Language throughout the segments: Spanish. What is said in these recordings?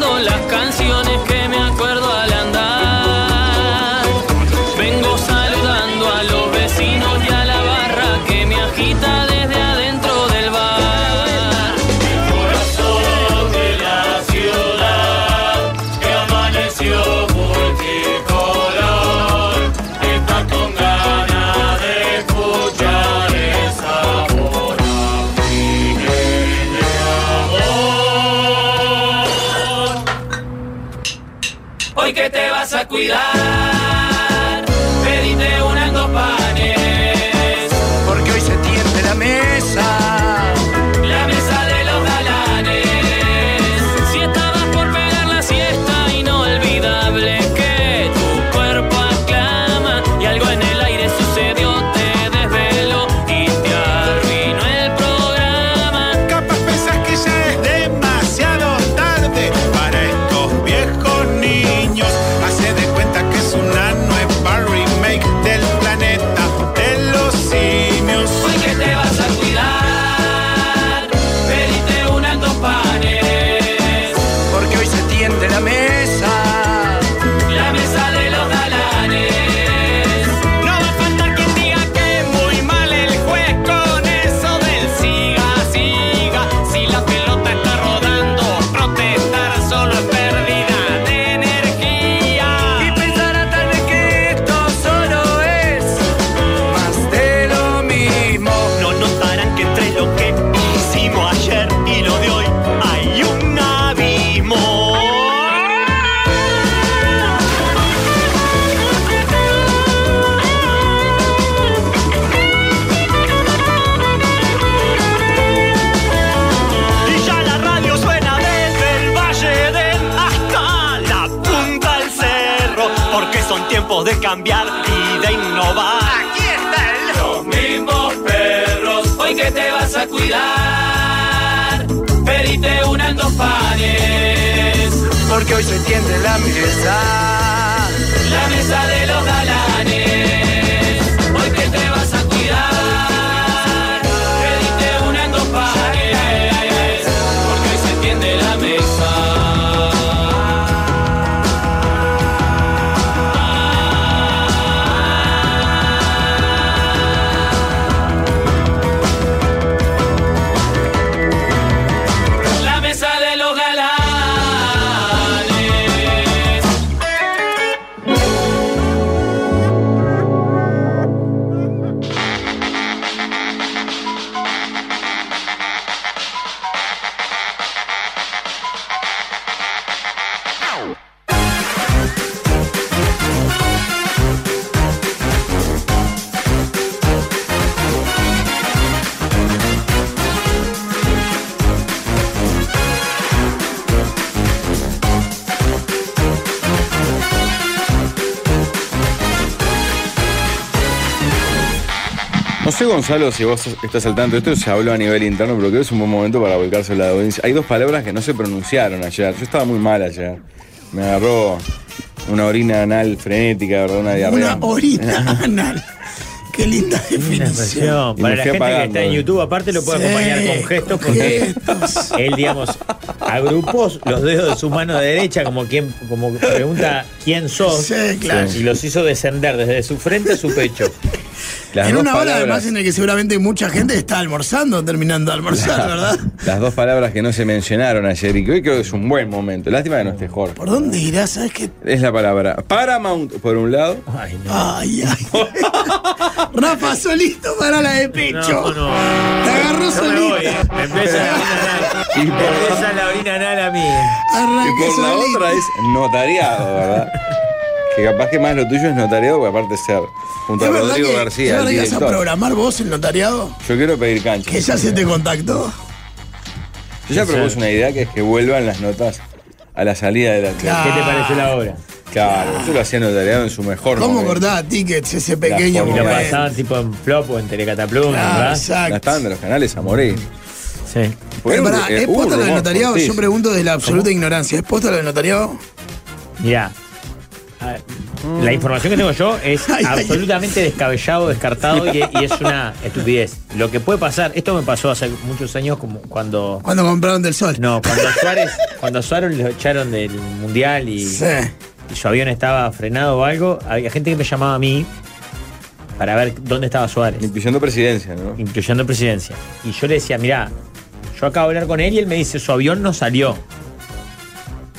son las canciones que me acuerdo al andar. Vengo saludando a los vecinos y a la barra que me agita desde adentro del bar. Corazón de la ciudad que amaneció multicolor, está con ganas de escuchar el sabor de amor. Hoy que te vas a cuidar, pedite unas dos panes. Porque hoy se tiende la mesa. La mesa de los galanes. Si estabas por pegar la siesta, inolvidable que tu cuerpo aclama. Y algo en el aire sucedió, te desveló y te arruinó el programa. Capaz pensás que ya es demasiado tarde para estos viejos niños. Hace de cuenta que es una nueva remake del planeta de los simios. Hoy que te vas a cuidar, pediste unas dos panes. Porque hoy se tiende la mesa. La mesa de los galanes. No va a faltar quien diga que muy mal el juez con eso del siga, siga. Si la pelota está rodando, protestar solo es pérdida Y de energía. pensará tal vez que esto solo es más de lo mismo. No notarán que entre lo que hicimos ayer y lo de hoy hay un abismo. Y ya la radio suena desde el Valle del hasta la punta del cerro, porque son tiempos de cambiar y de innovar. Aquí está el Los mismos perros Hoy que te vas a cuidar, pediste unas dos panes. Porque hoy se tiende la mesa. La mesa de los galanes, hoy que te vas a cuidar, pediste una en dos pares, porque hoy se tiende la mesa. La mesa de los galanes. No sé, Gonzalo, si vos estás al tanto. Esto se habló a nivel interno, pero creo que es un buen momento para volcarse a la audiencia. Hay dos palabras que no se pronunciaron ayer. Yo estaba muy mal ayer. Me agarró una orina anal frenética, ¿verdad? Una diarrea. Una horita anal. Qué linda Una definición. expresión. Y Para me la gente fui que apagando. está en YouTube, aparte lo puede Sí, acompañar con gestos, porque gestos. él, digamos, agrupó los dedos de su mano derecha como quien como pregunta quién sos Sí, claro. y los hizo descender desde su frente a su pecho. Las en dos una hora palabras- además en la que seguramente mucha gente está almorzando, terminando de almorzar, ¿verdad? Las dos palabras que no se mencionaron ayer y que hoy creo que es un buen momento. Lástima que no esté Jorge. ¿Por dónde irás? ¿Sabes qué? Es la palabra Paramount, por un lado. Ay, no. Ay, ay. Rafa, solito para la de pecho. No, no. Te agarró Yo me solito. voy, eh. Me empieza la orina anal. Y por- Me empieza la orina anal a mí. Y Arranqué por la solito. otra es notariado, ¿verdad? que capaz que más lo tuyo es notariado, porque aparte ser junto a ¿Es verdad Rodrigo que, ¿es García, el verdad que vas a director. programar vos el notariado? Yo quiero pedir cancha. Que ya se te contactó. Yo ya propuse una idea que es que vuelvan las notas a la salida de la clase. ¿Qué te pareció la obra? Claro, yo lo hacía notariado en su mejor ¿Cómo momento. cortaba tickets ese pequeño Y forma. lo Bueno. pasaban tipo en flop o en telecataplum, Claro, ¿verdad? La exacto. estaban de los canales a morir. Sí. Fue Pero un- pará, eh, ¿es hubo posta lo del rumor notariado? Yo fortísimo. pregunto desde la absoluta ignorancia. ¿Es posta lo del notariado? Mirá. A ver, La información que tengo yo es Ah. Ay, ay, ay. absolutamente descabellado, descartado y, y es una estupidez. Lo que puede pasar, esto me pasó hace muchos años como cuando. Cuando compraron del sol. No, cuando a Suárez, cuando a Suárez lo echaron del mundial y, Sí. y su avión estaba frenado o algo, había gente que me llamaba a mí para ver dónde estaba Suárez Incluyendo presidencia, ¿no? incluyendo presidencia. Y yo le decía, mirá, yo acabo de hablar con él y él me dice, su avión no salió.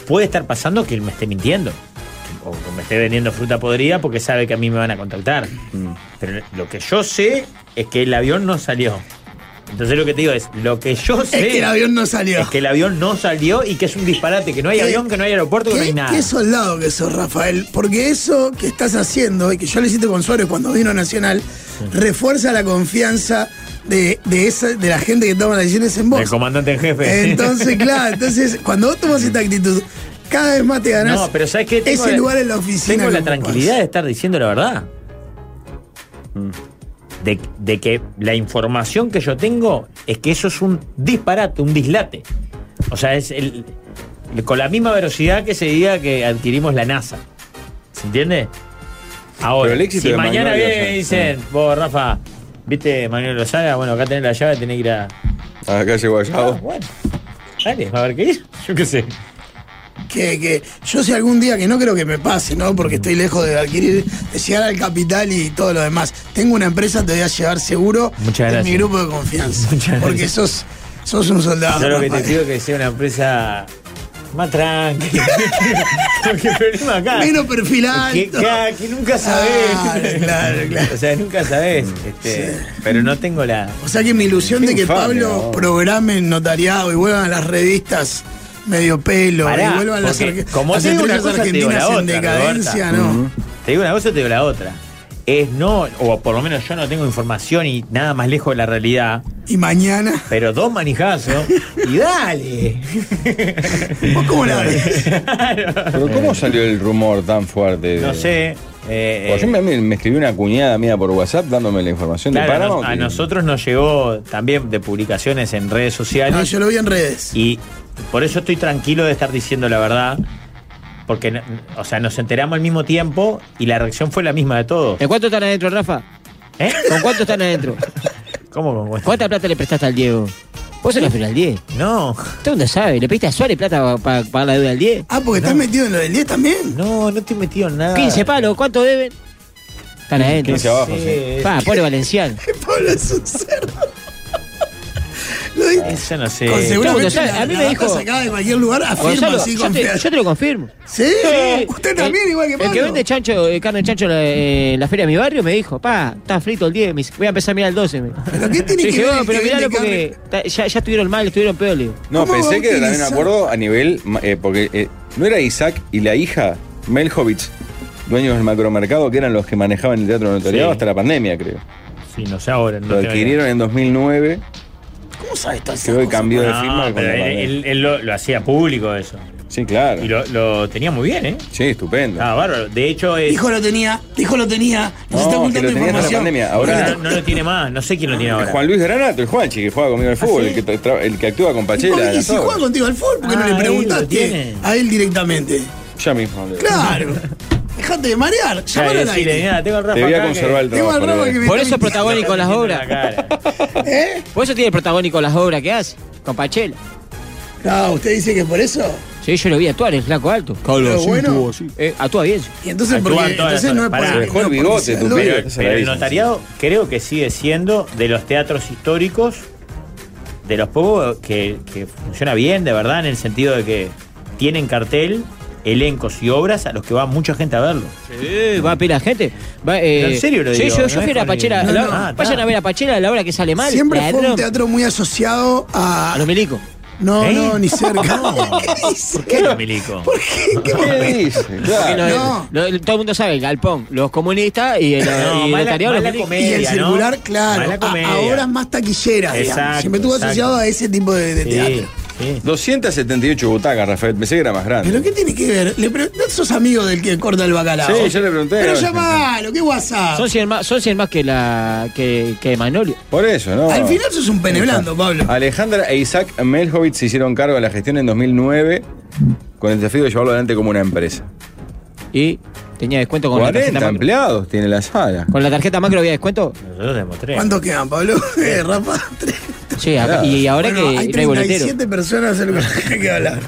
Puede estar pasando que él me esté mintiendo. O que me esté vendiendo fruta podrida porque sabe que a mí me van a contactar. Pero lo que yo sé es que el avión no salió. Entonces lo que te digo es, lo que yo sé Es que el avión no salió. es que el avión no salió y que es un disparate, que no hay ¿Qué- avión, que no hay aeropuerto, que no hay ¿Qué, nada. qué soldado que sos, Rafael. Porque eso que estás haciendo, y que ya lo hiciste con Suárez cuando vino a Nacional, refuerza la confianza de, de, esa, de la gente que toma las decisiones en El vos. comandante en jefe. Entonces, claro, entonces cuando vos tomas esta actitud, cada vez más te ganás No, pero ¿sabes qué? Tengo ese la- lugar en la oficina. Tengo que la ocupás. tranquilidad de estar diciendo la verdad. Mm. De, de que la información que yo tengo es que eso es un disparate, un dislate. O sea, es el, el- con la misma velocidad que ese día que adquirimos la NASA. ¿Se entiende? Ahora, Pero el éxito si de mañana Magnolia, vienen y sí. dicen, vos, Rafa, ¿viste Manuel Lozada? Bueno, acá tenés la llave, tenés que ir a. Acá llegó Ah, Ayao. bueno, dale, a ver qué hizo. Yo qué sé. que, que yo si algún día, que no creo que me pase, ¿no? Porque estoy lejos de adquirir, de llegar al capital y todo lo demás. Tengo una empresa, te voy a llevar seguro Muchas en mi gracias. grupo de confianza. Muchas porque gracias. sos, sos un soldado. Yo lo que te Rafael. pido es que sea una empresa más tranquila. Porque el problema acá. Menos perfil alto. que, que- que nunca sabés. Claro, claro, claro. O sea, nunca sabés. este, Pero no tengo la. O sea que mi ilusión Qué de que infame, Pablo vos. programe en notariado y vuelvan a las revistas medio pelo Pará, y vuelvan las, porque arque- como las te digo una estrellas cosa, te digo argentinas la en otra, decadencia, Roberta. ¿no? Te digo una cosa, te digo la otra. Es no, o por lo menos yo no tengo información y nada más lejos de la realidad, Y mañana, pero dos manijazos y dale. ¿vos cómo la ves? Pero ¿cómo salió el rumor tan fuerte? de- No sé. eh, Pues yo me, me escribí una cuñada mía por WhatsApp dándome la información Claro, ah, de a nos- Paramount. a y- nosotros nos llegó también de publicaciones en redes sociales No, yo lo vi en redes. y por eso estoy tranquilo de estar diciendo la verdad, porque no- o sea, nos enteramos al mismo tiempo y la reacción fue la misma de todos. ¿En cuánto están adentro, Rafa? ¿Eh? ¿Con cuánto están adentro? ¿Cómo? cómo? ¿Cuánta plata le prestaste al Diego? Vos se la al 10. No, ¿Todo mundo sabe? ¿Le pediste a Suárez plata para pagar la deuda al 10? Ah, porque estás metido en lo del 10 también. no, no te he metido en nada. 15 palos, ¿cuánto deben? Están adentro. 15 abajo, sí. Eh, Pa, pobre Valenciano. Pablo es un cerdo. Lo dice. Yo no sé. Con Gonzalo, seguramente la, a mí la me data dijo- sacada de cualquier lugar afirma Gonzalo, así yo, con te, fe. yo te lo confirmo. ¿Sí? Sí. Usted también, El- igual que Pablo. El que vende chancho, eh, carne de chancho en la, eh, en la feria de mi barrio me dijo, pa, está frito el 10, me dice, voy a empezar a mirar el 12. Me. dijo. ¿Pero qué Yo tiene que dije, ver? "Oh, el pero que miralo vende porque carne? ta- ya, ya estuvieron mal, estuvieron peor, le digo. No, ¿Cómo va a pensé que era un utilizar? acuerdo a nivel. ma- eh, porque eh, no era Isaac y la hija, Melhovitz, dueños del macromercado, que eran los que manejaban el teatro notariado Sí. hasta la pandemia, creo. Sí, no sé ahora. No Lo tengo adquirieron en 2009, ¿Cómo sabes todo eso? creo que cambió de idea. firma. No, con pero la él, pandemia. él- él lo, lo hacía público eso. sí, claro. Y lo, lo tenía muy bien, ¿eh? Sí, estupendo. Ah, bárbaro. De hecho, es, Dijo lo tenía, dijo lo tenía, nos No, está que ocultando lo tenía hasta la información. pandemia. no, Ahora. no lo tiene más. No sé quién lo tiene ahora. Juan Luis Granato, el Juanchi, que juega conmigo al fútbol, el, que tra- el que actúa con ¿Ah, ¿Y por Pachela. qué? la si soga. juega contigo al fútbol, porque Ah, no él le lo preguntaste tiene. a él directamente? Ya mismo. le- Claro. Dejate de marear, Ya, llamalo al decirle, aire. "Mirá, tengo al Rafa Te voy a acá que- conservar el Tengo trabajo. al Rafa Leo. que me Por está eso es protagónico las obras. Cara. mintiendo. ¿Eh? Por eso tiene protagónico las obras que hace, con Pachela. No, Ah, usted dice que por eso. Sí, yo lo vi actuar, el flaco alto. Pero bueno, Eh, actúa bien. y entonces, Actúan porque, todas las entonces no es horas. por eh, Pará. Se dejó el no, porque bigote, sea tu el pibe. Pero, pero el Esa la notariado creo que sigue siendo de los teatros históricos, de los pocos que, que funciona bien, de verdad, en el sentido de que tienen cartel, elencos y obras a los que va mucha gente a verlo. Sí, va a pila de gente. Va, eh, Pero en serio lo sí, digo, yo, no yo es fui a la con- Pachela. No, la- no, ah, vayan está. a ver a Pachela a la hora que sale mal. Siempre fue ladrón. un teatro muy asociado a. A los milicos. No, ¿Eh? no, ni cerca. ¿Qué dice? ¿Por qué lo milico? ¿Por qué? ¿Qué ¿Qué me- dice? Claro. Los- No. los- todo el mundo sabe, el galpón, los comunistas y el, y No, el mala- notariado, los mala milicos. comedia. y el ¿no? circular, claro. Mala A, comedia. a obras más taquilleras, digamos. Exacto, Siempre estuvo exacto. asociado a ese tipo de, de Sí, teatro. sí. 278 butacas, Rafael. Pensé que era más grande. ¿Pero qué tiene que ver? Le pre- no sos amigo del que corta el bacalao. Sí, yo le pregunté. Pero llamalo, qué WhatsApp. Son 100 más, son 100 más que la que, que Manolio. Por eso, ¿no? Al final sos un pene blando, Pablo. Alejandra e Isaac Melhovitz se hicieron cargo de la gestión en 2009 con el desafío de llevarlo adelante como una empresa. Y Tenía descuento con la 40 tarjeta macro. empleados tiene la sala. Con la tarjeta macro había descuento. Nosotros demostré. ¿Cuántos quedan, Pablo? Eh, Rafa, tres. Sí, acá- y ahora Bueno, que hay no hay boletero. 37 personas en el que hay que hablar.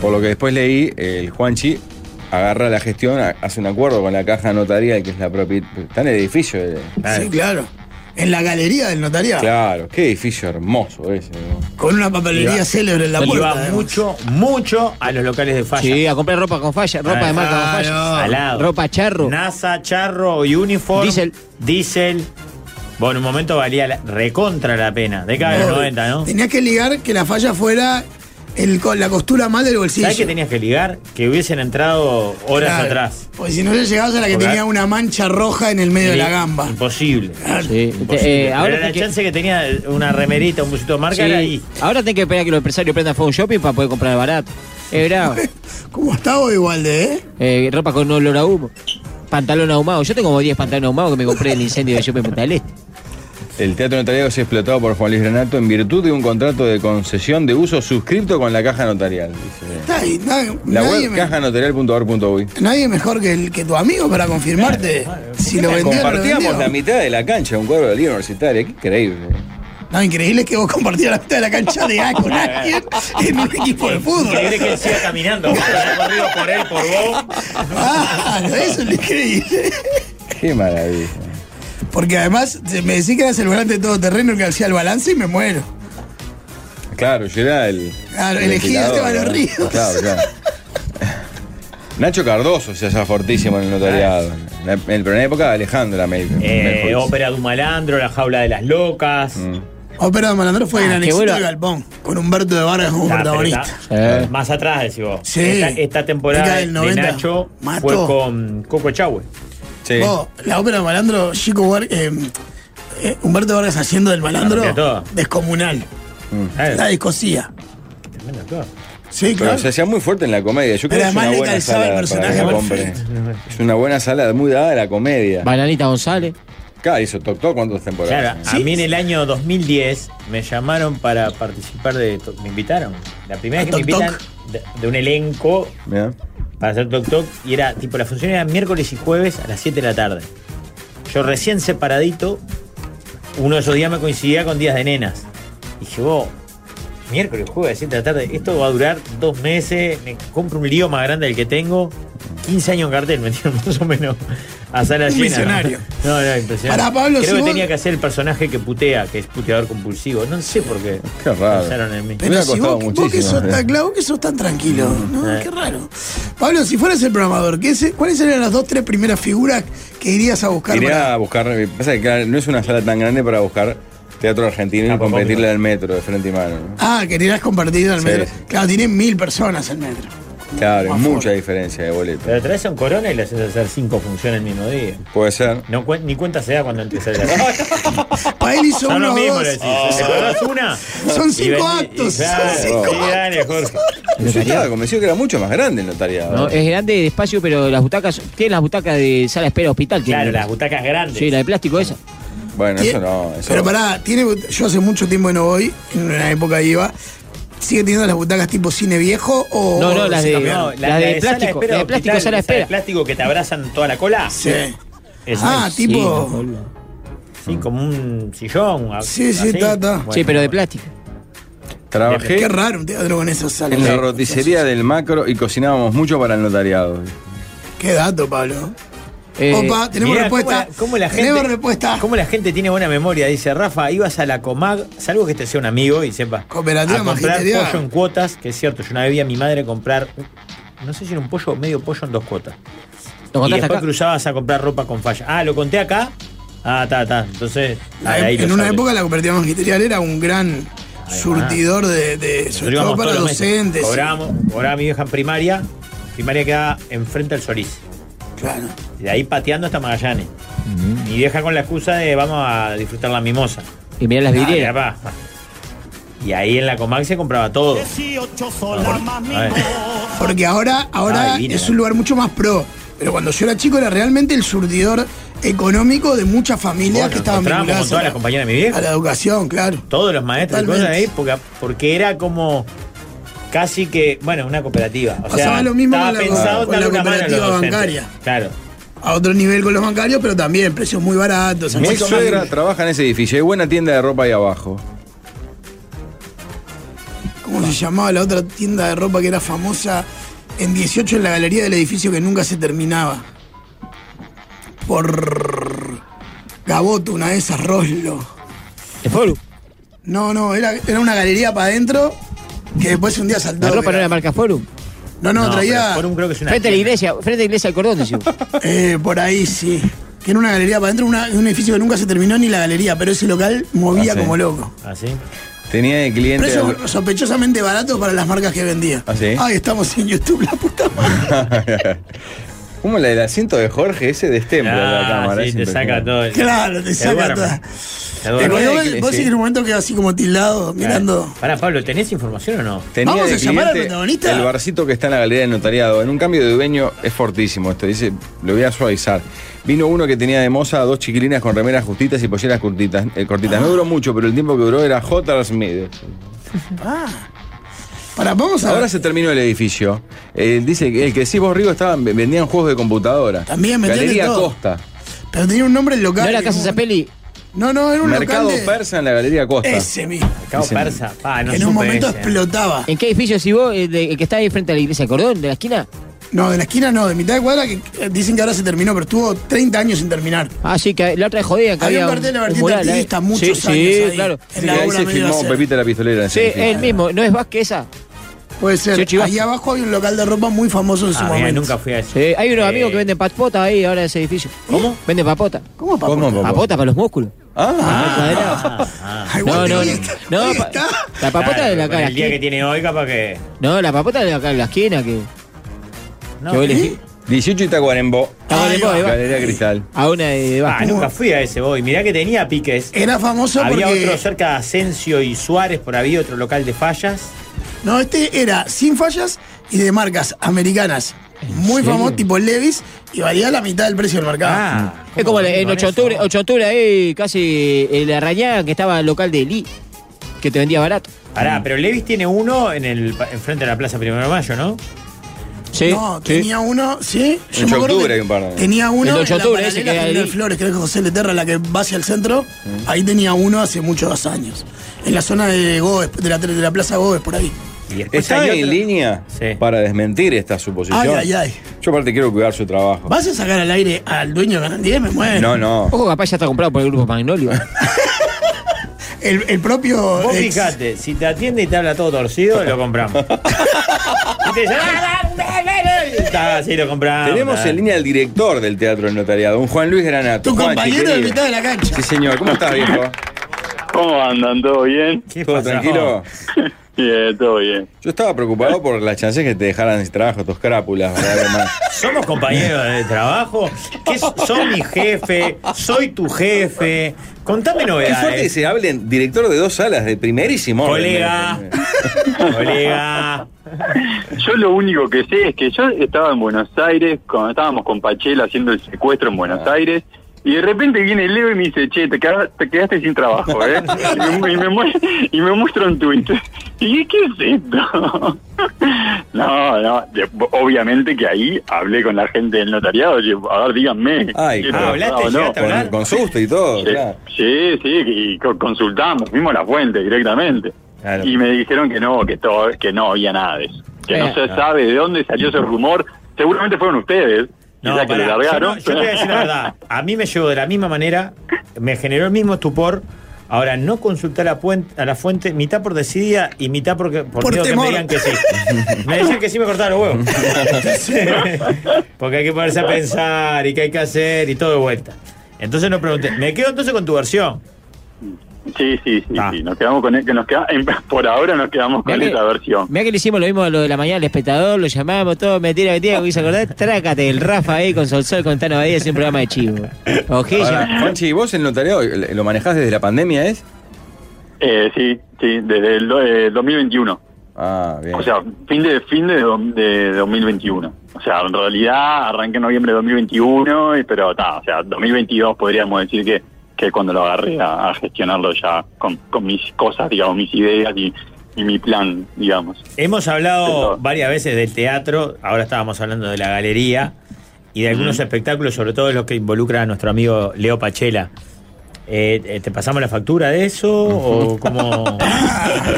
Por lo que después leí, el Juanchi agarra la gestión, ha- hace un acuerdo con la caja notarial, que es la propia. Está en el edificio. eh. Sí, claro. En la galería del notariado. Claro, qué edificio hermoso ese. ¿no? Con una papelería Iba- célebre en la Y puerta. va además. mucho, mucho a los locales de falla. Sí, a comprar ropa con falla, ropa de marca con falla. Al lado. Ropa charro. NASA, charro y uniform. Diesel. Diesel. Bueno, en un momento valía la- recontra la pena. Década de los 90, ¿no? Tenías que ligar que la falla fuera el, co- la costura mal del bolsillo. ¿Sabes qué tenías que ligar? Que hubiesen entrado horas Claro. atrás. Porque si no le llegabas a la que Porque- tenía una mancha roja en el medio de la gamba. Imposible. Sí. Imposible. Eh, Pero ahora la tenés que- chance que tenía una remerita, un busito de marca era ahí. sí. Ahora tenés que esperar que los empresarios prendan fuego a un shopping para poder comprar barato. Es bravo. Como estaba igual de, ¿eh? Eh, ropa con olor a humo. Pantalón ahumado. Yo tengo como 10 pantalones ahumados que me compré en el incendio de Shopping Punta del Este. El teatro notariado se explotado por Juan Luis Granato en virtud de un contrato de concesión de uso suscripto con la caja notarial. dice. Está ahí, na- La nadie, web me- cajanotarial.org.uy. nadie mejor que, el- que tu amigo para confirmarte si lo vendió o no lo vendió. Compartíamos la mitad de la cancha, un cuadro de la Liga Universitaria, qué increíble. No, increíble es que vos compartías la mitad de la cancha de A con alguien en un equipo de ¿Crees fútbol. que él siga caminando? Habrá corrido por él, por vos. Ah, eso es lo increíble. Qué maravilla. Porque además se- me decís que eras el volante de todo terreno que hacía el balance y me muero. Claro, yo era el. Claro, elegí a ventilador, Esteban ¿no? Ríos. Claro, claro. Nacho Cardoso se hacía fortísimo en el notariado. En la- en- pero en la época de Alejandra Mel. Eh, Melchor. ópera de un malandro, la jaula de las locas. Mm. Ópera de Oh, Malandro fue gran Ah, qué éxito bueno. de Galpón, con Humberto de Vargas como Ah, protagonista. pero está- Eh. Más atrás, decís vos. Sí. Esta, esta temporada Década de del 90. Nacho Mató. fue con Coco Chahue. Sí. Vos, la ópera de Malandro, Chico Var- eh, eh, Humberto Vargas haciendo del malandro La rompió toda. descomunal. Eh, La discosía. tremendo actor. Sí, Pero claro. se hacía muy fuerte en la comedia. Yo creo Pero que es además una le buena calzaba sala. el personaje para que perfecto. compre. Es una buena sala muy dada a la comedia. Bananita González. Claro, hizo Toc Toc cuántas temporadas. Claro, a Sí, mí en sí. el año 2010 me llamaron para participar de. to- Me invitaron. La primera ¿A vez que me Toc invitan de, de un elenco Mirá. para hacer Toc Toc y era tipo, la función era miércoles y jueves a las 7 de la tarde. Yo recién separadito, uno de esos días me coincidía con días de nenas. Y dije, vos, miércoles, jueves, 7 de la tarde, esto va a durar dos meses, me compro un lío más grande del que tengo. 15 años en cartel, me metieron más o menos a sala Un llena. visionario. No, no, impresionante. Pará, Pablo, Creo si que vos- tenía que hacer el personaje que putea, que es puteador compulsivo. No sé por qué. Qué raro. Pensaron en mí. Me hubiera Pero si costado vos, vos que muchísimo, ¿eh? sos ¿verdad? tan claro, vos que sos tan tranquilo, ¿no? Qué raro. Pablo, si fueras el programador, ¿qué se- ¿cuáles serían las dos, tres primeras figuras que irías a buscar? Iría para- a buscar. Pasa que claro, no es una sala tan grande para buscar teatro argentino y Tampoco, competirle al metro de frente y mano. ¿no? Ah, que irías compartido al Sí. metro. Claro, tienen mil personas el metro. Claro, Más es mucha fuerte. diferencia de boleto. Pero traes a un corona y le haces hacer cinco funciones el mismo día. Puede ser. No cuen- ni cuenta se da cuando empieza el acto. Para él hizo Son uno lo o mismo, dos. le decís. Ah. ¿Te acordás una? Son Y cinco vení- actos, y son claro, cinco sí, dale, Jorge. Yo estaba convencido que era mucho más grande el notariado. No, es grande, despacio, pero las butacas. Tienen las butacas de sala de espera hospital. Claro, tienen. las butacas grandes. Sí, la de plástico esa. Bueno, Tie- eso no. Eso Pero pará, tiene, but- yo hace mucho tiempo que no voy, en una época iba. ¿Sigue teniendo las butacas tipo cine viejo o.? No, no, o las se de- cambiaron? no, la de sala plástico, espera la de plástico, hospital, sala de esa espera. plástico que te abrazan toda la cola. Sí. Es Ah, un- tipo. sí, como un sillón. a- Sí, sí, así. está, está. sí, pero de plástico. Trabajé Qué raro un teatro con esas salas. en la roticería del macro y cocinábamos mucho para el notariado. Qué dato, Pablo. Eh, Opa, Ah, tenemos Mirá, respuesta. cómo la- cómo la tenemos gente- respuesta. ¿Cómo la gente tiene buena memoria? Dice Rafa, ibas a la Comag, salvo que este sea un amigo y sepa. Cooperativa a comprar magisterial. pollo en cuotas, que es cierto, yo una vez vi a mi madre comprar, no sé si era un pollo o medio pollo en dos cuotas. ¿Lo Y contaste después acá? cruzabas a comprar ropa con falla. Ah, lo conté acá. Ah, está, está. Entonces, La- em- ahí en lo una sabes. época la cooperativa magisterial era un gran surtidor de, de- Ah. Nosotros sobre todo íbamos para todos los meses. docentes. Cobramos, cobraba mi vieja en primaria. Primaria quedaba enfrente al Solís. Claro. Y de ahí pateando hasta Magallanes. Mi vieja con la excusa de vamos a disfrutar la mimosa. Y mirá las Ah, vidrieras. capaz. Y ahí en la Comac se compraba todo. Ah, A ver. Ah, Porque ahora, ahora Ah, divina, es la- un lugar mucho más pro. Pero cuando yo era chico era realmente el surtidor económico de muchas familias Bueno, que estaban encontrábamos con vinculadas todas a las la, compañeras de mi vieja. a la educación, claro. Todos los maestros y cosas de Totalmente. ahí, porque, porque era como casi que, bueno, una cooperativa. O Pasaba sea, lo mismo estaba con la- pensado con la darle una mano a los cooperativa docentes. bancaria. Claro. A otro nivel con los bancarios, pero también precios muy baratos. Mi acceso suegra libre. trabaja en ese edificio. Hay buena tienda de ropa ahí abajo. ¿Cómo se llamaba la otra tienda de ropa que era famosa en 18 en la galería del edificio que nunca se terminaba? Por Gaboto, una de esas, Roslo. ¿El Folu? No, no, era, era una galería para adentro que después un día saltó. ¿La ropa no era marca Forum? No, no, No, traía pero Forum creo que es una Frente a la tienda. iglesia, frente a la iglesia del cordón, decimos. eh, por ahí, sí. Que era una galería para adentro, una- un edificio que nunca se terminó ni la galería, pero ese local movía Ah, sí. como loco. ¿Ah, sí? Tenía de cliente. Precios sospechosamente baratos para las marcas que vendía. ¿Ah, sí? Ay, estamos en YouTube, la puta madre. Como la del asiento de Jorge, ese destempla la Ah, cámara. sí, es te saca impresionante. todo. el- Claro, te Te saca duerme. toda. Te Te duerme. Bueno, colgó, hay que vos decir. en un momento quedó así como tildado, mirando. Pará, Pablo, ¿tenés información o no? Tenía Vamos de a llamar al cliente protagonista. El barcito que está en la galería del notariado. En un cambio de dueño es fortísimo esto. Dice, lo voy a suavizar. Vino uno que tenía de moza a dos chiquilinas con remeras justitas y polleras cortitas. eh, cortitas. No duró mucho, pero el tiempo que duró era J. Smith. Ah, Para, vamos a Ahora ver. se terminó el edificio. Eh, dice que el que decís vos, Rigo, estaban, vendían juegos de computadora. También vendían de Galería todo. Costa. Pero tenía un nombre el local. ¿No era que Casa como- Zapelli? No, no, eh, era un Mercado local. de- Persa en la Galería Costa. Ese mismo. Mercado Dicen- persa. Pa, no que en un supe momento ese. explotaba. ¿En qué edificio si vos, el, de- el que está ahí frente a la iglesia del cordón, de la esquina? No, de la esquina no, de mitad de cuadra que eh, dicen que ahora se terminó, pero estuvo 30 años sin terminar. Ah, sí, que la otra es jodida. Que Había había un cartel de vertiente mural ahí. activista muchos sí, años Sí, ahí. claro. En Sí, la ahí obra se medio filmó hacer. Pepita la pistolera. en Sí, ese edificio. el mismo. ¿No es Vázquez esa? Puede ser. Sí, chivas. Ahí abajo había un local de ropa muy famoso en su Ah, bien, momento. nunca fui a eso. Sí, hay unos Eh, amigos que venden papota ahí ahora en ese edificio. ¿Cómo? Venden papota. ¿Cómo, papá? ¿Cómo, papá? Papota para los músculos. Ah, Ah, Ay, no, guau, no, ahí no. está, No, ahí pa- está. la papota claro, de la con cara. El día que tiene hoy, capaz que. No, la papota de la cara, la esquina que. No, que vos ¿eh? elegís. 18 y Tacuarembó. Está Ah, Ahí bien, va. vos, ahí va. Galería Cristal. A una de, de Ah, Vázquez. nunca fui a ese boy. Mirá que tenía piques. Era famoso Había porque. otro cerca de Asensio y Suárez, por ahí otro local de fallas. No, este era sin fallas y de marcas americanas. Muy famoso, tipo Levis, y valía la mitad del precio del mercado. Es como la- en 8 de octubre, 8 de octubre ahí casi el Arrañá que estaba el local de Lee, que te vendía barato. Mm. Pará, pero Levis tiene uno en el enfrente de la Plaza Primero de Mayo, ¿no? Sí. No, tenía uno, ¿sí? El me de acuerdo octubre que hay un par de- Tenía uno. El de en la octubre, ese paralela que hay General ahí. Flores, creo que es José Leterra, la que va hacia el centro. Mm. Ahí tenía uno hace muchos años. En la zona de Gómez, de la, de la Plaza Gómez, por ahí. Y después ¿Está hay en otro- línea Sí. para desmentir esta suposición? Ay, ay, ay. Yo aparte quiero cuidar su trabajo. ¿Vas a sacar al aire al dueño de Canal 10? Me mueve. No, no. Ojo, Oh, capaz ya está comprado por el grupo Magnolio. El, el propio. Vos ex- fijate, si te atiende y te habla todo torcido, lo compramos. Y te dice, "Ah, ah, ah, ah", y está, así lo compramos. Tenemos está. en línea al director del Teatro del Notariado, un Juan Luis Granato. Tu Juanchi, compañero de querido. mitad de la cancha. Sí, señor. ¿Cómo estás, viejo? ¿Cómo andan? ¿Todo bien? ¿Qué ¿Todo pasa? tranquilo? Bien, todo bien. Yo estaba preocupado por las chances que te dejaran sin trabajo tus crápulas, ¿verdad, hermano? Somos compañeros de trabajo. ¿Qué s- son mi jefe? Soy tu jefe. Contame Qué suerte que novedades. se hablen director de dos salas, de primerísimo. orden. ¿eh? Colega. Colega. Yo lo único que sé es que yo estaba en Buenos Aires, cuando estábamos con Pachela haciendo el secuestro en Buenos Ah. Aires, y de repente viene Leo y me dice, che, te quedaste, te quedaste sin trabajo, ¿eh? Y me, y me muest- y me muestra un tweet. ¿Y qué es esto? No, no, de- obviamente que ahí hablé con la gente del notariado, oye, a ver, díganme. Ay, ¿qué ah, pasaba hablaste, o llegaste a hablar. Con, con susto y todo, Sí, claro. Sí, sí, y co- consultamos, vimos la fuente directamente. Claro. Y me dijeron que no, que todo, que no había nada de eso. Que Eh, no se sabe de dónde salió ese rumor. Seguramente fueron ustedes. No, quizás que lo pará, yo, no- largaron. yo te voy a decir la verdad. A mí me llegó de la misma manera, me generó el mismo estupor. Ahora, no consultar a, puen- a la fuente, mitad por decidida y mitad porque, por, Por miedo que temor. me digan que sí. Me decían que sí, me cortaron los huevos. porque hay que ponerse a pensar y qué hay que hacer y todo de vuelta. Entonces no pregunté. Me quedo entonces con tu versión. Sí, sí, sí, Ah. sí. Nos quedamos con, e, que nos queda, en- por ahora nos quedamos con esa versión. Mirá que le hicimos lo mismo a lo de la mañana al espectador, lo llamamos, todo, mentira, mentira, ¿me hice acordar? Trácate, el Rafa ahí con Sol Sol, con Tano Badía, es un programa de chivo. Ahora, Ojilla. Juanchi, ¿vos el notariado lo manejás desde la pandemia, es? Eh, sí, sí, desde el do- eh, 2021. Ah, bien. O sea, fin de fin de, do- de 2021. O sea, en realidad arranqué en noviembre de 2021, y- pero está, o sea, 2022 podríamos decir que, que cuando lo agarré a, a gestionarlo ya con, con mis cosas, digamos, mis ideas y, y mi plan, digamos. Hemos hablado Eso. varias veces del teatro, ahora estábamos hablando de la galería y de algunos espectáculos, sobre todo los que involucra a nuestro amigo Leo Pachela. Eh, eh, ¿Te pasamos la factura de eso? ¿O cómo?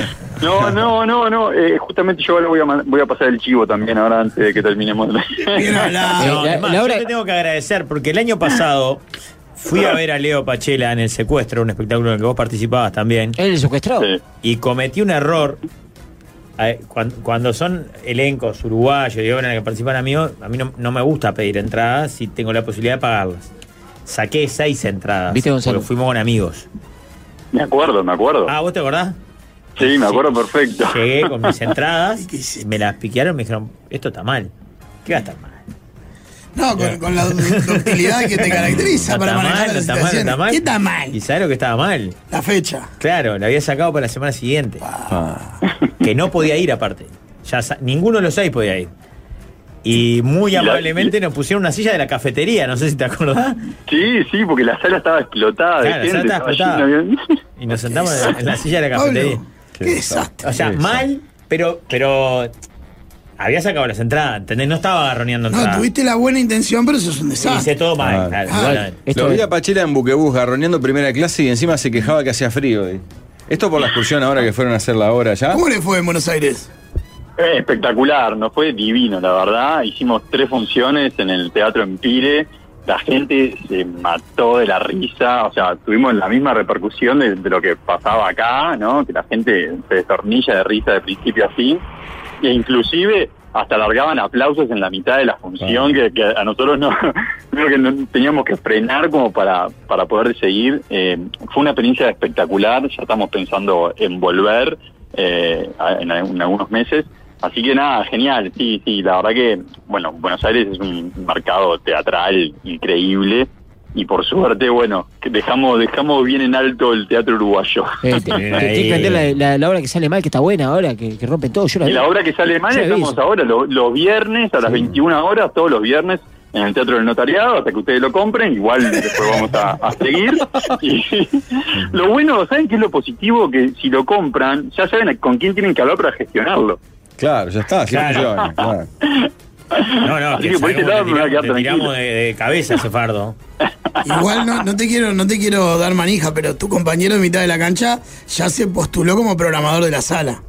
No, no, no, no. eh, justamente yo ahora voy a, man- voy a pasar el chivo también ahora antes de que terminemos. Bien No, hablado. Eh, la- además, la obra- yo te tengo que agradecer porque el año pasado fui a ver a Leo Pachela en El Secuestro, un espectáculo en el que vos participabas también, Él le secuestró. Sí. y cometí un error. Eh, cuan- Cuando son elencos uruguayos y obras en las que participan amigos, a mí no, no me gusta pedir entradas si tengo la posibilidad de pagarlas. Saqué seis entradas. ¿Viste, Gonzalo? Porque fuimos con amigos. Me acuerdo, me acuerdo. Ah, ¿vos te acordás? Sí, me acuerdo perfecto. Llegué con mis entradas, qué hiciste? me las piquearon y me dijeron, esto está mal. ¿Qué va a estar mal? No, con, con la ductilidad que te caracteriza No para está manejar mal, no las está mal, no situaciones. está mal. ¿Qué está mal? ¿Y sabes lo que estaba mal? La fecha. Ah. Claro, la había sacado para la semana siguiente. Que no podía ir aparte. Ya sa- ninguno de los seis podía ir. Y muy la- amablemente nos pusieron una silla de la cafetería, no sé si te acordás. Sí, sí, porque la sala estaba explotada Claro, de la gente. sala estaba estaba llena de- Y nos sentamos en la, en la silla de la Pablo, cafetería. qué desastre. O sea, Sí, sí. mal, pero, pero había sacado las entradas, ¿entendés? No estaba agarroneando No, entradas. tuviste la buena intención, pero eso es un Hice desastre. todo mal. Ah, claro, ah, igual. Esto Lo vi es- a Pachela en buquebús garroneando primera clase y encima se quejaba que hacía frío. eh. Esto por la excursión ahora que fueron a hacer la hora ya. ¿Cómo le fue en Buenos Aires? Eh, espectacular, nos fue divino, la verdad. Hicimos tres funciones en el Teatro Empire. La gente se mató de la risa, o sea, tuvimos la misma repercusión de, de lo que pasaba acá, ¿no? Que la gente se destornilla de risa de principio a fin. E inclusive hasta largaban aplausos en la mitad de la función, que, que a nosotros no, creo que no- teníamos que frenar como para, para poder seguir. Eh, fue una experiencia espectacular, ya estamos pensando en volver eh, a- en, al- en algunos meses. Así que nada, genial, sí, sí, la verdad que, bueno, Buenos Aires es un mercado teatral increíble y por suerte, bueno, que dejamos, dejamos bien en alto el teatro uruguayo. eh, te- te- Bien te- ahí. te- te- la, la- la obra que sale mal, que está buena ahora, que, que rompe todo. Yo la Y vi. la obra que sale mal Sí, estamos aviso. ahora, lo- los viernes a las 21 horas, todos los viernes en el Teatro del Notariado, hasta que ustedes lo compren, igual después vamos a, a seguir. Y lo bueno, ¿saben qué es lo positivo? Que si lo compran, ya saben con quién tienen que hablar para gestionarlo. Claro, ya está, así Claro. funciona, claro. No, no, Así que que por ese sabemos lado me voy a que quedar le tiramos, le tiramos tranquilo. de, de cabeza a ese fardo. Igual no, no te quiero, no te quiero dar manija, pero tu compañero en mitad de la cancha ya se postuló como programador de la sala.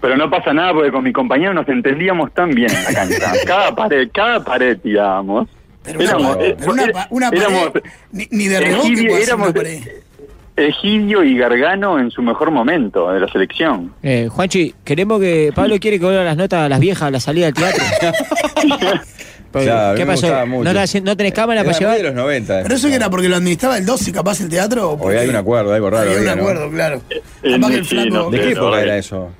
Pero no pasa nada porque con mi compañero nos entendíamos tan bien en la cancha. Cada pared, cada pared tirábamos. Pero una, eh, pero una pa- una pared éramos- ni, ni de rebote Egidio, puede ser una éramos pared. Egidio y Gargano en su mejor momento de la selección. Eh, Juanchi, queremos que. Pablo quiere que vuelvan las notas a las viejas a la salida del teatro. Porque, Claro, a mí Pues, ¿Qué me pasó? gustaba ¿No, mucho. estás haciendo- no tenés cámara Era para muy llevar? de los 90. eh. Pero eso que era porque lo administraba el 12, capaz el teatro. o Hoy porque hay un acuerdo, algo raro. había un había, ¿no? acuerdo, claro. Eh, Capaz que el sí, flaco, no. ¿De qué Pero, época eh, era eso?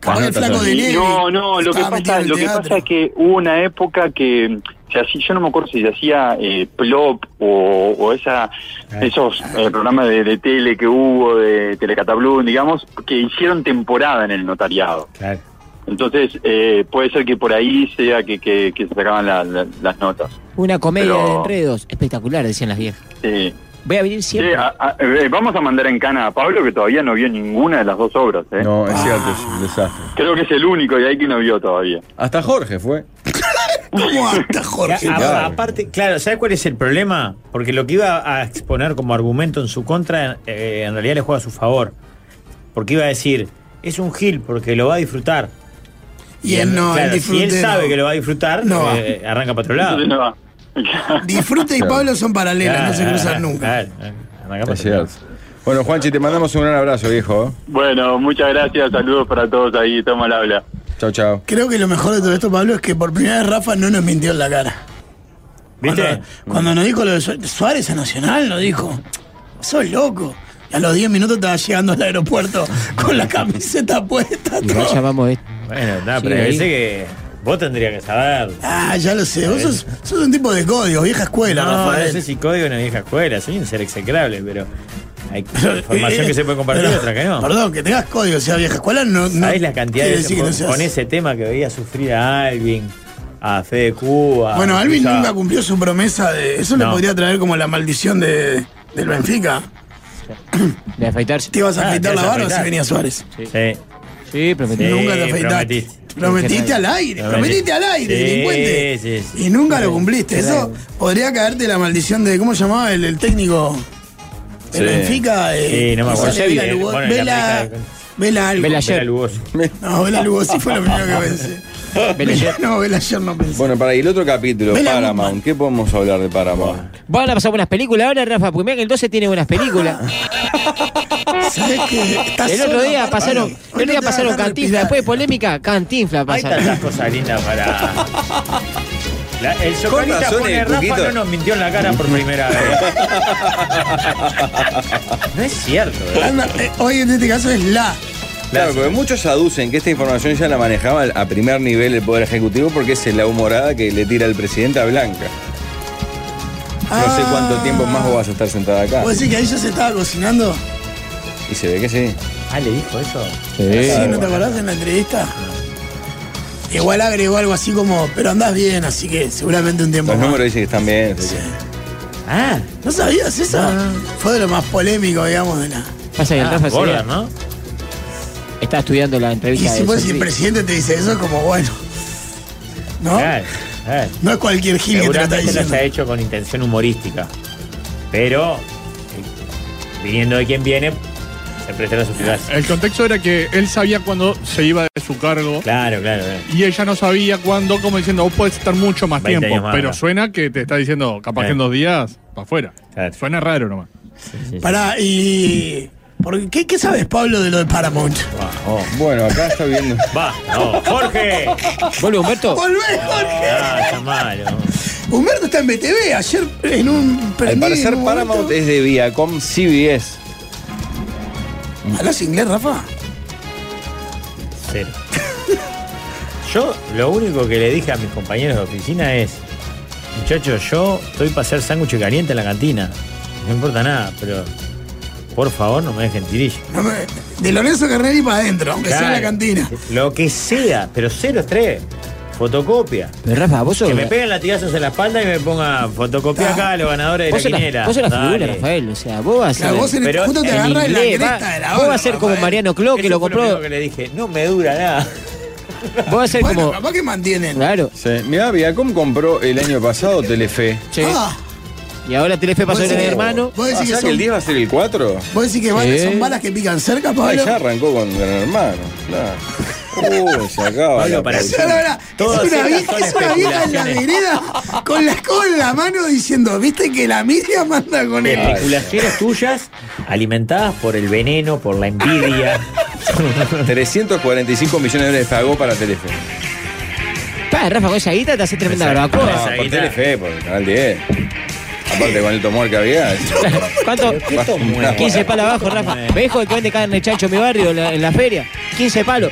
capaz que el Las notas flaco son- de Levi No, no, lo que, estaba metido pasa, en el lo que teatro. pasa es que hubo una época que se hacía, yo no me acuerdo si se hacía eh, Plop o, o esa, esos eh, programas de, de tele que hubo, de Telecatablum, digamos, que hicieron temporada en el notariado. Claro. Entonces, eh, puede ser que por ahí sea que, que- que se sacaban la- la- las notas. Una comedia Pero- de enredos. Espectacular, decían las viejas. Sí. Voy a venir siempre. Che, Eh, a- a- eh, vamos a mandar en cana a Pablo, que todavía no vio ninguna de las dos obras. ¿eh? No, es cierto, es un desastre. Creo que es el único de ahí que no vio todavía. Hasta Jorge fue. ¿Cómo anda Jorge? Ya, A- claro. Aparte, claro, ¿sabes cuál es el problema? Porque lo que iba a exponer como argumento en su contra, eh, en realidad le juega a su favor. Porque iba a decir, es un gil porque lo va a disfrutar. Y él no, claro, él si disfrute. él sabe no. que lo va a disfrutar, No va. eh, arranca para otro lado. Entonces no va. Disfrute y Claro. Pablo son paralelas, no se cruzan nunca. Ah, eh, Claro, claro, arranca para Es otro lado. cierto. Bueno, Juanchi, te mandamos un gran abrazo, viejo. Bueno, muchas gracias, saludos para todos ahí, toma la habla. Chao, chao. Creo que lo mejor de todo esto, Pablo, es que por primera vez Rafa no nos mintió en la cara. ¿Viste? Cuando, cuando nos dijo lo de Su- Suárez a Nacional, nos dijo, sos loco. Y a los 10 minutos estaba llegando al aeropuerto con la camiseta puesta. Igual todo. llamamos esto. Bueno, nada, Sí, pero ahí. parece que vos tendrías que saber. Ah, ya lo sé. Vos sos, sos un tipo de código, vieja escuela, no, no Rafael. sé si código no vieja escuela, soy un ser execrable, pero hay Pero, información eh, que se puede compartir, pero, otra que no. Perdón, que tengas código, sea vieja escuela, no. no ¿Sabés la cantidad de quiere veces decir que con, no seas- con ese tema que veía sufrir a Alvin, a Fede Cuba? Bueno, Alvin incluso a- nunca cumplió su promesa de. Eso Ah, No. le podría traer como la maldición de, del Benfica. De afeitarse. ¿Te ibas a Ah, afeitar te la vas a barba si afeitar. venía Suárez? Sí. Sí, prometí. Sí, nunca te afeitaste. prometiste. Prometiste al aire, prometiste al aire, Sí, delincuente. sí, sí. Y nunca lo cumpliste. Eso podría caerte la maldición de. ¿Cómo se llamaba el, el técnico? Sí. El Benfica. eh, Sí, no me acuerdo. sale Vela Bueno, en Lugo- la Vela. América- Vela algo. Vela ayer. Era Lugosi. No, Vela Lugosi fue lo primero que pensé. Vela ayer. No, Vela ayer no pensé. Bueno, para ahí el otro capítulo, Vela Paramount. ¿Qué podemos hablar de Paramount? Van a pasar buenas películas ahora, Rafa, porque mira que el 12 tiene buenas películas. ¿Sabés qué? Estás El otro solo, día Bárbaro. pasaron, Hoy el otro día no te vas a pasaron dejar cantinfla, respirar. después de polémica, cantinfla Hay pasaron. tantas cosas lindas para. La- el socorrista razón, eh, pone el Rafa Cuquito. no nos mintió en la cara por primera vez. no es cierto, ¿verdad? Anda, eh, hoy en este caso es la. Claro, porque muchos aducen que esta información ya la manejaba a primer nivel el Poder Ejecutivo porque es la humorada que le tira el presidente a Blanca. No sé cuánto tiempo más vos vas a estar sentada acá. Ah. ¿Vos decís que ahí ya se estaba cocinando? Y se ve que sí. Ah, le dijo eso. Sí, Claro, ¿no te bueno. acordás en la entrevista? Igual agregó algo así como, pero andás bien, así que seguramente un tiempo Los más. números dicen que están bien. así que- Ah, ¿No sabías eso? Fue de lo más polémico, digamos, de la... Ah. Pasa que el ah, Rafa Gordon, sería- ¿no? está estudiando la entrevista. Y si de vos, si el Sandri. presidente te dice eso, es como, bueno, ¿no? Claro, claro. No es cualquier gil que te lo está Seguramente lo diciendo. ha hecho con intención humorística. Pero, eh, viniendo de quien viene, se prestará su Eh, gracia. El contexto era que él sabía cuándo se iba de su cargo Claro, claro, claro. y ella no sabía cuándo, como diciendo, vos podés estar mucho más 20 tiempo. años más, pero ¿no? suena que te está diciendo, capaz Eh. que en dos días, para afuera. Claro. Suena raro nomás. Pará, y... ¿por qué, ¿Qué sabes, Pablo, de lo de Paramount? oh. Bueno, acá está viendo. Va, no, Jorge. ¿Vuelve Humberto? ¡Volvé, Jorge! Ah, está malo. Humberto está en BTV, ayer en un... Al prendí en parecer un Paramount momento. es de Viacom CBS. ¿Hablas inglés, Rafa? eh. Cero. Yo lo único que le dije a mis compañeros de oficina es, muchachos, yo estoy para hacer sándwich caliente en la cantina. No importa nada, pero por favor no me dejen tirillo. No me- De Lorenzo Carneri para adentro, aunque sea en la Claro. cantina. Lo que sea, pero cero estrés. Fotocopia. Pero Rafa, vos sos. Que me peguen latigazos en la espalda y me ponga fotocopia acá a los ganadores de Vos la sos quinera. la, vos sos la Dale. figura, Rafael. O sea, vos vas a ser. Claro, vos en el Pero justo te en agarras la inglés, cresta va- de la vos ola, vas a ser como Rafael. Mariano Clo, que Eso lo fue compró. primero que le dije, no me dura nada. Vos vas a ser Bueno, como. capaz que mantienen. Claro. Sí. Mirá, Viacom compró el año pasado Telefe. Sí. Ah, Y ahora Telefe pasó Vos en el decís- hermano. Vos Ah, decís que ¿sabes que el son, 10 va a ser el 4? vos decís que van- Sí. son balas que pican cerca, Ay, Pablo. ya arrancó con Gran Hermano, claro. Uy, se acaba. Pablo, la para Es producción. una, verdad, Todas es una estas vieja, son es una vieja en la especulaciones. vereda con la cola en la mano diciendo, viste que la media manda con él. Ay. Especulaciones tuyas alimentadas por el veneno, por la envidia. 345 millones de dólares pagó para Telefe. Pa, Rafa, con esa guita te hace tremenda Exacto. barbacoa. Esa Ah, por guita. Telefe, por el canal 10. Aparte con el tumor que había. ¿Cuánto? ¿Qué tomo, eh? 15 palos abajo, Rafa. Me dijo el que vende carne chancho en mi barrio, la- en la feria. 15 palos.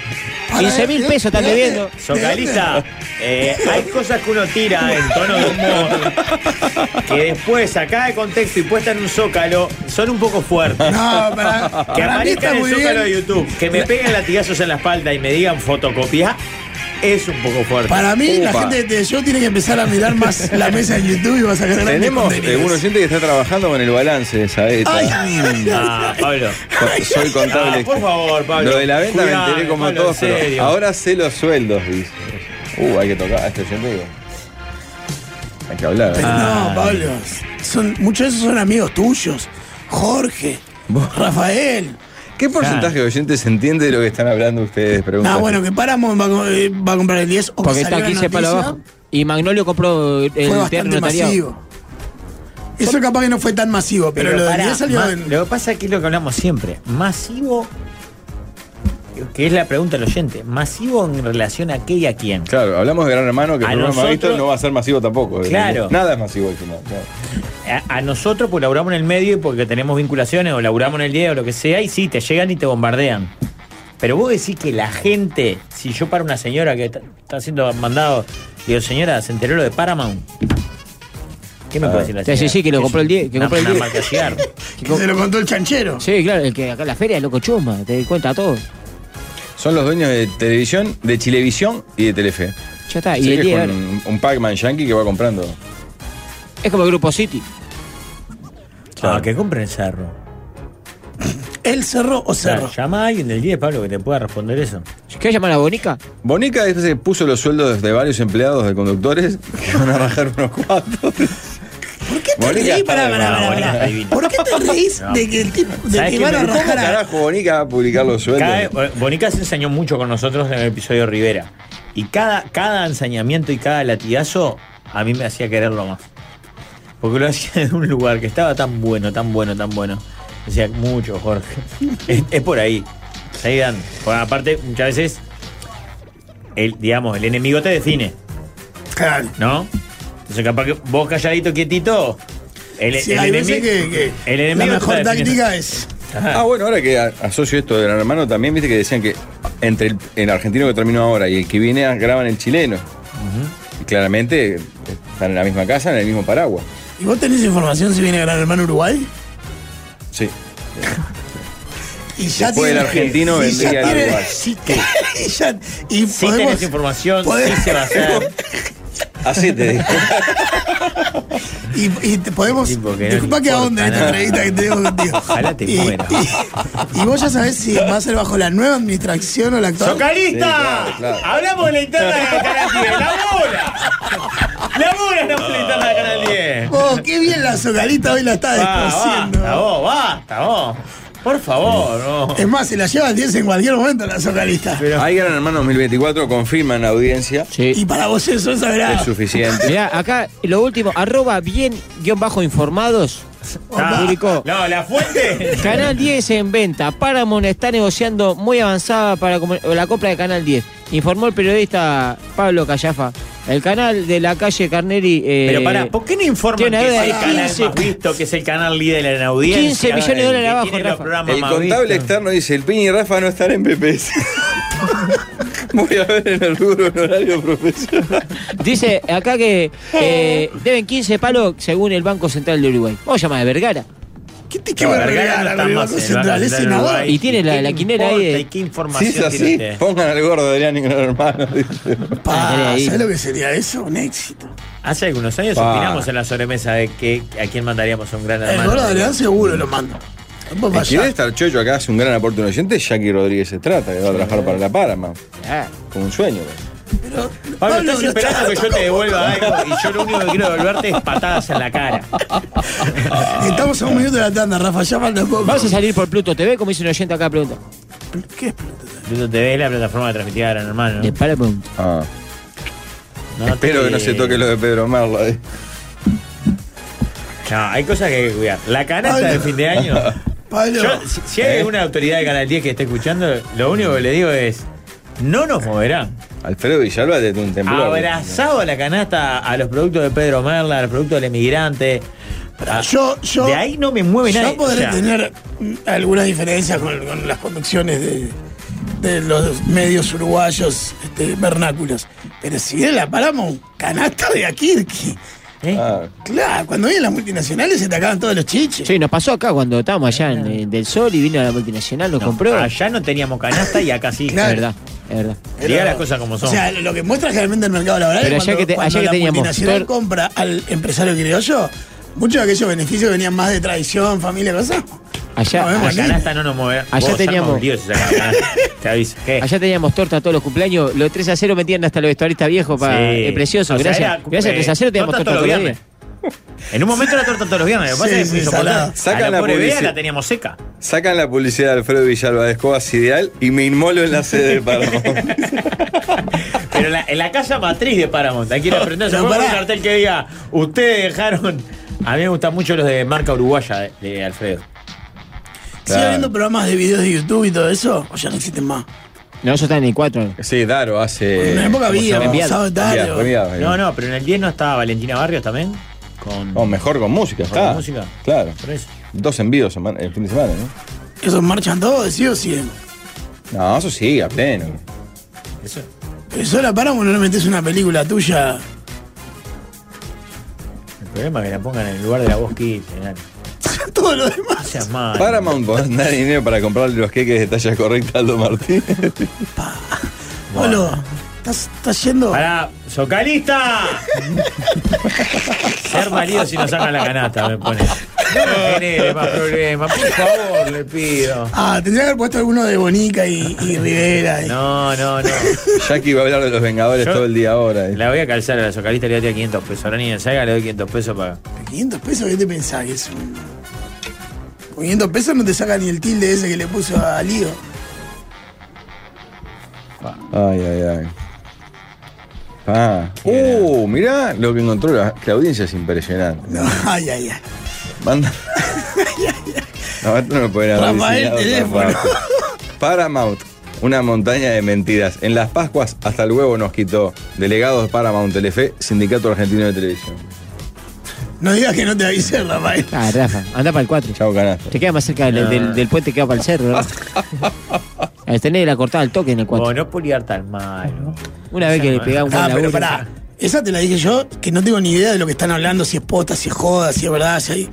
15 mil pesos están debiendo. Socalista, eh, hay cosas que uno tira en tono de humor que después, sacada de contexto y puesta en un zócalo, son un poco fuertes. No, para, Que para mí aparezca está en el muy zócalo de bien. YouTube, que me peguen latigazos en la espalda y me digan fotocopia, es un poco fuerte. Para mí, la Upa. gente de yo tiene que empezar a mirar más la mesa en YouTube y vas a ganar Tenemos eh, un oyente que está trabajando con el balance de esa beta. Ay, ay, ay. Ah, Pablo. Soy contable. Ah, por favor, Pablo. Lo de la venta Cuidado, me enteré como Pablo, todos, en pero serio. ahora sé los sueldos, dice. Uh, hay que tocar a este oyente. digo. Hay que hablar. ¿eh? Pero Ah. no, Pablo. Son, muchos de esos son amigos tuyos. Jorge, Rafael. ¿Qué porcentaje de oyentes entiende de lo que están hablando ustedes? Pregunta. Ah, bueno, que paramos, va, a co- eh, va a comprar el 10 o que Porque está salió la 15 palos noticia, abajo. Y Magnolio compró el Fue terreno bastante notariado. masivo. Eso capaz que no fue tan masivo, pero, Pero lo del pará, 10 salió ma- en. Lo que pasa es que es lo que hablamos siempre. Masivo, que es la pregunta del oyente, masivo en relación a qué y a quién. Claro, hablamos de Gran Hermano, que A este. el programa nosotros- visto no va a ser masivo tampoco. eh. Claro. Nada es masivo al final. claro. A, a nosotros, pues laburamos en el medio y porque tenemos vinculaciones, o laburamos en el día o lo que sea, y sí, te llegan y te bombardean. Pero vos decís que la gente, si yo para una señora que está, está siendo mandado, digo, señora, se enteró lo de Paramount. ¿Qué me Ah. puede decir la Sí, señora? sí, sí, que lo Es compró el die- que una- compró el una die- marca de cigarro. que se lo contó el chanchero. Sí, claro, el que acá en la feria es loco chuma, te cuenta todo. Son los dueños de televisión, de Chilevisión y de Telefe. Ya está. Sé Y el que es 10 con ahora. un, un Pac-Man Yankee que va comprando. Es como el grupo City. Ah, que compren el cerro. ¿El cerró o cerró? llama a alguien del 10, Pablo, que te pueda responder eso. ¿Qué llamar a Bonica? Bonica es que se puso los sueldos de varios empleados de conductores que van a rajar unos cuantos. ¿Por qué Bonica reí? Pará, pará, pará, pará. ¿Por qué te reís de que el tipo de que van a rajar a- carajo Bonica va a publicar los sueldos? Cada- eh, Bonica se ensañó mucho con nosotros en el episodio Rivera. Y cada, cada ensañamiento y cada latigazo a mí me hacía quererlo más. Porque lo hacía en un lugar que estaba tan bueno, tan bueno, tan bueno. Decía, mucho, Jorge. Es, es por ahí. Ahí dan. Porque aparte, muchas veces, el, digamos, el enemigo te define. Claro. ¿No? Entonces, capaz que vos calladito, quietito. El, Sí, el hay enemigo. veces que- que el enemigo la te mejor está definiendo. táctica es. Ah, bueno, ahora que a- asocio esto de Gran Hermano, también viste que decían que entre el, el argentino que terminó ahora y el que viene ah, graban el chileno. Y claramente eh, están en la misma casa, en el mismo paraguas. ¿Y vos tenés información si viene Gran Hermano Uruguay? Sí. Y ya Después tiene- del argentino y ya vendría al tiene- Uruguay. sí, y ya- Sí y podemos- tenés información, podemos- sí se va a hacer. Así te digo. Y, y te podemos. tipo que no Disculpa le que importa ahonde en esta nada. entrevista que tenemos contigo. Ojalá te y, mueras. y- y vos ya sabés si va a ser bajo la nueva administración o la actual. ¡Socarista! Sí, claro, claro. Hablamos de la interna de Canal 10. ¡La bola! ¡La bola hablamos de la interna de Canal 10! Oh, qué bien la socarita hoy la Va, está descosiendo. basta vos, basta vos. Por favor, no. Es más, se la lleva al 10 en cualquier momento la socarita. Hay Gran Hermano 2024, confirman la audiencia. Y para vos eso es Es sagrado. suficiente. Mirá, acá lo último, arroba bien guión bajo informados. Ah, Publicó. No, la fuente. Canal 10 en venta. Paramount está negociando muy avanzada para comu- la compra de Canal 10. Informó el periodista Pablo Callafa. El canal de la calle Carneri. eh, Pero pará, ¿por qué no informan Tiene que es deuda el de canal 15. más visto, que es el canal líder en la audiencia? 15 millones de el dólares que abajo, tiene los Rafa. programas El más contable vistos? externo dice, el Pini y Rafa no estarán en PPS. Voy a ver en el rubro en horario profesional. Dice acá que eh, deben 15 palos según el Banco Central de Uruguay. Vamos a llamar a Vergara. ¿Qué te qué No, va a Vergara regalar no está al más en el Banco Banco Central? Central Es de senador. Uruguay. Y tiene la- qué la te quinera ahí de- importa y ¿Qué Si información es así, tiene este? Ah, usted? pongan al gordo de Adrián y Gran Hermano. dice. Pa, Ahí. ¿Sabes lo que sería eso? Un éxito. Hace algunos años Pa. opinamos en la sobremesa de que, a quién mandaríamos a un gran El hermano. gordo de León seguro lo mando. Vamos Si para quiere allá. estar chocho acá, hace un gran aporte a un oyente, Jackie Rodríguez se trata, que va a trabajar para la Parma. Ah, Como un sueño. Pero, Pablo, Pablo, estás lo esperando que está- yo te devuelva algo y yo lo único que quiero devolverte es patadas en la cara. Estamos a un minuto de la tanda, Rafa. Ya falta poco. Vas a salir por Pluto TV, como dice un oyente acá, pregunta. ¿Qué es? Pluto TV es la plataforma de transmitida de Gran Hermano. De Paramount. Ah. No Espero te- que no se toque lo de Pedro Merlo. eh. No, hay cosas que hay que cuidar. La canasta Pablo. de fin de año. Pablo. ¿Eh? Yo, si, si hay alguna autoridad de Canal 10 que esté escuchando, lo único que le digo es: no nos moverán. Alfredo Villalba desde un temblor. Abrazado a la canasta, a los productos de Pedro Merla, a los productos del emigrante. A- Yo, yo, de ahí no me mueve nadie. yo podré O sea, tener mm, algunas diferencias con, con las conducciones de, de los medios uruguayos este, vernáculos. Pero si bien la paramos, canasta de Akirki. ¿eh? Ah, Claro, cuando vienen las multinacionales se te acaban todos los chiches. Ah. Sí, nos pasó acá cuando estábamos allá en, eh, Del Sol y vino la multinacional, nos No, compró. Es Allá no teníamos canasta y acá sí. Claro. verdad, es verdad. Pero- Diga las cosas como son. O sea, lo que muestra generalmente el mercado laboral Pero es allá cuando, que te- cuando allá que la teníamos multinacional tor- compra al empresario criollo, muchos de aquellos beneficios venían más de tradición, familia, cosas. Allá, No, vemos la allá, allá. canasta no nos mueve. Allá Vos, Ah, teníamos- arma un lío si sacás la canasta. Te aviso. ¿Qué? allá teníamos torta todos los cumpleaños. Los 3 a 0 metían hasta los vestuaristas viejos. Para, Sí. eh, precioso, O sea, gracias. era, gracias, eh, 3 a 0 teníamos torta torta todos todos los los días. En un momento la torta todos los viernes. Lo que Sí, pasa es sí, que es insoportable. salada. Sacan A la la pobre publicidad. Bea la teníamos seca. Sacan la publicidad de Alfredo Villalba de Escobas Ideal y me inmolo en la sede de Paramount. Pero en la, en la casa matriz de Paramount. Aquí la prendés. Se Pero pone un pará. cartel que diga: Ustedes dejaron. A mí me gustan mucho los de marca uruguaya de, de Alfredo. ¿Sigue Claro. habiendo programas de videos de YouTube y todo eso? O ya no existen más. No, eso está en el 4. Sí, Daro hace. en Eh, una época ¿cómo se había, llama? pasado Enviado, tal. o- enviado, No, enviado. no, pero en el 10 no estaba Valentina Barrios también. Con. No, Oh, mejor con música, Mejor está. con música. Claro. por eso. Dos envíos semana- el fin de semana, ¿no? ¿Esos marchan todos? ¿Sí o siguen? No, eso sí, a pleno. Eso. Pero solo a Paramount no le metes una película tuya. El problema es que la pongan en el lugar de la voz Kids. nena. Todo lo No demás. seas malo. Paramount podrá dar dinero para comprarle los queques de talla correcta a Aldo Martínez. Boludo, estás, estás yendo. Pará, socalista. Ser marido si no saca la canasta, me pone. No me genere más problemas, por favor, le pido. Ah, tendría que haber puesto alguno de Bonica y, y Rivera. y- No, no, no. Jackie va a hablar de los Vengadores Yo- todo el día ahora. eh. La voy a calzar a la socalista le voy a tirar 500 pesos. Ahora ni en saga le doy 500 pesos para. 500 pesos, ¿qué te pensás? Que es un- Con 500 pesos no te saca ni el tilde ese que le puso a Lío. Ay, ay, ay. Ah. Uh, mirá lo que encontró la, que la audiencia es impresionante. No, ay, ay, ay. Manda. No, esto no lo pueden haber Rafael, diseñado teléfono. tan rápido. Paramount, una montaña de mentiras. En las Pascuas hasta el huevo nos quitó. Delegados de Paramount Telefe, Sindicato Argentino de Televisión. No digas que no te avisé, Rafael. Ah, Rafa, anda para el 4. Chao, canasta. Te queda más cerca del, del- del puente que va para el cerro. ¿no? Al tener la cortada al toque en el 4. Oh, no puliar tan mal. ¿no? Una vez que le pegaba un buen Ah, pero laburo. pará. Esa te la dije yo, que no tengo ni idea de lo que están hablando, si es pota, si es joda, si es verdad, si hay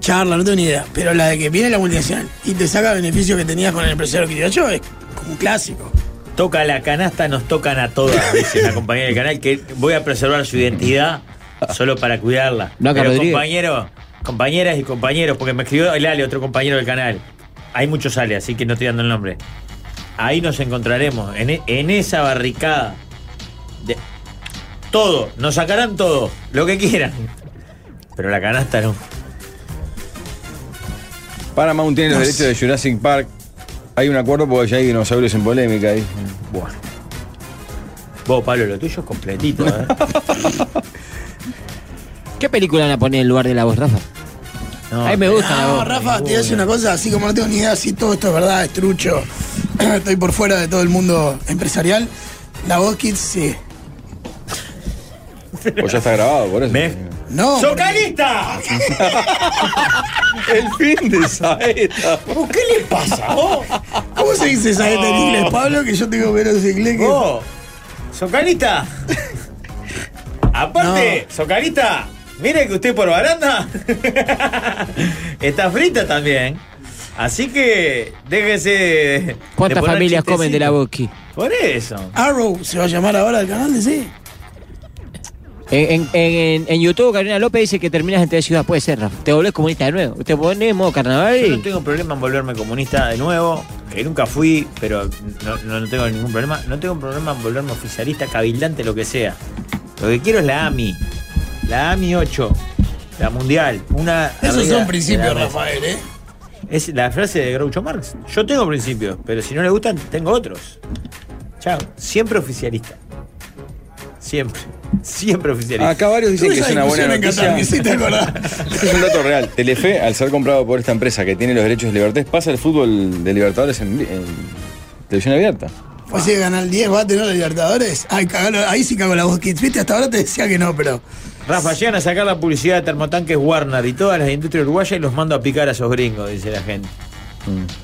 charla, no tengo ni idea. Pero la de que viene la multinacional y te saca beneficio que tenías con el empresario criollo es como un clásico. Toca la canasta, nos tocan a todas, dice la compañera del canal, que voy a preservar su identidad solo para cuidarla. Blanca Pero Rodríguez. compañeros, compañeras y compañeros, porque me escribió el Ale, otro compañero del canal. Hay muchos Ale, así que no estoy dando el nombre. Ahí nos encontraremos, en, e- en esa barricada. De, todo, nos sacarán todo, lo que quieran. Pero la canasta no. Paramount tiene los derechos de Jurassic Park. Hay un acuerdo porque ya hay dinosaurios en polémica ahí. Bueno. Vos, Pablo, lo tuyo es completito, ¿eh? ¿Qué película van a poner en lugar de la voz, Rafa? No, Ahí me gusta la No, voz. Ah, Rafa, te voy a decir una cosa, así como no tengo ni idea si todo esto es verdad, es trucho, estoy por fuera de todo el mundo empresarial, la voz Kids sí. Pues ya está grabado, por eso. Me- No, ¡Socalista! El fin de Saeta. ¿por qué le pasa? Oh. ¿Cómo se dice esa gente en inglés, Pablo? Que yo tengo menos inglés que... ¡Vos! ¡Socalista! Aparte, Socalista, mire que usted por baranda está frita también. Así que déjese. de- ¿Cuántas de poner familias comen de la Boqui? chistecito. Por eso. Arrow se va a llamar ahora al canal de sí. En, en- en- en YouTube, Carolina López dice que terminas en TV Ciudad. Puede ser, Rafa. Te volvés comunista de nuevo. Te pones en modo carnaval Yo no y. tengo problema en volverme comunista de nuevo, que nunca fui, pero no, no- no tengo ningún problema. No tengo problema en volverme oficialista, cabildante, lo que sea. Lo que quiero es la AMI. La AMI 8. La mundial. Una Esos arriba de son la principios, mesa. Rafael, ¿eh? Es la frase de Groucho Marx. Yo tengo principios, pero si no le gustan, tengo otros. Chao. Siempre oficialista. Siempre. Siempre oficialista. Acá varios dicen Tuve que es esa una buena discusión en noticia. Qatar, me hiciste acordar. Este es un dato real. Telefe, al ser comprado por esta empresa que tiene los derechos de Libertad, pasa el fútbol de Libertadores en, en televisión abierta. Fue así de ganar 10, va a tener los Libertadores. Ay, cagalo, ahí sí cago la voz Kids. Viste, hasta ahora te decía que no, pero. Rafa, llegan a sacar la publicidad de termotanques Warner y todas las industrias uruguayas y los mando a picar a esos gringos, dice la gente.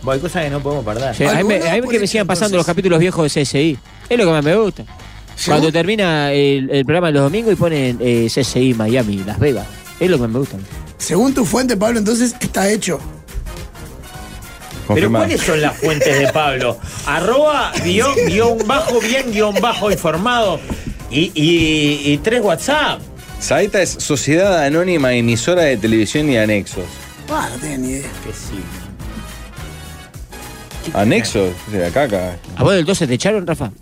Bueno, hay cosas que no podemos perder. Mm. Sí, a mí, me- a mí que me sigan pasando los capítulos viejos de CSI. Es lo que más me gusta. Cuando termina el, el programa de los domingos y ponen eh, CSI Miami, Las Vegas. Es lo que más me gusta. Según tu fuente, Pablo, entonces está hecho. Pero Confirmado. ¿cuáles son las fuentes de Pablo? Arroba, guión, guión bajo, bien, guión bajo informado y, y- y tres WhatsApp. Saeta es Sociedad Anónima Emisora de Televisión y Anexos. Ah, no tenía ni idea. Que sí. ¿Anexos? De la caca. ¿A vos del 12 te echaron, Rafa?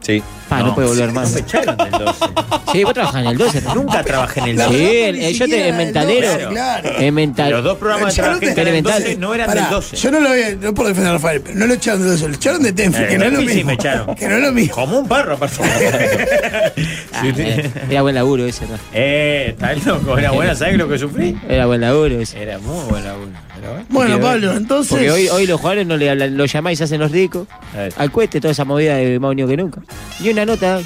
Sí. Pa, no, puede volver No más. me echaron del 12. Sí, vos trabajás en el 12. Rafa. Nunca trabajé en el Sí, 12. en- eh, ni yo te, en siquiera del Mentadero. 12, claro. En Mental- Los dos programas de Pero trabajo echaron que eran del 12 de- no eran Pará, del 12. Yo no lo veo, no por defender a Rafael, pero no lo echaron de eso, lo echaron de Tenfi, Eh, que no es lo Tenfi sí mismo. me echaron. Que no es lo mismo. Como un perro, por Ah, era, era buen laburo ese, Rafa. Eh, está loco, era buena, ¿sabes lo que sufrí? Era buen laburo ese. Era muy buena una. Bueno, Porque hoy- Pablo, entonces. Porque hoy, hoy los jugadores no le hablan, lo llamáis, se hacen los ricos. Al cueste, toda esa movida de más unido que nunca. Y una nota.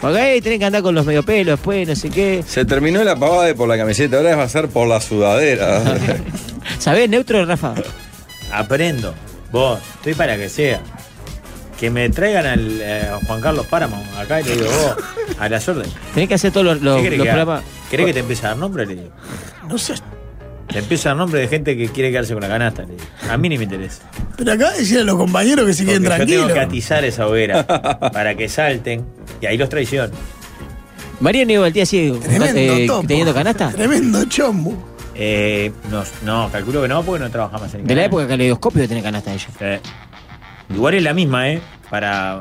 Porque ahí tenés que andar con los mediopelos después, no sé qué. Se terminó la pavada de por la camiseta, ahora va a ser por la sudadera. ¿Sabés, neutro, Rafa? Aprendo. Vos, estoy para que sea. Que me traigan al eh, a Juan Carlos Páramo acá y le digo, vos, a las órdenes. Tenés que hacer todos los, los- ¿Qué querés los que haga? programas. ¿Querés que te empiece a dar nombre? Le digo. No sé. Te empieza a dar nombre de gente que quiere quedarse con la canasta. Le digo. A mí ni me interesa. Pero acá decían a los compañeros que se Porque queden yo tengo tranquilos. que atizar esa hoguera para que salten y ahí los traiciono. Mariano Ibaltía sigue Tremendo eh, topo. teniendo canasta. Tremendo chombo. Eh, no, no, calculo que no, porque no trabaja más en el De la canal. época que el ideoscopio tiene canasta ella. Eh, igual es la misma, ¿eh? Para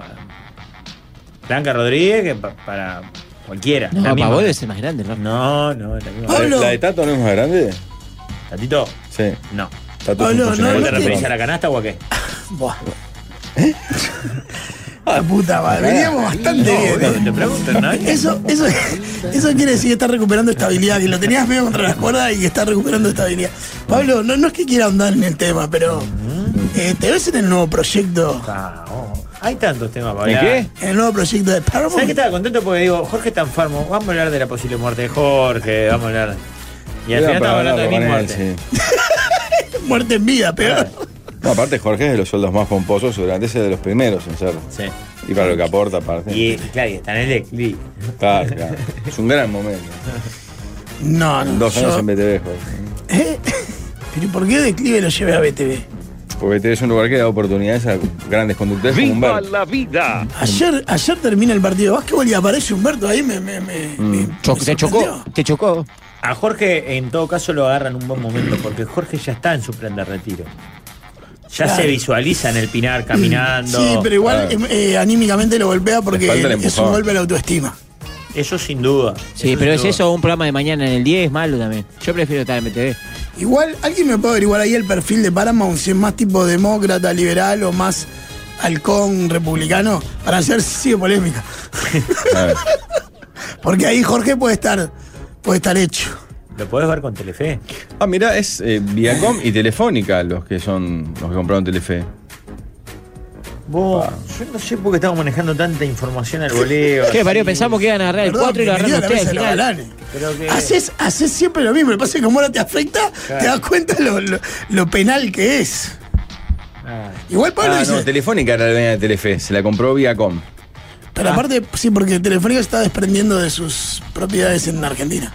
Blanca Rodríguez que pa- para cualquiera. No, la para misma. vos debe ser más grande, ¿no? No, no, es la misma. Pablo. ¿La de Tato no es más grande? ¿Tatito? Sí. No. Tato Pablo, es un Oh, no, funcionario. ¿Vos te tiene- referís a la canasta o a qué? Buah. Ah, puta madre. Veníamos bastante bien. No, eh. te pregunto, ¿no? Eso, eso, eso quiere decir que está recuperando estabilidad, que lo tenías medio contra las cuerdas y que está recuperando estabilidad. Pablo, no, no es que quiera andar en el tema, pero eh, ¿te ves en el nuevo proyecto? Ah, oh, Hay tantos temas para ¿En hablar. qué? ¿En el nuevo proyecto de ¿Sabes que Paramount? estaba contento? Porque digo, Jorge está enfermo. Vamos a hablar de la posible muerte de Jorge. Vamos a hablar. Y al final Era para estaba hablando de mi hablar con muerte. él, sí. Muerte en vida, peor. No, aparte Jorge es de los sueldos más pomposos, seguramente es de los primeros en serlo. Sí. Y para lo que aporta, aparte. Y, claro, y está en el eclipse. Claro, claro. Es un gran momento. No, no. Dos años yo- en BTV, Jorge. ¿Eh? ¿Pero por qué declive lo llevé a BTV? Porque BTV es un lugar que da oportunidades a grandes conductores como Humberto. vida! Ayer, ayer termina el partido de básquetbol y aparece Humberto ahí, me... me, me- me- Cho- me te chocó, sorprendió. te chocó. A Jorge, en todo caso, lo agarran un buen momento, porque Jorge ya está en su plan de retiro. Ya Claro. se visualiza en el Pinar caminando. Ah. Sí, pero igual Claro. eh, anímicamente lo golpea porque Le falta el es un empujón. golpe a la autoestima. Eso sin duda. Sí, sin pero es duda. eso o un programa de mañana en el 10 malo también. Yo prefiero estar en BTV. Igual, ¿alguien me puede averiguar ahí el perfil de Paramount? Si es más tipo demócrata, liberal o más halcón republicano, para hacer sigue polémica. Claro. Porque ahí Jorge puede estar, puede estar hecho. Lo podés ver con Telefe. Ah, mirá, es eh, Viacom y Telefónica los que son los que compraron Telefe. Vos, yo no sé por qué estamos manejando tanta información al voleo. ¿Qué, así. Mario? Pensamos que iban a agarrar el Perdón, 4 y lo me metí a agarraron la ustedes mesa al de los final. galanes. Creo que- Haces, haces siempre lo mismo. Lo que pasa es que como ahora te afecta, te das cuenta lo, lo- lo penal que es. Ah, Igual Pablo Ah, dice. no, Telefónica era la dueña de Telefe, se la compró Viacom. Pero Ah. aparte, sí, porque Telefónica se está desprendiendo de sus propiedades en Argentina.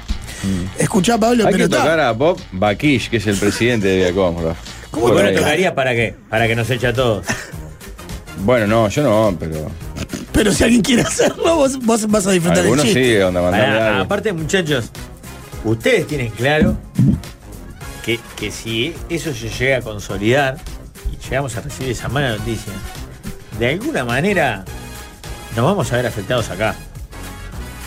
Escuchá, Pablo, Mm. Hay pero que está- tocar a Bob Bakish, que es el presidente de Viacom. Rafa. ¿Cómo Por Bueno, ahí. tocaría para qué? Para que nos eche a todos. Bueno, no, yo no, pero pero si alguien quiere hacerlo, vos, vos vas a disfrutar del algunos chiste. sí, onda mandarle Pará, algo. aparte, muchachos, ustedes tienen claro que, que si eso se llega a consolidar y llegamos a recibir esa mala noticia, de alguna manera nos vamos a ver afectados acá.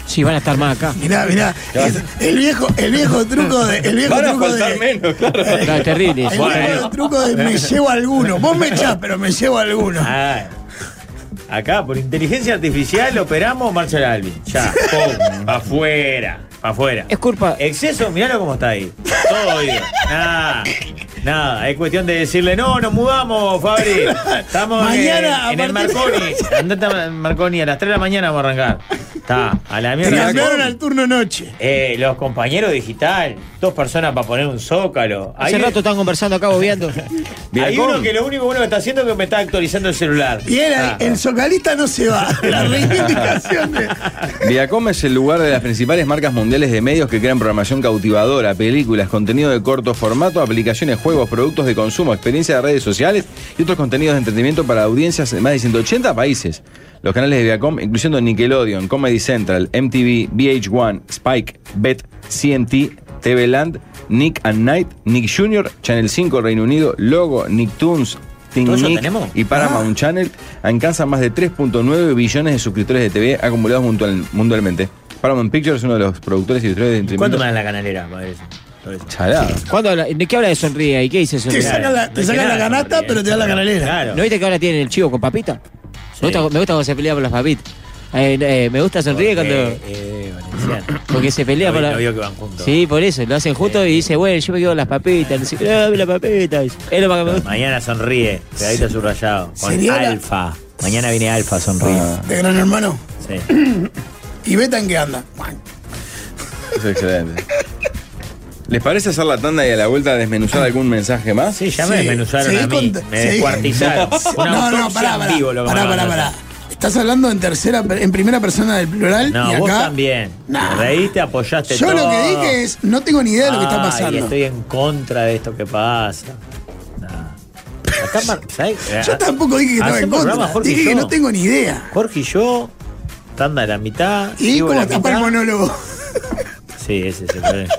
Sí, van a estar más acá. Mirá, mirá. es- el, viejo, el viejo truco de. El viejo Van a truco faltar de, menos, claro. No, es terrible. El eso. viejo Bueno. truco de me llevo alguno. Vos me echás, pero me llevo alguno. Ah, acá, por inteligencia artificial, operamos Marshall Alvin. Ya, pum, pa' afuera, pa' afuera. Es culpa. Exceso, miralo cómo está ahí. Todo oído. Nada. Nada, es cuestión de decirle, no, nos mudamos, Fabri. Estamos Mañana, en, en a el partir de Marconi. Andate a Marconi, a las 3 de la mañana vamos a arrancar. Está, a la Te mierda. cambiaron al turno noche. Eh, los compañeros digital, dos personas para poner un zócalo. Hace Hay- rato están conversando acá bobeando. hay Viacom. uno que lo único bueno que está haciendo es que me está actualizando el celular. Y él, ahí, Ah. el socalista no se va. La reivindicación de. Viacom es el lugar de las principales marcas mundiales de medios que crean programación cautivadora, películas, contenido de corto formato, aplicaciones, juegos, productos de consumo, experiencia de redes sociales y otros contenidos de entretenimiento para audiencias de más de 180 países. Los canales de Viacom, incluyendo Nickelodeon, Comedy Central, MTV, VH1, Spike, Bet, CMT, TV Land, Nick and Night, Nick Jr., Channel 5 Reino Unido, Logo, Nicktoons, Teen ¿Todo eso Nick tenemos? y Ah. Paramount Channel alcanzan más de 3.9 billones de suscriptores de TV acumulados mundial- mundialmente. Paramount Pictures es uno de los productores y distribuidores de ¿Cuánto entretenimiento. me dan la canalera? padre? Todo eso. Chalada. ¿Cuándo habla- ¿De qué habla de sonríe ahí? ¿Qué dice Te sonríe? Claro, sacan la, te no sacan hay la nada, canasta, sonríe. pero te dan la canalera. Claro. ¿No viste que ahora tienen el chivo con papita? Sí. Me, gusta, me gusta cuando se pelea por las papitas. Eh, eh, me gusta sonríe Eh, cuando. eh, Valenciano. Porque se pelea No vi- por la. no vio que van juntos. Sí, por eso, lo hacen juntos y dice, bueno, yo me quedo con las papitas. "Ah, No sé, qué. dame las papitas. Es lo más que me gusta. Mañana sonríe, pegadito subrayado. Con ¿Sería la- Alfa. Mañana viene Alfa, sonríe. De gran hermano. Sí. ¿Y Beta en qué anda? Bueno, Es excelente. ¿Les parece hacer la tanda y a la vuelta desmenuzar algún mensaje más? Sí, ya me Sí, desmenuzaron seguí a mí. con- Me seguí- descuartizaron. Una No, no, autopsia pará, en pará. vivo lo que pará, me pará, mandaron. pará. Estás hablando en tercera, en primera persona del plural. No, y acá, vos también. Nah. Reíste, apoyaste Yo todo. lo que dije es, no tengo ni idea de lo que está Ay, pasando. estoy en contra de esto que pasa. Nah. Acá, Mar- ¿sabés? Yo tampoco dije que estaba en Hacemos contra. programa, Jorge y Dije que yo. no tengo ni idea. Jorge y yo, tanda de la mitad. ¿Y Diego cómo la está para mitad. el monólogo? Sí, ese es el problema.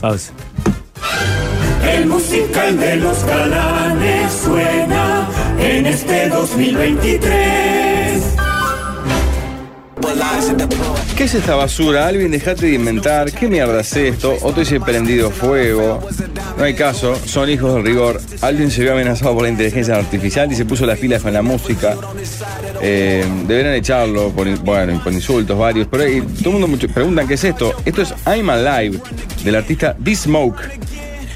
Pausa. El musical de los galanes suena en este 2023. Pues ¿Qué es esta basura? Alvin, dejate de inventar. ¿Qué mierda es esto? Otro dice prendido fuego. No hay caso, son hijos del rigor. Alvin se vio amenazado por la inteligencia artificial y se puso las pilas con la música. Eh, deberán echarlo por, in- bueno, por insultos varios. Pero ahí todo el mundo mucho- preguntan qué es esto. Esto es I'm Alive, del artista D Smoke.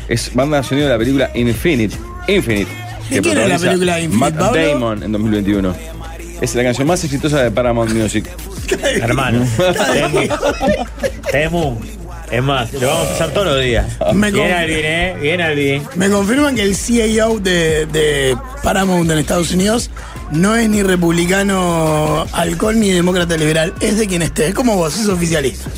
Es banda de sonido de la película Infinite. Infinite. ¿De que quién es la protagoniza película Infinite, Matt Pablo? Damon en 2021. Es la canción más exitosa de Paramount Music. Hermano. Temu. Temu. Es más, lo vamos a usar todos los días. Me bien con- Alvin, eh. Bien Alvin. Me confirman que el CEO de, de Paramount en Estados Unidos no es ni republicano alcohol ni demócrata liberal. Es de quien esté. Es como vos, es oficialista.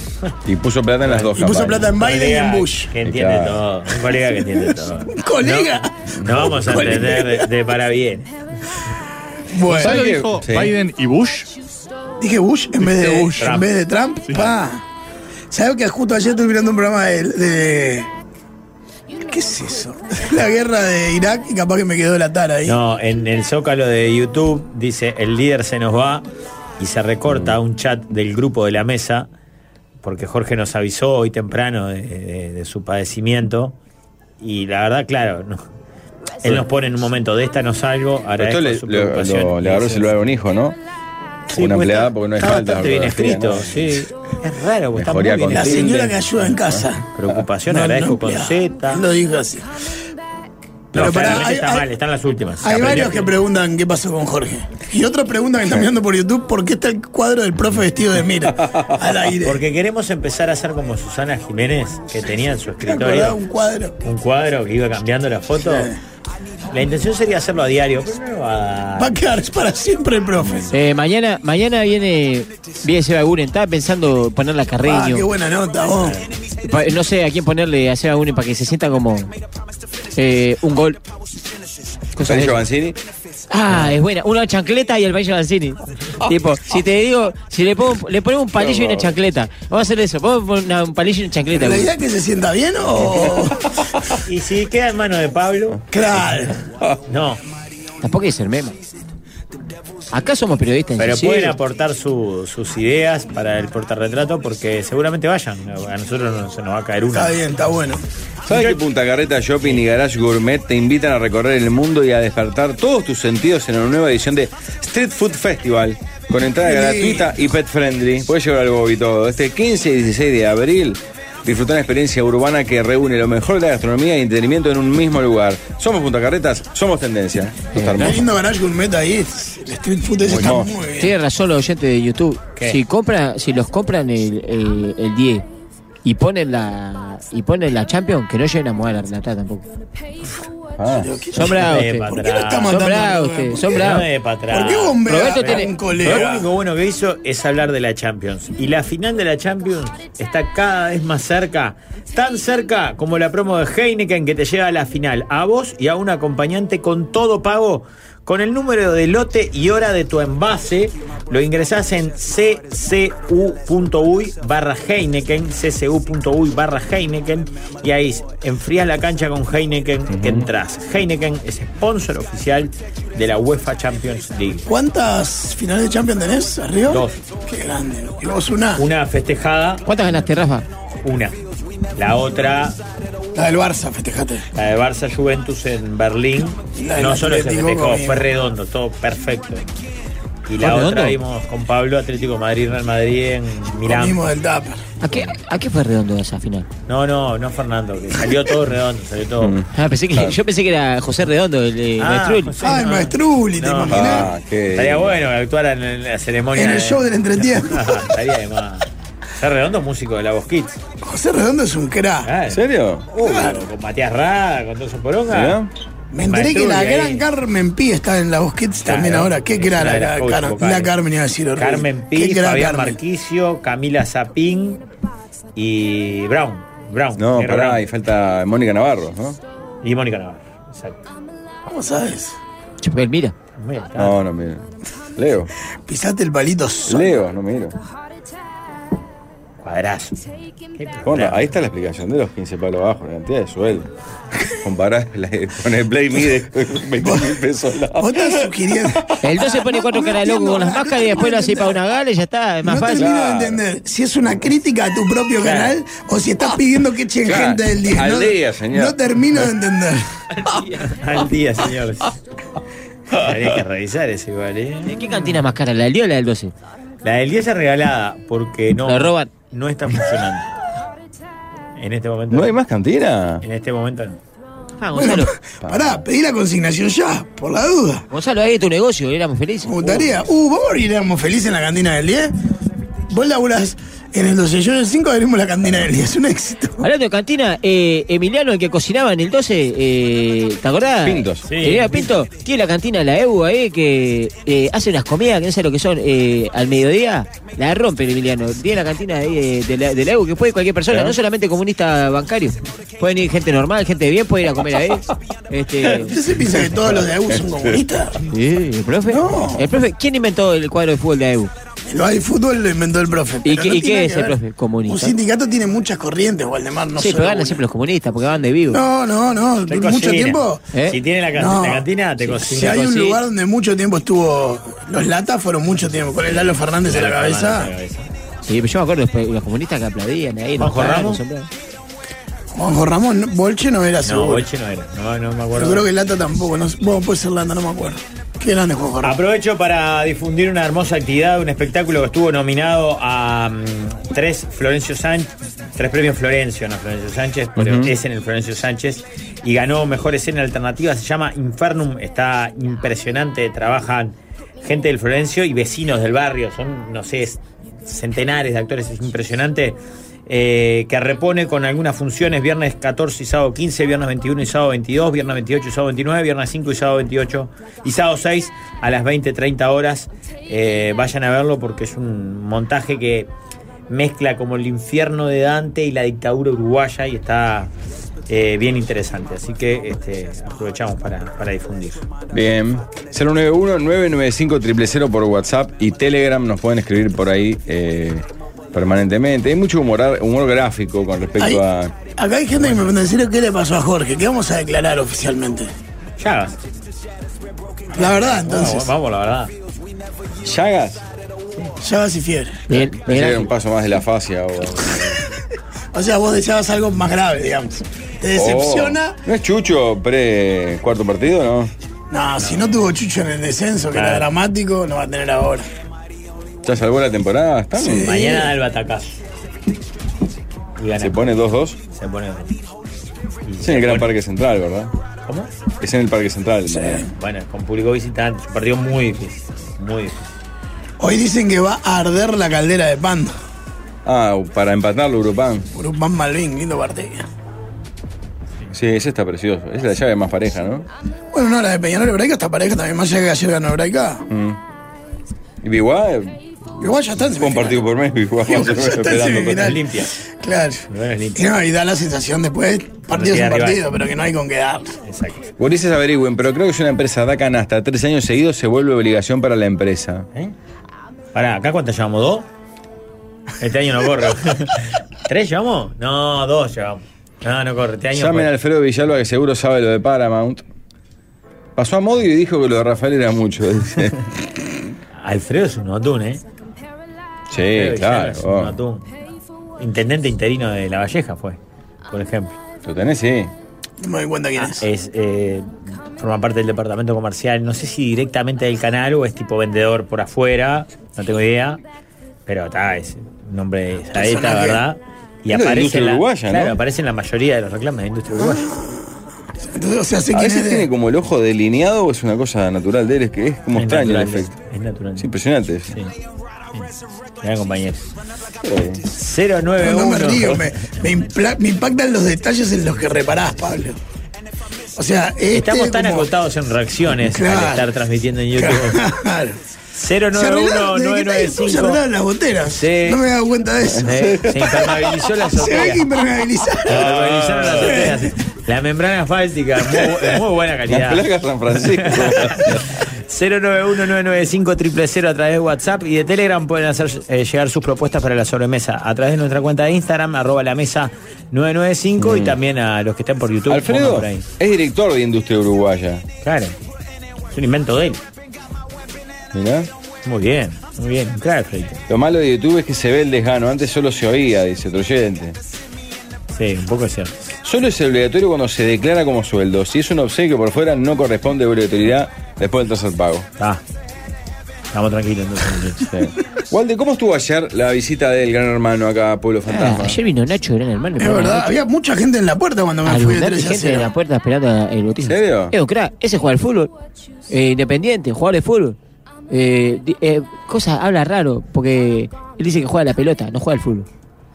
Y puso plata en las dos Y puso campañas. plata en Biden y en Bush. Que entiende Claro. todo. Un colega que entiende todo. Colega. No vamos a Colega. entender de, de para bien. Bueno, ¿Sabes lo que- dijo sí. Biden y Bush? dije Bush en vez de Dijiste Bush, en Trump. vez de Trump. Pa. ¿Sabes que justo ayer estuve mirando un programa de, de- ¿Qué es eso? La guerra de Irak y capaz que me quedó la tara ahí. No, en el zócalo de YouTube dice: el líder se nos va y se recorta Mm. un chat del grupo de la mesa, porque Jorge nos avisó hoy temprano de, de- de su padecimiento. Y la verdad, claro, no. él nos pone en un momento de esta no salgo, Pero agradezco esto le, su le- preocupación. lo- le agarró el Dice, celular a un hijo, ¿no? Sí, una pues empleada está- porque no es está falta. bastante bien escrito, ¿no? sí. Es raro, porque está muy Mejoría bien con la escrito. señora que ayuda en casa. Preocupación, No, agradezco no, con mira, Z. Lo dijo así. No, Pero pará, claramente hay- está hay- mal, están las últimas. Hay Aprendió. varios que preguntan qué pasó con Jorge. Y otros preguntan que están mirando por YouTube por qué está el cuadro del profe vestido de mira al aire. Porque queremos empezar a hacer como Susana Jiménez, que tenía en su ¿Te acordás escritorio un cuadro? un cuadro que iba cambiando la foto. La intención sería hacerlo a diario, pero no va a Va a dar. quedar para siempre el profe. Eh, mañana, mañana viene viene Seba Guren. Estaba pensando ponerla a Ah, qué Carreño. buena nota, vos. Pa- eh, no sé a quién ponerle a Seba Guren para que se sienta como eh, un gol. Cosas de Sergio esas. Banzini. Ah, es buena. Una chancleta y el baile Mancini. tipo, si te digo, si le, pongo, le ponemos un palillo y una chancleta. Vamos a hacer eso. Vamos a poner una- un palillo y una chancleta. ¿La güey. idea es que se sienta bien o.? Y si queda en manos de Pablo, claro. no. Tampoco es el meme. Acá somos periodistas. Pero inclusive. pueden aportar su- sus ideas para el portarretrato porque seguramente vayan. A nosotros no, se nos va a caer una. Está bien, está bueno. ¿Sabes que Punta Carreta Shopping y Garage Gourmet te invitan a recorrer el mundo y a despertar todos tus sentidos en una nueva edición de Street Food Festival? Con entrada Sí. gratuita y pet friendly. Puedes llevar algo y todo. Este 15 y 16 de abril. Disfruta una experiencia urbana que reúne lo mejor de la gastronomía y entretenimiento en un mismo lugar. Somos Punta Carretas, somos tendencia. Esto está Qué hermoso. lindo garage gourmet ahí. El street food ese Pues está Bueno. muy bien. Tiene razón los oyentes de YouTube. ¿Qué? Si compra, si los compran el, el- el 10 y ponen la y ponen la Champions, que no lleguen a mover la plata tampoco. Ah. Son bravos Eh, ustedes. para ¿Por qué lo está Son matando? Son bravos ustedes, son No bravos. de para atrás. ¿Por qué bombea Roberto a tiene- un Lo colega? único bueno que hizo es hablar de la Champions. Y la final de la Champions está cada vez más cerca. Tan cerca como la promo de Heineken que te lleva a la final. A vos y a un acompañante con todo pago. Con el número de lote y hora de tu envase, lo ingresás en ccu.uy barra Heineken, ccu.uy barra Heineken, y ahí enfrías la cancha con Heineken que entras. Heineken es sponsor oficial de la UEFA Champions League. ¿Cuántas finales de Champions tenés arriba? Dos. Qué grande. Y vos una. Una festejada, ¿Cuántas ganaste, Rafa? una. La otra, La del Barça, festejate. la de Barça Juventus en Berlín. La del No solo se Atlético festejó, conmigo. fue redondo, todo perfecto. Y ¿Fue la otra redondo? vimos con Pablo Atlético Madrid, Real Madrid en Milán. Comimos del Dapper. ¿A qué, ¿A qué fue redondo esa final? No, no, no Fernando, que salió todo redondo, salió todo. Ah, pensé que, yo pensé que era José Redondo, el de Ah, Maestrul. José, Ay, no. Maestruli, ¿te No. imaginas? Ah, qué- Estaría bueno que actuaran en la ceremonia. En el de- show del entretiempo. Estaría de más. José Redondo, músico de la Voz Kids. José Redondo es un crack. Claro. ¿En serio? Claro, con Matías Rada, con todo su poronga. ¿Mirá? Me enteré que la Maestruli gran ahí. Carmen Pi está en la Bosquets también Claro. ahora. Qué Es crack una la, de las la, coaches Car- vocales. la Carmen iba a decir horrible. Carmen Qué Piz, crack Fabián Carmen. Marquicio, Camila Zapín y Brown. Brown. No, Negro pará, Brown. y falta Mónica Navarro, ¿no? Y Mónica Navarro. Exacto. ¿Cómo sabes? Chupel, mira. Muy bien, está. No, no miro. Leo. Pisaste el palito solo. Leo, no miro. padrazo. Bueno, ahí está la explicación de los 15 palos abajo, la cantidad de sueldo. Comparar la- con el Play Mide con 20 mil pesos al lado. El 12 pone cuatro caras de loco con las máscaras y después lo hace para una gala y ya está, es más no fácil. termino de entender si es una crítica a tu propio Claro. canal o si estás pidiendo que echen Claro. gente del día. Al no, día, señor. no termino de entender. Al día, señores. Habría que revisar eso igual, ¿eh? ¿De qué cantina más cara? ¿La del 10 o la del 12? La del 10 es regalada porque no, Lo roban. no está funcionando. En este momento. ¿No hay más cantina? En este momento no. Ah, Gonzalo. Pará, pedí la consignación ya, por la duda. Gonzalo, ahí es tu negocio, éramos felices. Me gustaría. Uh, vamos a ir, éramos felices en la cantina del 10. Vos laburás en el 12, yo en el 5 abrimos la cantina del 10. Es un éxito. Hablando de cantina, eh, Emiliano, el que cocinaba en el 12, eh, ¿te acordás? Pintos. Sí. Emiliano Pinto, tiene la cantina de la EU ahí que eh, hace unas comidas que no sé lo que son eh, al mediodía. La rompe el Emiliano. Tiene la cantina ahí, eh, de, la, de la EU que puede cualquier persona, Claro. no solamente comunista bancario. Pueden ir gente normal, gente de bien, puede ir a comer ahí. Este, ¿Usted se piensa que todos los de AU son comunistas? sí, el profe. No. El profe, ¿quién inventó el cuadro de fútbol de la EU? Lo hay fútbol lo inventó el profe. ¿Y pero qué, no y qué tiene nada es que el ver. profe? Un Comunista. sindicato tiene muchas corrientes, Waldemar, no sí, solo pero ganan una. siempre los comunistas porque van de vivo. No, no, no. Te Mucho cocina. tiempo. ¿Eh? Si tiene la, ca- No. la cantina, te cocina. Si hay un sí. lugar donde mucho tiempo estuvo. Los latas fueron mucho tiempo. Con el Lalo Fernández en la cabeza. Sí, pero yo me acuerdo después, los comunistas que aplaudían ahí. ¿Juanjo nos Ramos? sombraban. Juanjo Ramón, no- Bolche no era No, seguro. Boche no era. No, no me acuerdo. Yo creo que Lata tampoco. No, sé. bueno, puede ser Lata, no me acuerdo. Qué grande Juanjo Ramón. Aprovecho para difundir una hermosa actividad, un espectáculo que estuvo nominado a mm, tres Florencio Sánchez, tres premios Florencio, no Florencio Sánchez, pero Ujú. es en el Florencio Sánchez y ganó mejor escena alternativa. Se llama Infernum, está impresionante. Trabajan gente del Florencio y vecinos del barrio, son no sé centenares de actores, es impresionante. eh, que repone con algunas funciones viernes 14 y sábado 15, viernes 21 y sábado 22, viernes 28 y sábado 29, viernes 5 y sábado 28 y sábado 6 a las 20, 30 horas. Eh, vayan a verlo porque es un montaje que mezcla como el infierno de Dante y la dictadura uruguaya y está eh, bien interesante. Así que este, aprovechamos para, para difundir. Bien. 091-995-000 por WhatsApp y Telegram. Nos pueden escribir por ahí eh, permanentemente. Hay mucho humor, humor gráfico con respecto Ahí- a. acá hay gente que me pregunta en serio qué le pasó a Jorge. ¿Qué vamos a declarar oficialmente? Llagas. La verdad, Vamos, entonces. vamos, la verdad. Llagas. Llagas y fiebre. Miguel, Miguel Era Ángel. un paso más de la fascia. O, O sea, vos deseabas algo más grave, digamos. Te decepciona. Oh. ¿No es Chucho pre cuarto partido, no? No, si no tuvo Chucho en el descenso, que era Claro. dramático, no va a tener ahora. ¿Ya salvó la temporada? ¿Está? Sí. Mañana da el batacazo. Y gana. Se pone 2-2. Se pone. y Es se en el Gran pone- Parque Central, ¿verdad? ¿Cómo? Es en el Parque Central. mañana. Bueno, con público visitante. Se perdió muy difícil. Muy difícil. Hoy dicen que va a arder la caldera de Pando. Ah, para empatarlo, Urupán. Urupán Malvin, lindo partido. Sí, ese está precioso. Esa es la llave más pareja, ¿no? Bueno, no, la de Peñarol y Braica está pareja también, más allá que ayer ganó Braica. Y Biguá, eh, Igual ya está en un semifinal. partido por mes, Biguá. Igual ya está en semifinal. Limpia. Claro. Bueno, es limpia. Y no, y da la sensación después, partido es llega un rival. partido, pero que no hay con qué dar. Exacto. Ulises averigüen, pero creo que si una empresa da canasta tres años seguidos se vuelve obligación para la empresa. ¿Eh? Pará, ¿acá cuántas llevamos? ¿Dos? Este año no corre. ¿Tres llevamos? No, dos llevamos. No, no corre. Este año. Llamen a corre. Alfredo Villalba que seguro sabe lo de Paramount. Pasó a Modio y dijo que lo de Rafael era mucho. dice. Alfredo es un atún, ¿eh? sí, Alfredo Villalba claro. es oh. un atún. Intendente interino de La Valleja fue, por ejemplo. Lo tenés, sí. No me doy cuenta quién es. Es, eh, forma parte del departamento comercial. No sé si directamente del canal o es tipo vendedor por afuera. No tengo idea. Pero está, es un hombre de saeta, Personaje. ¿verdad? Y Es de la aparece, industria en la, uruguaya, ¿no? claro, aparece en la mayoría de los reclamos de la Ah, industria uruguaya. este Entonces, o sea, sé A quién veces es. tiene de- como el ojo delineado o es una cosa natural de él, es que es como Es extraño natural, el efecto. Es, es natural. Es impresionante. eso. Sí. Gran compañero. Sí. No, 091. no me río, me, me impla- me impactan los detalles en los que reparás, Pablo. O sea, este Estamos tan como- acotados en reacciones Claro. al estar transmitiendo en YouTube. Claro. Se arreglaron, desde que está ahí, se 091-995. arreglaron las boteras. Sí. No me he dado cuenta de eso. Eh, Se impermeabilizó la Se ve azotea. que Se impermeabilizaron. impermeabilizaron las azoteas. La membrana asfáltica, muy, bu- muy buena La calidad. placa San Francisco. 091-995-000 a través de WhatsApp y de Telegram pueden hacer eh, llegar sus propuestas para la sobremesa a través de nuestra cuenta de Instagram, arroba la mesa 995 y también a los que están por YouTube. pongan Mm. Alfredo por ahí. es director de Industria Uruguaya. Claro. Es un invento de él. Mirá. Muy bien, muy bien. Claro, Alfredito. Lo malo de YouTube es que se ve el desgano. Antes solo se oía, dice otro oyente. Sí, un poco es cierto. Solo es obligatorio cuando se declara como sueldo. Si es un obsequio por fuera, no corresponde obligatoriedad después del tercer pago. Ah. Estamos tranquilos entonces. Walde, ¿cómo estuvo ayer la visita del gran hermano acá a Pueblo Ah, Fantasma? ayer vino Nacho, gran hermano. Es verdad, había mucha gente en la puerta cuando me fui de 3 a gente de 0. la puerta esperando a- el botín. ¿En serio? Es un crack. Eh, Ese juega al fútbol. eh, independiente, jugador de fútbol. Eh, di- eh, cosa, habla raro, porque él dice que juega a la pelota, no juega al fútbol.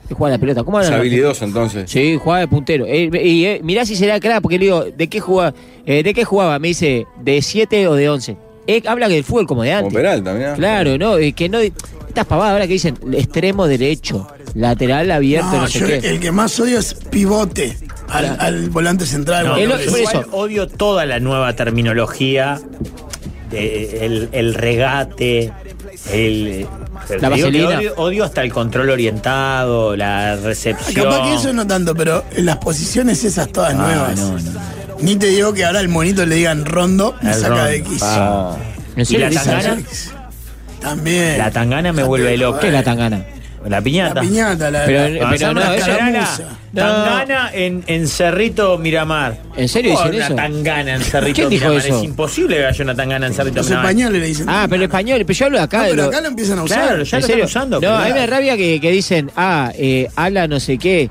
Él juega a la pelota. ¿Cómo Es habla? habilidoso entonces. Sí, jugaba de puntero. Eh, y eh, mirá si será crack, porque le digo, ¿de qué jugaba? Eh, ¿De qué jugaba? Me dice, ¿de 7 o de 11? habla del fútbol como de antes. Como Peralta, mirá. Claro, no, eh, que no. Estas pavadas ahora que dicen extremo derecho, lateral abierto, no, No, sé yo qué. el que más odio es pivote al, al volante central. No, cuando no, es- igual odio toda la nueva terminología, de- el, el regate, el... eh, La digo que vaselina. Odio, odio hasta el control orientado, la recepción. Ah, Capaz que eso no tanto, pero en las posiciones esas todas Ah, nuevas. no, Ni te digo que ahora al monito le digan rondo, me El saca rondo, Ah. de quicio. pa. ¿En serio ¿Y la dicen tangana? También. La tangana me También, vuelve loco. ¿Qué es la tangana? La piñata. La piñata, la- Pero, la- pero Avanzamos no, la eso era la- escaramuza. Tangana en, en Cerrito Miramar. ¿En serio Oh, dicen una eso? tangana en Cerrito ¿Quién dijo Miramar. eso? Es imposible que haya una tangana en Cerrito Los Miramar. españoles le dicen Ah, pero español, pero yo hablo de acá. No, pero de acá lo empiezan a usar. Claro, ya ¿En lo serio? están usando, No, pero a mí claro. me rabia que, que dicen, ah, eh, habla no sé qué.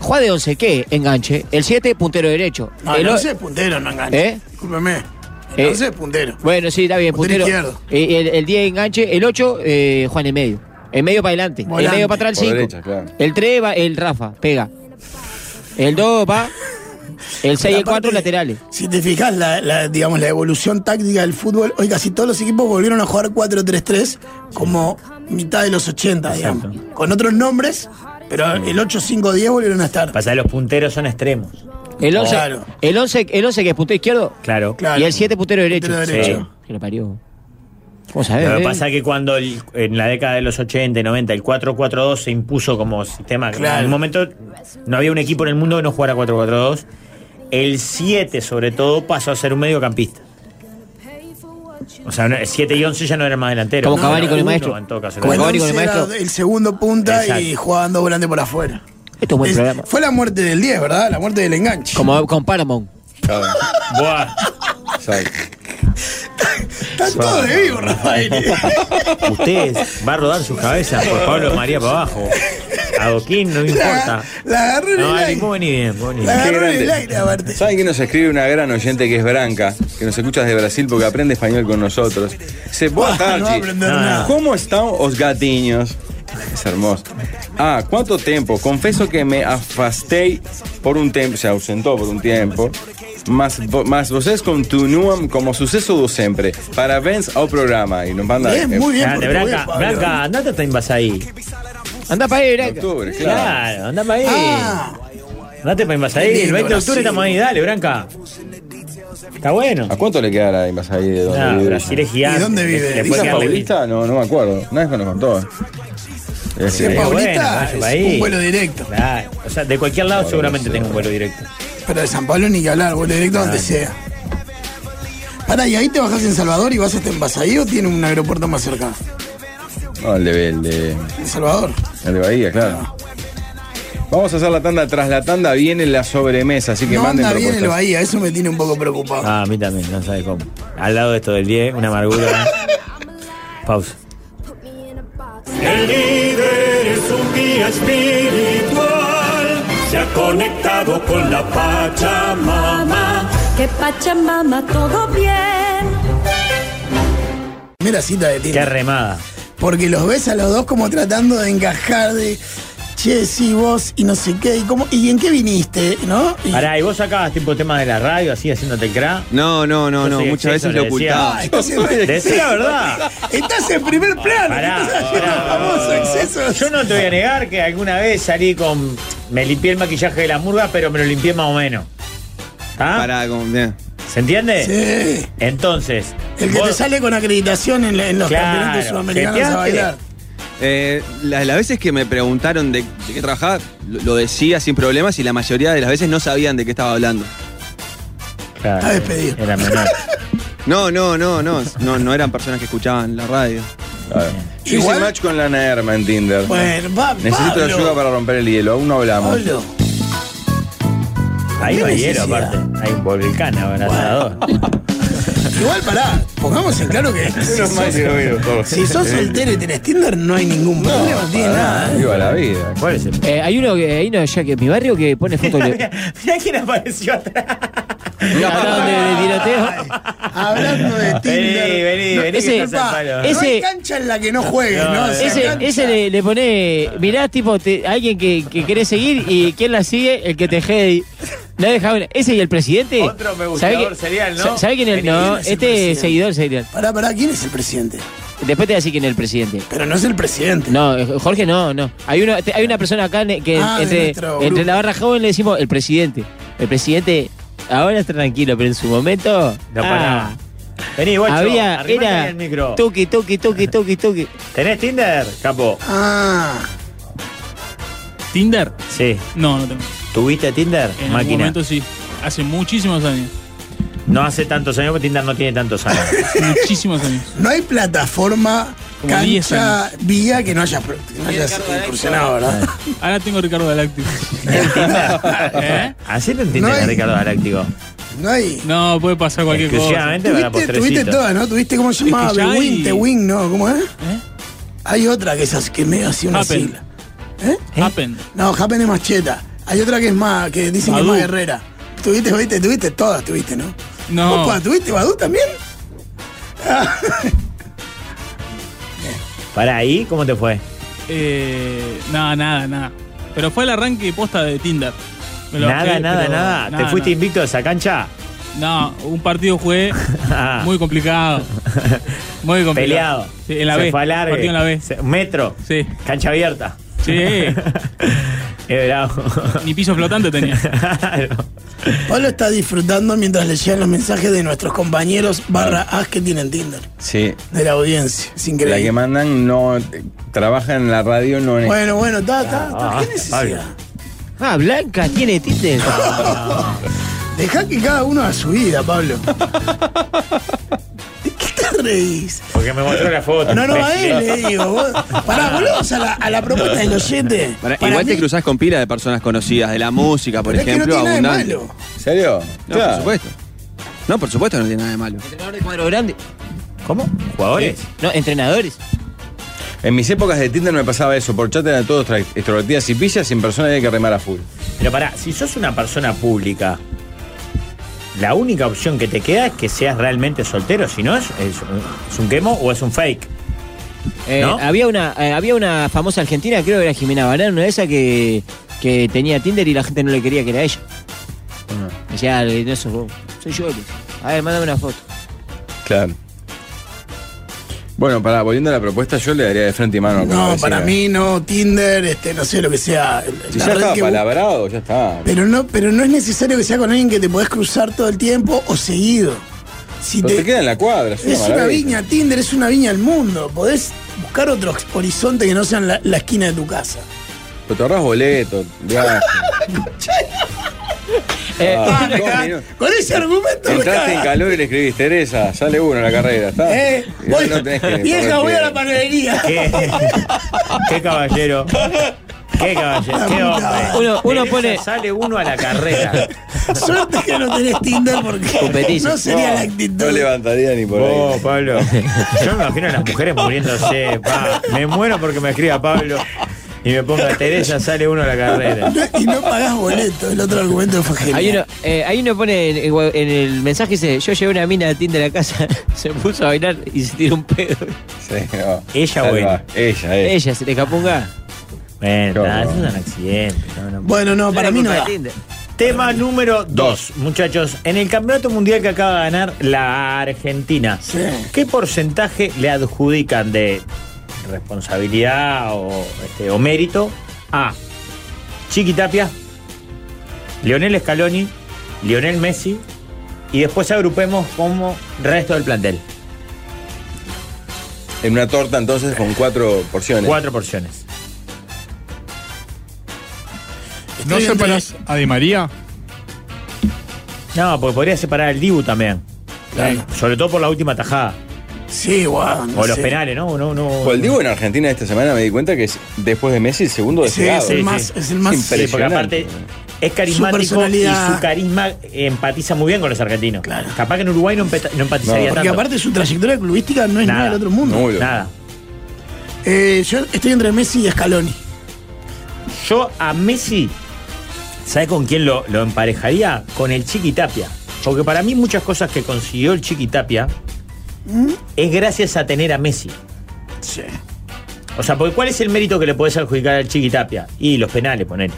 Juega de once qué, enganche. El 7, puntero derecho. Ah, No, el el o- 11 es puntero, no engancha. ¿Eh? Discúlpeme. Eh, El 11 es puntero. Bueno, sí, está bien, Puntero puntero. Eh, el- el 10 enganche, el 8, eh, Juan en medio. En medio para adelante. El Volante. medio para Por atrás el derecha, 5. claro. El 3 va, el Rafa, pega. El 2 va. El 6 y el 4 laterales. Si te fijas, la, la, digamos, la evolución táctica del fútbol, hoy casi todos los equipos volvieron a jugar 4-3-3 como mitad de los 80, Exacto. digamos. Con ototros nombres, pero el 8-5-10 volvieron a estar. Pasa, que los punteros son extremos. El 11, Claro. el 11, el 11 que es puntero izquierdo. Claro. Y el 7 puntero derecho. Puntero derecho. Sí. Que lo parió. ¿Cómo sabés? Lo que eh? pasa es que cuando el- en la década de los 80 y 90 el 4-4-2 se impuso como sistema, Claro. en un momento no había un equipo en el mundo que no jugara 4-4-2. El 7 sobre todo pasó a ser un mediocampista. O sea, no- el 7 y 11 ya no eran más delanteros. Como No, Cavani no, con el uno, maestro. en todo caso, Como era el, Cavani con el 11 era maestro. el segundo punta y Exacto. jugando volante por afuera. Esto es buen Es- programa. Fue la muerte del 10, ¿verdad? La muerte del enganche. Como con Paramount. Buah. Están todos de vivo, Rafael. Usted va a rodar sus cabezas por Pablo María para abajo. Adoquín, no me importa. La agarró en No, el Ali, aire. vos venís bien, vos venís La bien. agarró en el grande. aire, aparte. ¿Saben que nos escribe una gran oyente que es Branca? Que nos escucha desde Brasil porque aprende español con nosotros. Ah, Dice, buenas no va a tardes. aprender nada. ¿Cómo están los gatiños? Es hermoso. Ah, ¿cuánto tiempo? Confeso que me afastei por un tiempo, se ausentó por un tiempo. Mas, vo- mas vocês continuam como suceso do sempre. Parabéns ao programa. Y nos manda... eh, Grande, Branca, Branca, andate hasta Invasaí. Anda para ahí, Branca. Octubre, claro. Claro, anda para ahí. Ah. Andate para Invasaí. Qué lindo, El 20 de octubre Brasil. estamos ahí, dale, Branca. Está bueno. ¿A cuánto le quedará ahí más ahí de donde No, vive? Brasil es gigante. ¿Y dónde vive? Le- le ¿Dice puede ¿Esa quedar lejito. paulista? No, no me acuerdo. Una vez me lo contó. Eh, Si es eh, paulista, bueno, es ahí. un vuelo directo. Claro, O sea, de cualquier lado seguramente tengo un vuelo directo. Pero de San Pablo ni que hablar, vuelo directo donde sea. Pará, ¿y ahí te bajás en Salvador y vas hasta en Basaí o tiene un aeropuerto más cercano? No, el de, el de, En Salvador. el de Bahía, claro. Vamos a hacer la tanda. Tras la tanda viene la sobremesa, así que No manden anda bien el propuestas. Bahía, eso me tiene un poco preocupado. Ah, a mí también, no sabe cómo. Al lado de esto del 10, una amargura. Pausa. El líder es un guía espiritual, se ha conectado con la Pachamama. Que Pachamama todo bien. Mira cita de Qué Tinder. remada. Porque los ves a los dos como tratando de encajar de. Che, sí, vos y no sé qué, y cómo, y en qué viniste, ¿no? Y- Pará, ¿y vos sacabas tipo temas de la radio así haciéndote el cra? No, no, no, no. Yo soy Muchas exceso, veces lo le decía. ocultaba. Ah, estás en- Decí la verdad. Estás en primer plano, Pará, estás haciendo pará. famoso exceso. Yo no te voy a negar que alguna vez salí con. Me limpié el maquillaje de la murga, pero me lo limpié más o menos. ¿Ah? Pará, como- bien. ¿Se entiende? Sí. Entonces, El que te Vos- sale con acreditación en, la- en los Claro, campeonatos sudamericanos a ¿chequeaste? bailar. Eh, las, las veces que me preguntaron de, de qué trabajaba, lo, lo decía sin problemas y la mayoría de las veces no sabían de qué estaba hablando. Claro, despedido. Ah, Era menor. No, no, no, no, no, no eran personas que escuchaban la radio. Yo hice match con la Nerma en Tinder. Bueno, va, Necesito Pablo. ayuda para romper el hielo, aún no hablamos. Pablo. Ahí ¿Qué no hay hielo, necesidad? aparte. Hay un volcán ahora, asador. Igual pará, pongamos en claro que si Menos mal sos, que no vino, Jorge. si sos soltero y tenés Tinder no hay ningún problema, no tiene nada. Ah, Viva la vida. ¿Cuál es el Eh, hay uno que hay uno ya que mi barrio que pone fotos de, Mirá quién apareció atrás. hablaban de, de tiroteo. Hablando de Tinder. Vení, vení, No, vení. ese- que estás al palo. no hay ese- cancha en la que no juegues, ¿no? O sea, ese cancha- ese le, le pone, mirá, tipo, te- alguien que, que querés seguir y quién la sigue, el que te jede. No deja una- Ese y el presidente. Otro me gustador serial, ¿no? ¿Sabe quién es? ¿Quién No, es el este presidente? seguidor serial. Pará, pará, ¿quién es el presidente? Después te voy a decir quién es el presidente. Pero no es el presidente. No, eh, Jorge no, no. Hay una, hay una persona acá ne- que Ah, de entre, nuestro grupo. entre la barra joven le decimos el presidente. El presidente ahora está tranquilo, pero en su momento. No ah, paraba. Vení, bocho. había, arrimate ahí era. el micro. Toque, toque, toque, toque, toque. ¿Tenés Tinder, capo? Ah, ¿Tinder? Sí. No, no tengo. ¿Tuviste Tinder? En algún Máquina. momento sí. Hace muchísimos años. No hace tantos años porque Tinder no tiene tantos años. muchísimos años. no hay plataforma, Como 10 cancha, años. vía que no hayas, pro- que no hayas incursionado, ¿verdad? Ahora tengo Ricardo Galáctico. ¿Eh? Así te entienden No hay- a Ricardo Galáctico. No hay. No, puede pasar cualquier cosa. Exclusivamente para Tuviste, tuviste postrecitos. todas, ¿no? Tuviste cómo se Es que llamaba, ya Bewin, hay- ¿Eh? The Wing, ¿no? ¿Cómo es? Hay otra que es así, que medio así una Happen. sigla. ¿Eh? Happen. No, Happen es más cheta. Hay otra que es más, que dicen que Badoo. es más guerrera. Tuviste, viste, tuviste todas, tuviste, ¿no? No. Opa, ¿tuviste Badu también? Ah. Para ahí, ¿cómo te fue? Eh, nada, nada, nada. Pero fue el arranque posta de Tinder. Me lo Nada, bajé, nada, pero nada. ¿Te fuiste invicto de esa cancha? Ah. nada. No, un partido jugué Ah. muy complicado. Muy complicado. Peleado. Sí, en la Se B. fue al largue. Partido en la B. Se- Metro. Sí. Cancha abierta. Sí. Es bravo. Ni piso flotante tenía. Pablo está disfrutando mientras le llegan los mensajes de nuestros compañeros barra as que tienen Tinder, Sí. de la audiencia. Es La que increíble. mandan no trabaja en la radio, no en Bueno, bueno, está, está, está. Ah, ¿Qué necesidad? Ah, Blanca tiene Tinder. Dejá que cada uno a su vida, Pablo. ¿De qué te reís? Porque me mostró la foto. No, no, a él le imbécil. Ah. digo. vos- Pará, volvemos a la, a la propuesta del oyente. Para- Para igual mí- te cruzás con pila de personas conocidas, de la música, por Pero es que no ejemplo, tiene nada de abundante. malo. ¿En serio? No, por supuesto. No, por supuesto no tiene nada de malo. Entrenador de cuadro grande. ¿Cómo? ¿Jugadores? No, entrenadores. En mis épocas de Tinder me pasaba eso. Por chat eran todos tra- extrovertidas y pillas, sin persona había que remar a full. Pero pará, si sos una persona pública, la única opción que te queda es que seas realmente soltero. Si no, es, es- es un quemo o es un fake. Eh, ¿No? había, una, eh, había una famosa argentina, creo que era Jimena Barán, una de esas que, que tenía Tinder y la gente no le quería que era ella. Decía, "Ah, no sos vos, soy yo. A ver, mándame una foto. Claro. Bueno, para volviendo a la propuesta, yo le daría de frente y mano. con la No, vecina. para mí no, Tinder, este, no sé lo que sea. la Si ya red estaba que bu- palabrado, ya está. pero no, pero no es necesario que sea con alguien que te podés cruzar todo el tiempo o seguido. Si Pero te, te, queda en la cuadra. es una viña, Tinder es una viña al mundo. Podés buscar otro horizonte que no sea en la, la esquina de tu casa. Pero te ahorras boleto, viaje. Eh, Ah, dos Acá, minutos. con ese argumento me Entraste en caga. calor y le escribís, Teresa, sale uno a la carrera, ¿está? Eh, Y voy- tenés que Vieja, correr voy a la tiempo. panadería. ¿Qué, qué caballero? ¿Qué caballero? ¿Qué hombre? Uno- uno Teresa, pone- Sale uno a la carrera. Suerte que no tenés Tinder porque Competís. no sería la actitud. No levantaría ni por Oh, ahí. Pablo. Yo me imagino a las mujeres muriéndose. pa. Me muero porque me escriba Pablo y me ponga Teresa, sale uno a eh. la carrera. No- y no pagás boleto. El otro argumento fue genial. Hay uno, eh, hay uno pone en, en- en el mensaje dice, yo llevé una mina de Tinder a casa, se puso a bailar y se tiró un pedo. Sí, no. Ella, Ahí bueno. va. Ella, ella. Ella se le escapó un gas. Bueno, Qué nada, eso horror. es un accidente. no, no. Bueno, no, para Era mí no culpa da. de Tinder. Tema número 2, muchachos. En el campeonato mundial que acaba de ganar la Argentina, Sí. ¿qué porcentaje le adjudican de responsabilidad o, este, o mérito a Chiqui Tapia, Lionel Scaloni, Lionel Messi y después agrupemos como resto del plantel? En una torta entonces con cuatro porciones. Cuatro porciones. ¿No Estoy entre- separás a Di María? No, porque podría separar el Dibu también. Sobre todo por la última tajada. Sí, guau. o los penales, ¿no? no, no Pues el Dibu en Argentina esta semana me di cuenta que es después de Messi el segundo Sí, despegado. es el más- es el más- Sí, porque Impresionante. aparte es carismático y personalidad. su carisma empatiza muy bien con los argentinos. Capaz que en Uruguay no, empeta- no empatizaría Porque tanto. aparte su trayectoria clubística no es nada, del otro mundo. Nada. Eh, yo estoy entre Messi y Scaloni. Yo a Messi, ¿sabe con quién lo, lo emparejaría? Con el Chiqui Tapia. Porque para mí muchas cosas que consiguió el Chiqui Tapia es gracias a tener a Messi. Sí. O sea, porque ¿cuál es el mérito que le podés adjudicar al Chiqui Tapia? Y los penales, ponele.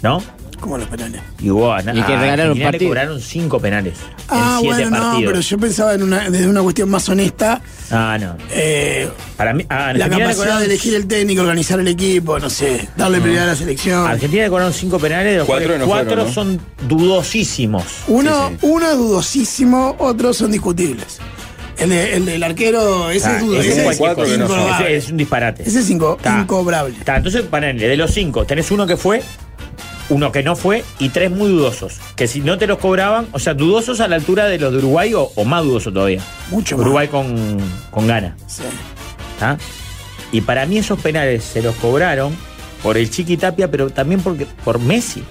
¿No? ¿Cómo los penales? Y vos, ah, a- Y que a regalaron Argentina le partido. cobraron cinco penales. Ah, en siete bueno, no, partidos. pero yo pensaba en una, desde una cuestión más honesta, Ah, no. Para mí, a Eh, la Argentina le capacidad cobraron de elegir el técnico, organizar el equipo, no sé, darle No. prioridad a la selección. Argentina le cobraron cinco penales, de los Cuatro cuales no cuatro fueron, ¿no? son dudosísimos. Uno, uno es dudosísimo, otros son discutibles. El, de- el del arquero, ese Ah, es dudoso. ese Ese, es cualquier cosa. incobrable. Ese es un disparate. Ese es inco- incobrable. Está, entonces, ponele, de los cinco, tenés uno que fue, uno que no fue y tres muy dudosos. Que si no te los cobraban, o sea, dudosos a la altura de los de Uruguay o, o más dudosos todavía. Mucho más. Uruguay con, con gana. Sí. ¿tá? Y para mí esos penales se los cobraron por el Chiqui Tapia, pero también porque, por Messi.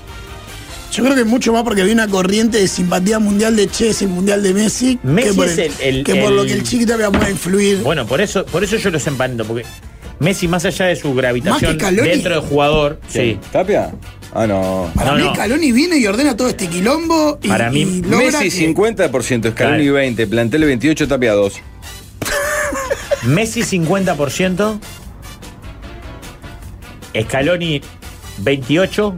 Yo creo que mucho más porque había una corriente de simpatía mundial de Che, es el mundial de Messi. Messi que por, es el- el- que por el- lo que el chiquito había puede influir. Bueno, por eso, por eso yo los empanto, porque Messi, más allá de su gravitación Scaloni. dentro del jugador, sí. ¿Tapia? Ah, no. Para mí, Scaloni viene y ordena todo este quilombo. Y, y logra Messi que- 50%, Scaloni 20, plantel 28, Tapia 2. Messi 50%, Scaloni 28.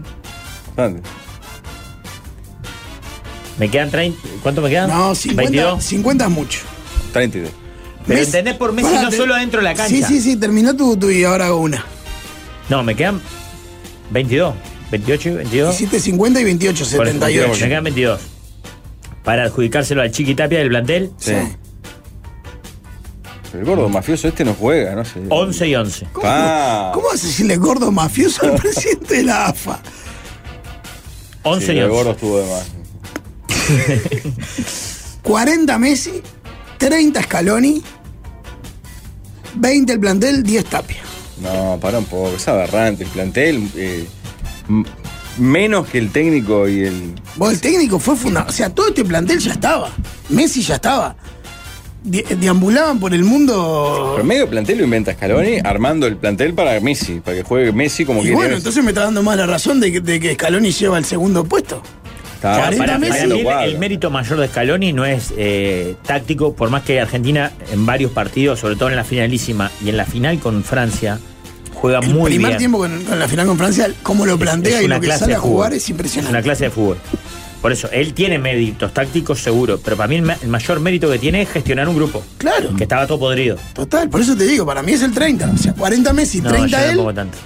Me quedan 30. ¿Cuánto me quedan? No, 50, 50 es mucho. 32. Pero Messi- entendés por Messi Pará, no te- solo dentro de la cancha. Sí, sí, sí, terminó tu, tu y ahora hago una. No, me quedan 22. 28 y 22. Hiciste 50 y 28, Por eso, 78. Me quedan 22. Para adjudicárselo al Chiqui Tapia del plantel. Sí. Pero el gordo mafioso este no juega, no sé. 11 Mm. y 11. Ah. ¿Cómo vas a decirle gordo mafioso al presidente de la AFA? 11 Sí, y el 11. gordo estuvo de más. 40 Messi, 30 Scaloni, 20 el plantel, 10 Tapia. No, para un poco. Es aberrante el plantel. eh, m- menos que el técnico y el. Vos, el técnico fue fundamental. O sea, todo este plantel ya estaba. Messi ya estaba. Di- deambulaban por el mundo. Pero medio plantel lo inventa Scaloni armando el plantel para Messi, para que juegue Messi como Y quiere. bueno, Messi. entonces me está dando más la razón de que, de que Scaloni lleva el segundo puesto. Está- Para, para- para Messi. mí el- el, mérito mayor de Scaloni no es eh, táctico, por más que Argentina en varios partidos, sobre todo en la finalísima y en la final con Francia, juega El muy primer bien. tiempo con, con la final con Francia, cómo lo plantea Es y una lo que clase sale de a jugar fútbol. es es impresionante. una clase de fútbol. Por eso, él tiene méritos tácticos seguro, pero para mí el, ma- el mayor mérito que tiene es gestionar un grupo. Claro. Que estaba todo podrido. Total, por eso te digo, para mí es el 30. O sea, 40 Messi, No, 30 yo no él, pongo tanto.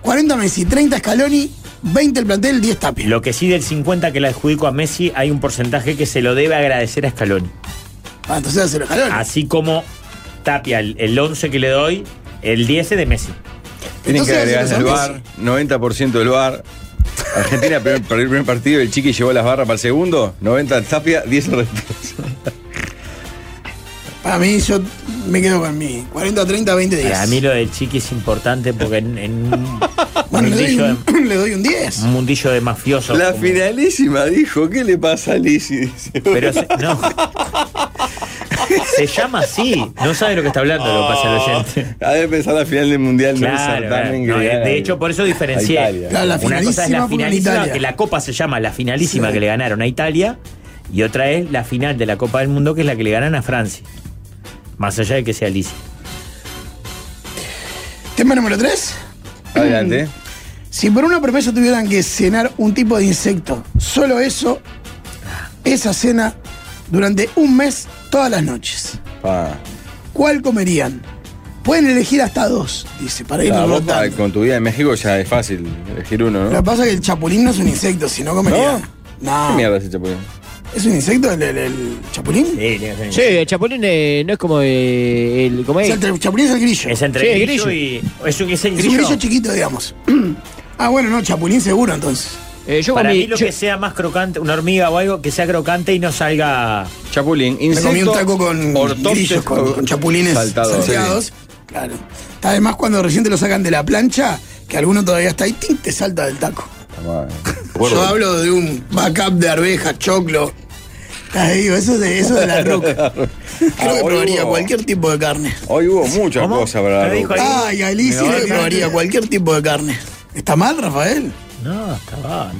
40 Messi, 30 Scaloni, 20 el plantel, 10 Tapia. Lo que sí del 50 que le adjudico a Messi, hay un porcentaje que se lo debe agradecer a Scaloni. Ah, entonces dáselo a Scaloni. Así como Tapia, el, el 11 que le doy, el 10 es de Messi. Tienen que Entonces, agregar los el hombres- bar, 90% del bar. Argentina primer- perdió el primer partido, el Chiqui llevó las barras para el segundo, 90 al Tapia, 10 al resto. Para mí, yo me quedo con mi 40, 30, 20, 10. Para mí lo del chiqui es importante porque en, en un, mundillo de, le doy un 10. un mundillo de mafiosos. La como- finalísima dijo, ¿qué le pasa a Lisi? Pero se- no. se llama así. No sabe lo que está hablando, lo que pasa al oyente. Oh. Ha de pensar la final del Mundial, no es Claro, claro. certamen No, eh, que de- gana de hecho, por eso diferencié. a Italia. Claro, la Una cosa es finalísima la fue con finalísima, Italia. que la copa se llama la finalísima que le ganaron a Italia, y otra es la final de la Copa del Mundo, que es la que le ganan a Francia. Más allá de que sea Lisi. Tema número 3. Adelante. Si por una promesa tuvieran que cenar un tipo de insecto, solo eso, esa cena durante un mes, todas las noches. Pa. ¿Cuál comerían? Pueden elegir hasta dos, dice, para ir Ah, vos, rotando. pa- con tu vida en México ya es fácil elegir uno, Lo que ¿no? pasa es que el chapulín no es un insecto, sino comería. ¿Qué mierda es pues? el chapulín? ¿Es un insecto el, el- el chapulín? Sí, Sí, el chapulín eh, no es como eh, el. ¿cómo es? O sea, el chapulín es el grillo. Es entre el grillo y. Es un, es el Es un grillo chiquito, digamos. ah, bueno, no, chapulín seguro entonces. yo Para comí- mí lo que sea más crocante, una hormiga o algo, que sea crocante y no salga. Chapulín, Me comí un taco con grillos, con, con chapulines saltados, salteados. Claro. Además, cuando recién te lo sacan de la plancha, que alguno todavía está ahí, ¡ting! te salta del taco. Yo hablo de un backup de arvejas, choclo. Te digo, eso de, eso de la roca. Creo que probaría cualquier tipo de carne. Ah, Hoy hubo muchas cosas para la ruca. Ay, a Liz sí le probaría cualquier tipo de carne. ¿Está mal, Rafael? No, está mal.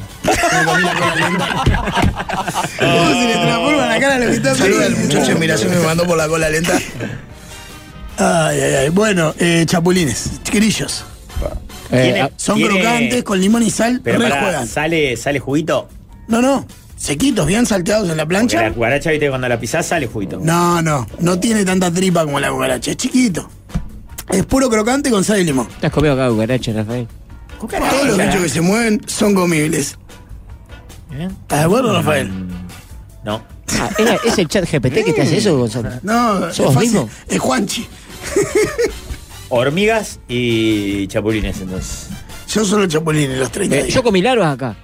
¿Cómo se le transforma la cara a la mitad? Saluda al muchacho, mira, yo me mandó por la cola lenta. Ay, ay, ay. Bueno, eh, chapulines, grillos. Eh, Tiene- Eh, ah, son tiene- crocantes, con limón y sal, Pero re pará, juegan. sale, sale juguito. No, no, sequitos, bien salteados en Porque la la plancha. cucaracha, viste, cuando la pisás sale juguito. No, no, no tiene tanta tripa como la cucaracha, es chiquito. Es puro crocante con sal y limón. ¿Te has comido acá cucaracha, Rafael? Todos los bichos que se mueven son comibles. ¿Estás de acuerdo, Rafael? No. Ah, ¿era- ¿Es el chat GPT que te hace eso, Gonzalo? No, es ¿Sos vos fácil. mismo? Es Juanchi. Hormigas y chapulines, entonces. Yo solo chapulines, los 30 Eh, días. yo comí larvas acá.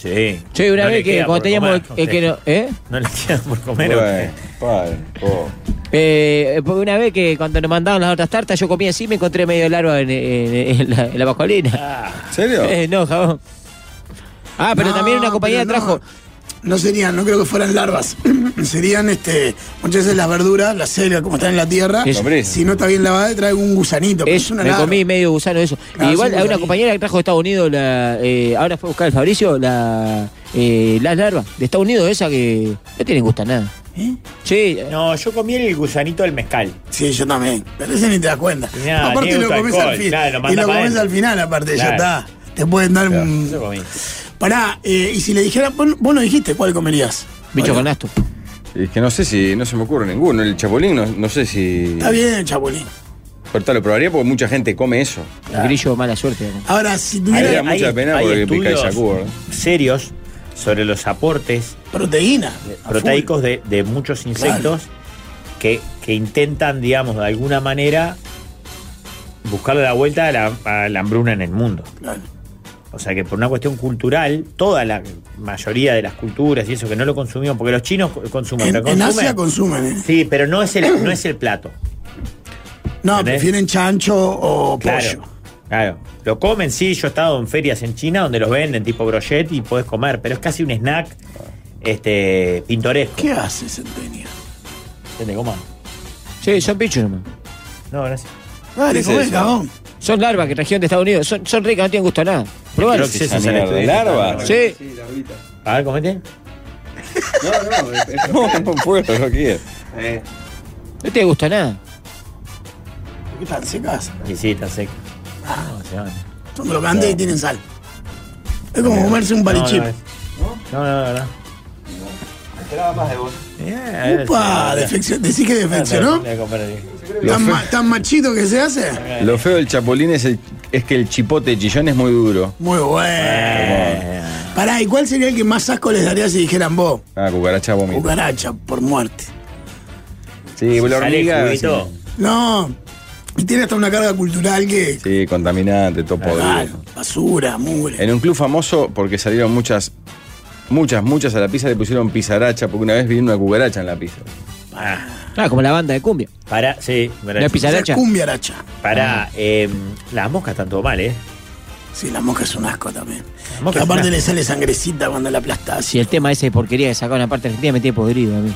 Sí. Sí, una No le vez que queda cuando por teníamos. comer, el- el que no- usted. ¿eh? No le queda por comer. Bueno, ¿o qué? padre, oh. Eh, porque una vez que cuando nos mandaban las otras tartas, yo comía así y me encontré medio larva en, en- en la, en la pascualina. ¿En serio? Eh, no, jabón. Ah, pero No, también una compañía pero no. trajo. No serían, no creo que fueran larvas. serían este, muchas veces las verduras, las selgas, como están en la tierra. Es- Lombriz. Si no está bien lavada, trae un gusanito. pero es una me larva. comí medio gusano eso. Claro, Igual sí, hay una gusanito. compañera que trajo de Estados Unidos, la, eh, ahora fue a buscar el Fabricio, la, eh, las larvas de Estados Unidos, esa que no tienen gusto a nada. Sí. No, yo comí el gusanito del mezcal. Sí, yo también. Pero ese ni te das cuenta. Nada, aparte ni lo gusto comés alcohol, al final. claro, lo y manda lo pa' comés dentro. al final, aparte, Claro. ya está. Te pueden dar un. Eso comí. Pará, eh, y si le dijera, vos, vos no dijiste cuál comerías. Bicho con asco. Es que no sé si, no se me ocurre ninguno. El chapulín, no, no sé si. Está bien, chapulín. Pero tal, lo probaría porque mucha gente come eso. El grillo, mala suerte. Ahora, si Me da tuviera mucha pena porque pica y estudios sacó, ¿verdad? serios sobre los aportes proteína, a proteicos de, de muchos insectos que, que intentan, digamos, de alguna manera buscarle la vuelta a la, a la hambruna en el mundo. Claro. O sea que por una cuestión cultural, toda la mayoría de las culturas y eso que no lo consumimos, porque los chinos co- consumen. En- pero en consumen- Asia consumen, ¿eh? Sí, pero no es el, no es el plato. No, ¿Entendés? prefieren chancho o Claro. pollo. Claro. Lo comen, sí. Yo he estado en ferias en China donde los venden tipo brochet y podés comer, pero es casi un snack este, pintoresco. ¿Qué haces, Centenio? ¿Entiendes cómo? Sí, son bichos nomás. No, gracias. Dale, comé, cagón. Son larvas que trajeron de Estados Unidos. Son, son ricas, no tienen gusto a nada. Creo Probalo. que esa es la mierda, estudiante. larva. Sí. A ver, comete. No, no puedo, no quiero. Eh, No te gusta nada. ¿Qué tan secas? Y sí, está seco. No, se van. Ah. Son crocantes y tienen sal. Es como comerse un No, barichip. no, es- No, no, no. no. Esperaba más de vos. Eh, Upa, eh, defección- decí que defeccionó. voy a comprar ahí. Lo ¿Tan, fe- ma- tan machito que se hace? Lo feo del chapulín es, el- es que el chipote chillón es muy duro. Muy Eh. bueno. Pará, ¿y cuál sería el que más asco les daría si dijeran vos? Ah, cucaracha vómito. Cucaracha, por muerte. Sí, la Sale el hormiga. juguito. Sí, No. Y tiene hasta una carga cultural que. Sí, contaminante, todo podrido. Claro, basura, mugre. En un club famoso, porque salieron muchas, muchas, muchas a la pizza, le pusieron pizaracha, porque una vez vi una cucaracha en la pizza. Ah, Ah, como la banda de cumbia. para, sí, para, No es Esa pizaracha. cumbia aracha. para eh, las moscas están todo mal, ¿eh? Sí, la mosca es un asco también. Las moscas que aparte son- le sale sangrecita cuando la aplastás. Si el tema ese de porquería que sacaron aparte de Argentina me tiene podrido a mí.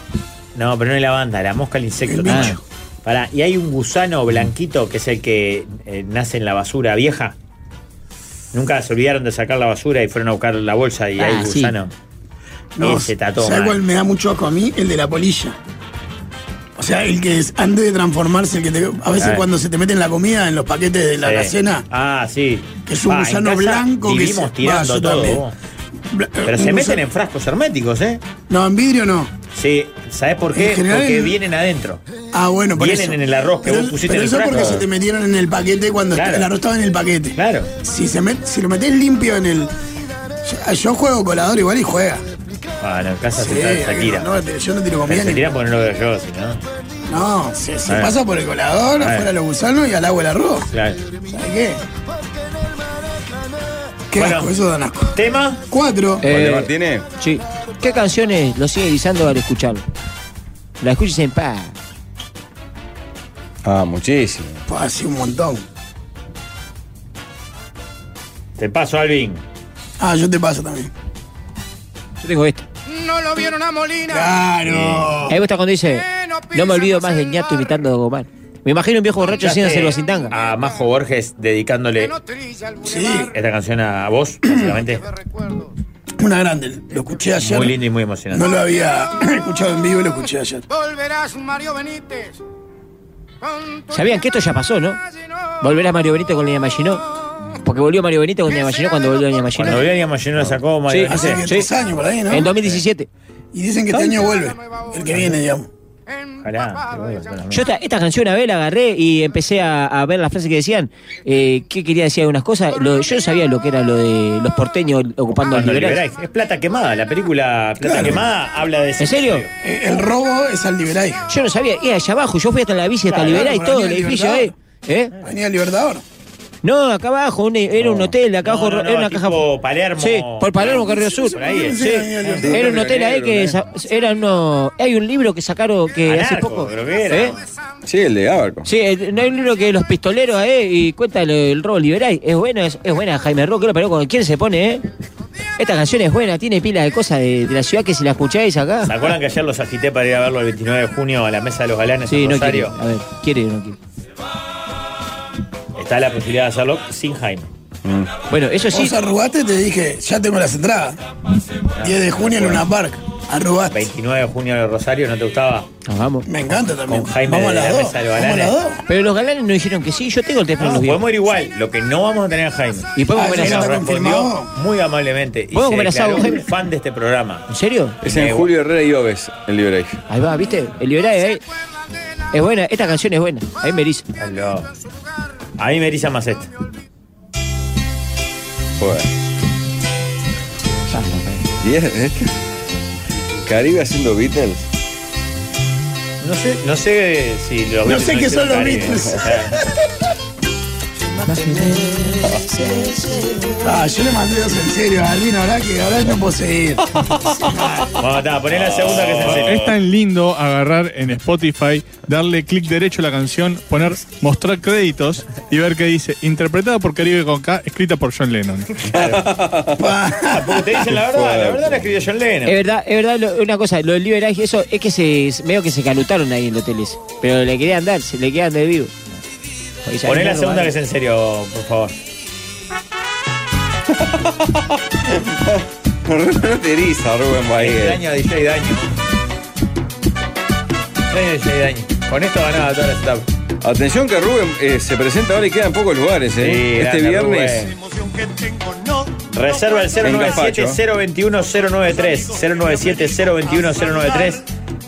No, pero no es la banda, la mosca, el insecto. El Ah. bicho. Pará, y hay un gusano blanquito que es el que eh, nace en la basura vieja. Nunca se olvidaron de sacar la basura y fueron a buscar la bolsa y Ah, hay sí. gusano. No, Ese está todo ¿Sabes mal. cuál me da mucho asco a mí? El de la polilla. O sea, el que es antes de transformarse, el que te- a veces Ah. cuando se te mete en la comida, en los paquetes de la Sí. alacena, Ah, sí. que es un Ah, en gusano casa blanco que vivimos se- tirando va, yo todo. también. vos. bla- Pero un se meten gusano- en frascos herméticos, ¿eh? No, en vidrio no. Sí, ¿sabes por qué? En general Porque en- vienen adentro. Ah, bueno, por Vienen eso. en el arroz que pero, vos pusiste pero en el eso frasco. porque se te metieron en el paquete cuando Claro. el arroz estaba en el paquete. Claro. Si, se met- si lo metés limpio en el. Yo, yo juego colador igual y juega. Ah, no, en casa Sí, se, se tira. no, pero yo no tiro comida Pero Se ni- tira porque no lo veo yo, si no. No, se, se A ver. pasa por el A colador, ver. afuera los gusanos y al agua el arroz. Claro. ¿Sabes qué? Qué asco, eso da un asco. ¿Tema? Cuatro. Eh. Martínez? Eh, Sí. ¿Qué canciones lo sigue guisando al escucharlo? La escuchas en paz. Ah, muchísimo. Hace un montón. Te paso, Alvin. Ah, yo te paso también. Yo tengo esta. No lo vieron a Molina. Oh. Ahí vos está cuando dice, Eh, no me olvido más del ñato imitando a Gomar. Me imagino un viejo borracho Escuchaste sin hacerlo sin tanga. A Majo Borges dedicándole esta canción a vos, básicamente. Una grande, lo escuché ayer. Muy lindo y muy emocionante. No lo había escuchado en vivo y lo escuché ayer. Volverás Mario Benítez. Sabían que esto ya pasó, ¿no? Volverás Mario Benito con Lina Maginot. Porque volvió Mario Benito con Lina Maginot cuando volvió Lina Maginot. Cuando Lina Maginot la sacó, Mario Sí, Benítez. sí. Dos años por ahí, ¿no? En 2017. Y dicen que este año vuelve. El que viene, digamos. Ojalá. que vuelva, claramente. Yo esta, esta canción a ver la agarré y empecé a, a ver las frases que decían. Eh, ¿Qué quería decir algunas cosas? Lo- yo no sabía lo que era lo de los porteños ocupando los Cuando liberales. liberáis. Es plata quemada. La película Plata Claro. Quemada habla de eso. ¿En serio? Eh, El robo es al liberay. Yo no sabía. Era allá abajo. Yo fui hasta la bici, hasta Claro, liberay, claro, todo el venía el edificio. Eh. Libertador. ¿Eh? Venía el Libertador. No, acá abajo. un- era un hotel. Acá abajo no, no, era una caja. tipo Palermo. Sí, por Palermo, Carrera Sur. Por ahí, Ah, Sí. sí. Era un hotel ahí que sa- era uno. Hay un libro que sacaron que hace Anarco, poco. creo que era. ¿Eh? Sí, el de Abaco. Sí, eh, no hay un libro que los pistoleros ahí y cuenta el, el robo liberal. Es buena, es, es buena Jaime Roque, pero cuando quién se pone, ¿eh? Esta canción es buena, tiene pila de cosas de, de la ciudad que si la escucháis acá. ¿Se acuerdan que ayer los agité para ir a verlo el 29 de junio a la Mesa de los Galanes Sí, en no quiere. Rosario? A ver, quiere o no quiere. Está la posibilidad de hacerlo sin Jaime. Bueno, eso sí. Vos arrugaste te dije, ya tengo las entradas. 10 Ah, de junio en Luna Park. Arrugaste. 29 de junio en el Rosario, ¿no te gustaba? Nos vamos. Me encanta también. Con Jaime Vamos a de las la dos. Mesa de los Vamos a las Galanes. dos. Pero los galanes no dijeron que sí, yo tengo el teléfono No, de los viejos. podemos ir igual. Lo que no vamos a tener a Jaime. Y podemos Ah, comer que asado. nos ¿Está respondió confirmado? muy amablemente. Y ¿Podemos se comer declaró asado, un Jaime? fan de este programa. ¿En serio? Es en Julio Herrera y Oves, el Liberay. Ahí va, ¿viste? El liberal ahí. Es buena, esta canción es buena. Ahí me eriza. Aló. A mí me eriza más este. esta. Joder. ¿Y es, es que- Caribe haciendo Beatles. No sé, no sé si los No sé qué son los Beatles. Beatles. Ah, yo le mandé dos en serio a Alvin, ahora que ahora no puedo seguir. Vamos, está, poné la segunda que se enseña. Es tan lindo agarrar en Spotify, darle clic derecho a la canción, poner mostrar créditos y ver qué dice. Interpretada por Caribe con K, escrita por John Lennon. Porque te dicen la verdad, la verdad la escribió John Lennon. Es verdad, es verdad, lo- una cosa, lo del liberaje, eso es que se, es- medio que se calutaron ahí en los hoteles. Pero le querían dar, se le quedan de vivo. Oye, ya Poné me la segunda robaron. que es en serio, por favor. no te eriza, Rubén Bahía. Daño a DJ Daño. Daño a DJ Daño. Con esto ganaba todas las etapas. Atención que Rubén eh, se presenta ahora y queda en pocos lugares, ¿eh? Sí, este grande, viernes. Reserva el En Gazpacho. 097-021-093. 097-021-093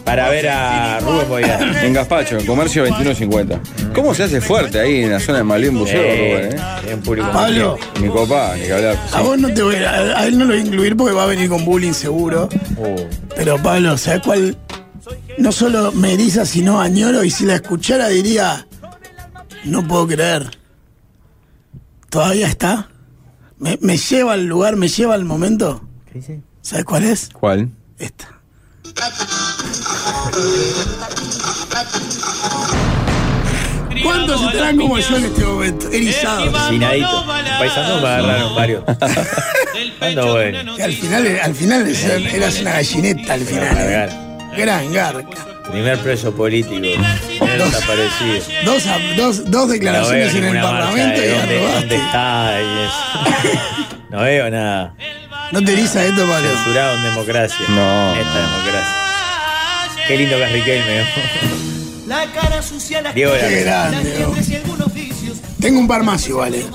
para ver a Rubén Boyar. En Gaspacho, en Comercio 2150. ¿Cómo se hace fuerte ahí en la zona de Malvin Buceo, Eh, Rubén? En público. Pablo. Mi copa, ni que hablar. A vos no te voy a, a él no lo voy a incluir porque va a venir con bullying seguro. Oh. Pero Pablo, ¿sabes cuál? No solo me eriza, sino añoro y si la escuchara diría, no puedo creer. ¿Todavía está? Me, me lleva al lugar, me lleva al momento. ¿Sabes cuál es? ¿Cuál? ¿Cuántos estarán como yo en este momento? Erizados. Sinadito. Paisandú me agarraron varios. ¿Cuándo bueno? Al final, al final eras una gallineta, al final. ¿eh? Gran garca. Primer preso político. Primer desaparecido. Dos, a- dos, dos declaraciones veo en el ninguna marcha Parlamento de y dónde, arrobaste. dónde está y eso. No veo nada. No te eriza esto, Pablo. Censurado en democracia. No. Esta democracia. Qué lindo que es Riquelme. ¿no? La cara sucia, la Diego Qué era. grande, bro. Tengo un par más igual, eh.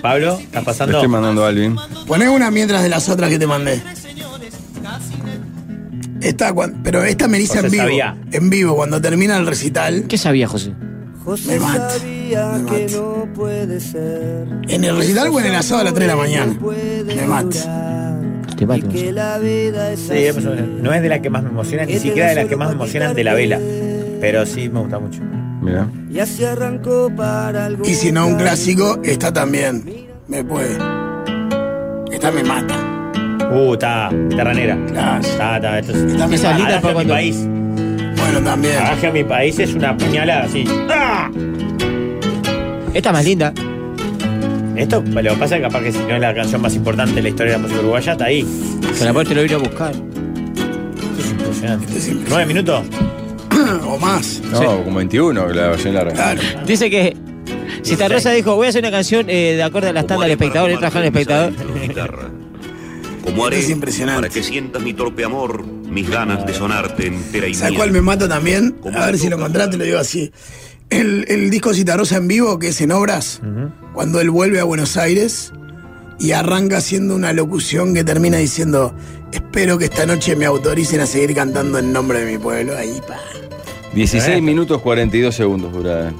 Pablo, ¿estás Le pasando? estoy mandando a Alvin. Poné una mientras de las otras que te mandé. Esta, cuan- pero esta me eriza José en vivo. sabía. En vivo, cuando termina el recital. ¿Qué sabía, José? Me mata. me mata. En el recital o en el asado a las 3 de la mañana. Me mata. Temazo. Sí, es- no es de las que más me emocionan, ni siquiera de las que más me emocionan de la vela. Pero sí me gusta mucho. Mira. Y así arrancó para algo. Y si no, un clásico está también. Me puede. Esta me mata. Uh, está. Terranera. Está, está. Esto es. Esa es linda Adagio para a mi cuando- país. Bueno, también. Adagio a mi país es una puñalada así. Esta es más linda. Esto, lo que pasa es que capaz que si no es la canción más importante de la historia de la música uruguaya, está ahí. Con la parte lo iré a buscar. Esto es impresionante. Este ¿Nueve minutos? o más. No, como 21, la versión larga. Dice que. Si esta rosa dijo, voy a hacer una canción eh, de acorde a la estándar del espectador, le trajo al espectador. guitarra. Como haré para que sientas mi torpe amor, mis ganas de sonarte entera y ¿Sabes mía. cuál me mata también? A ver si lo encontraste, lo digo así. El, el disco Citarrosa en vivo, que es en obras, cuando él vuelve a Buenos Aires y arranca haciendo una locución que termina diciendo: Espero que esta noche me autoricen a seguir cantando en nombre de mi pueblo. Ahí, pa. 16 minutos 42 segundos dura. eh.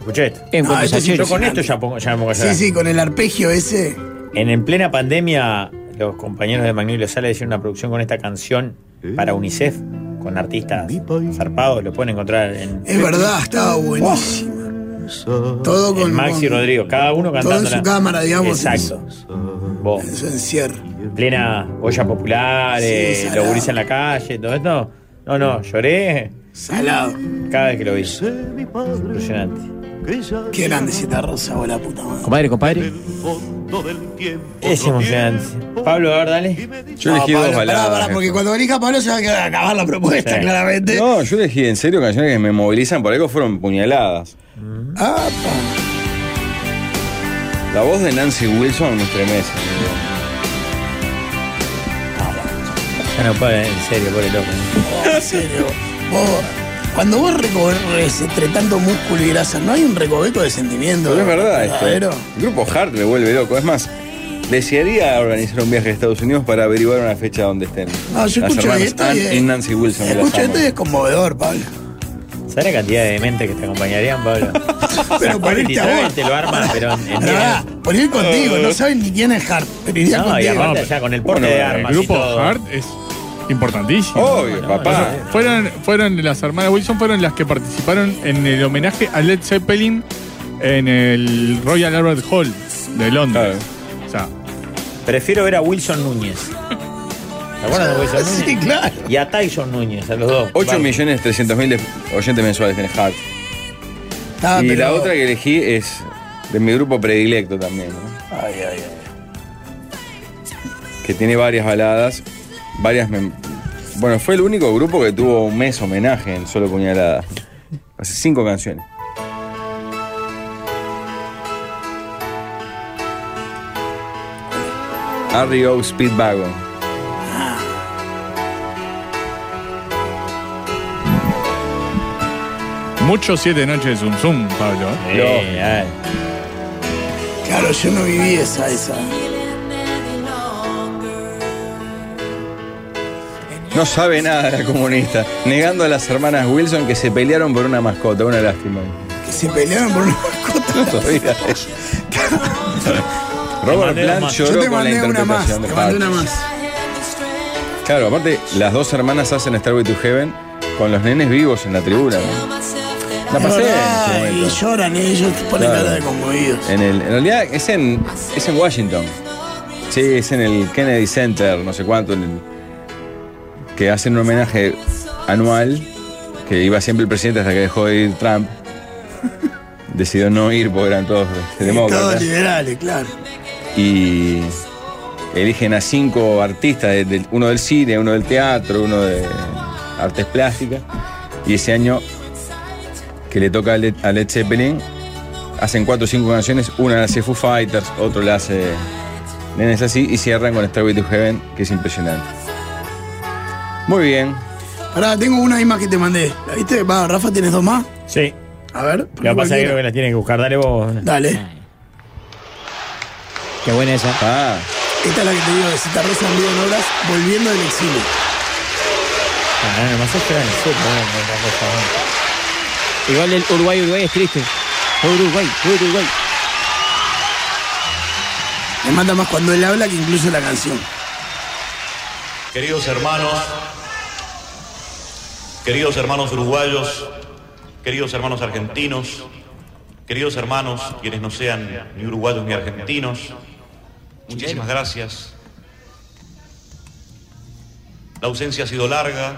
Escuché esto. En cuanto se achieve. yo con esto ya, pongo, ya me pongo a llorar. Sí, sí, con el arpegio ese. En, en plena pandemia, los compañeros de Magnolio Sala hicieron una producción con esta canción para UNICEF, con artistas zarpados, lo pueden encontrar en. Es verdad, estaba buenísimo. Todo En con. Maxi con- Rodrigo, cada uno Todo cantando. en su cámara, digamos. Exacto. Vos. En su encierro. Plena olla popular, Sí, eh, salado. los gurises en la calle, todo esto. No, no, lloré. Salado. Cada vez que lo vi. Impresionante. Qué grande Citarrosa, o la puta madre. Compadre, compadre. Es emocionante. Pablo, a ver, dale. Yo Ah, elegí dos baladas. porque cuando elija Pablo se va a acabar la propuesta, Sí. claramente. No, yo elegí en serio canciones que me movilizan, por algo fueron puñaladas. Ah, La voz de Nancy Wilson me estremece. Ya no puedo, pues, en serio, pobre loco. En serio. Vos, cuando vos recorres entre tanto músculo y grasa, ¿no hay un recoveco de sentimiento? Pero es verdad esto. ¿eh? verdadero? El grupo Hart me vuelve loco. Es más, desearía organizar un viaje a Estados Unidos para averiguar una fecha donde estén. No, yo Las escucho hermanas esto y Ann es- y Nancy Wilson. que las Escucho amo. esto y es conmovedor, Pablo. ¿Sabes la cantidad de dementes que te acompañarían, Pablo? Pero por irte a vos. te lo arma, pero en, en Pará, por ir contigo, no saben ni quién es Hart, pero iría Eh. No, y contigo. aparte allá con el porte de armas. El y grupo todo. Hart es importantísimo. Obvio, papá. fueron, fueron las hermanas Wilson fueron las que participaron en el homenaje a Led Zeppelin en el Royal Albert Hall de Londres. O sea, Prefiero ver a Wilson Núñez. ¿Te acuerdas de Wilson Núñez? Sí, claro. Y a Tyson Núñez, a los dos. 8 Vale. millones 300 mil oyentes mensuales tiene Hart. Ah, y pero- la otra que elegí es de mi grupo predilecto también, ¿no? Ay, ay, ay. que tiene varias baladas, varias... mem- Bueno, fue el único grupo que tuvo un mes homenaje en Solo Puñalada. Hace cinco canciones. REO Speedwagon. mucho siete noches zum zum, Pablo. ¿eh? Claro, yo no viví esa, esa. No sabe nada la comunista, negando a las hermanas Wilson que se pelearon por una mascota, una lástima. Que se pelearon por una mascota. Todavía es. Robert mandé Plant una más. Yo lloró te con la mandé una más, interpretación de te mandé Hart. una más. Claro, aparte, las dos hermanas hacen Starway to Heaven con los nenes vivos en la tribuna. ¿no? La Es pasé. verdad, en su y momento. lloran ellos, te ponen Claro. cara de conmovidos. En, el- en realidad es en, es en Washington. Sí, es en el Kennedy Center, no sé cuánto, en el- que hacen un homenaje anual, que iba siempre el presidente hasta que dejó de ir Trump. Decidió no ir porque eran todos Todos demócratas. liberales, claro. Y eligen a cinco artistas, de- del- uno del cine, uno del teatro, uno de artes plásticas. Y ese año que le toca a Led, a Led Zeppelin, hacen cuatro o cinco canciones, una la hace Foo Fighters, otro la hace Nenes así, y cierran con Starway to Heaven, que es impresionante. Muy bien. Pará, tengo una ahí más que te mandé. ¿La viste? Va, Rafa, ¿tienes dos más? Sí. A ver. Lo que pasa es que creo que las tienen que buscar. Dale vos. Dale. Qué buena esa. Esta es la que te digo de Cita Rosa en vivo en obras, volviendo del exilio. Ah, no, más espera en el sur, no, no, no, por favor. Igual el Uruguay, Uruguay es triste. Uruguay, Uruguay. Me mata más cuando él habla que incluso la canción. Queridos hermanos, queridos hermanos uruguayos, queridos hermanos argentinos, queridos hermanos quienes no sean ni uruguayos ni argentinos, muchísimas gracias. La ausencia ha sido larga,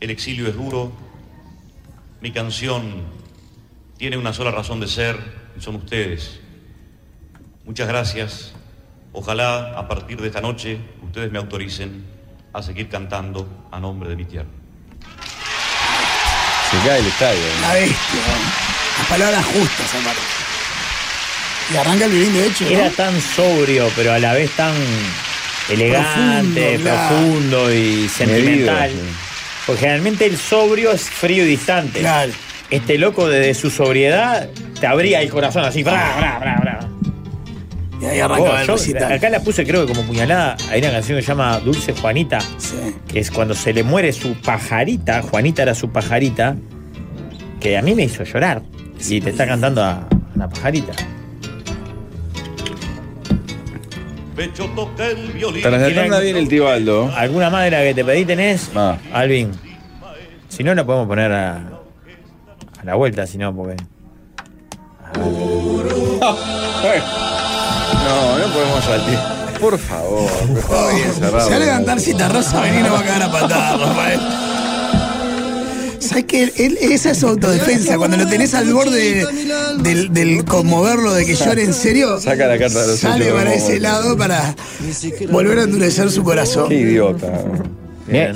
el exilio es duro, mi canción tiene una sola razón de ser y son ustedes. Muchas gracias. Ojalá a partir de esta noche ustedes me autoricen a seguir cantando a nombre de mi tierra. Se cae el estadio. ¿no? La bestia. Las palabras justas, aparte. Y arranca el violín de hecho. ¿no? Era tan sobrio, pero a la vez tan elegante, Profundo, profundo, claro. y sentimental. Porque generalmente el sobrio es frío y distante. Este loco, desde su sobriedad, te abría el corazón así. ¡bra, bra, bra, bra! Y ahí arrancaba Oh, el yo recital. Acá la puse, creo que como puñalada. Hay una canción que se llama Dulce Juanita. Que es cuando se le muere su pajarita. Juanita era su pajarita. Que a mí me hizo llorar. Y te está cantando a una pajarita. Pecho toca el violín. Tras la tanda viene el Tibaldo. ¿Alguna madera que te pedí tenés? Ah. Alvin. Si no, la podemos poner a, a la vuelta, si no, porque. No, no podemos saltar. Por favor, está bien cerrado. Se va a levantar cita rosa, vení, no va a cagar a patadas, Rafael. ¿Sabes qué? Él- esa es su autodefensa. Cuando lo tenés al borde de- del, del conmoverlo, de que llore en serio, Saca la carta de los sale ocho para de ese Momo. lado para volver a endurecer su corazón. Qué idiota. Bien.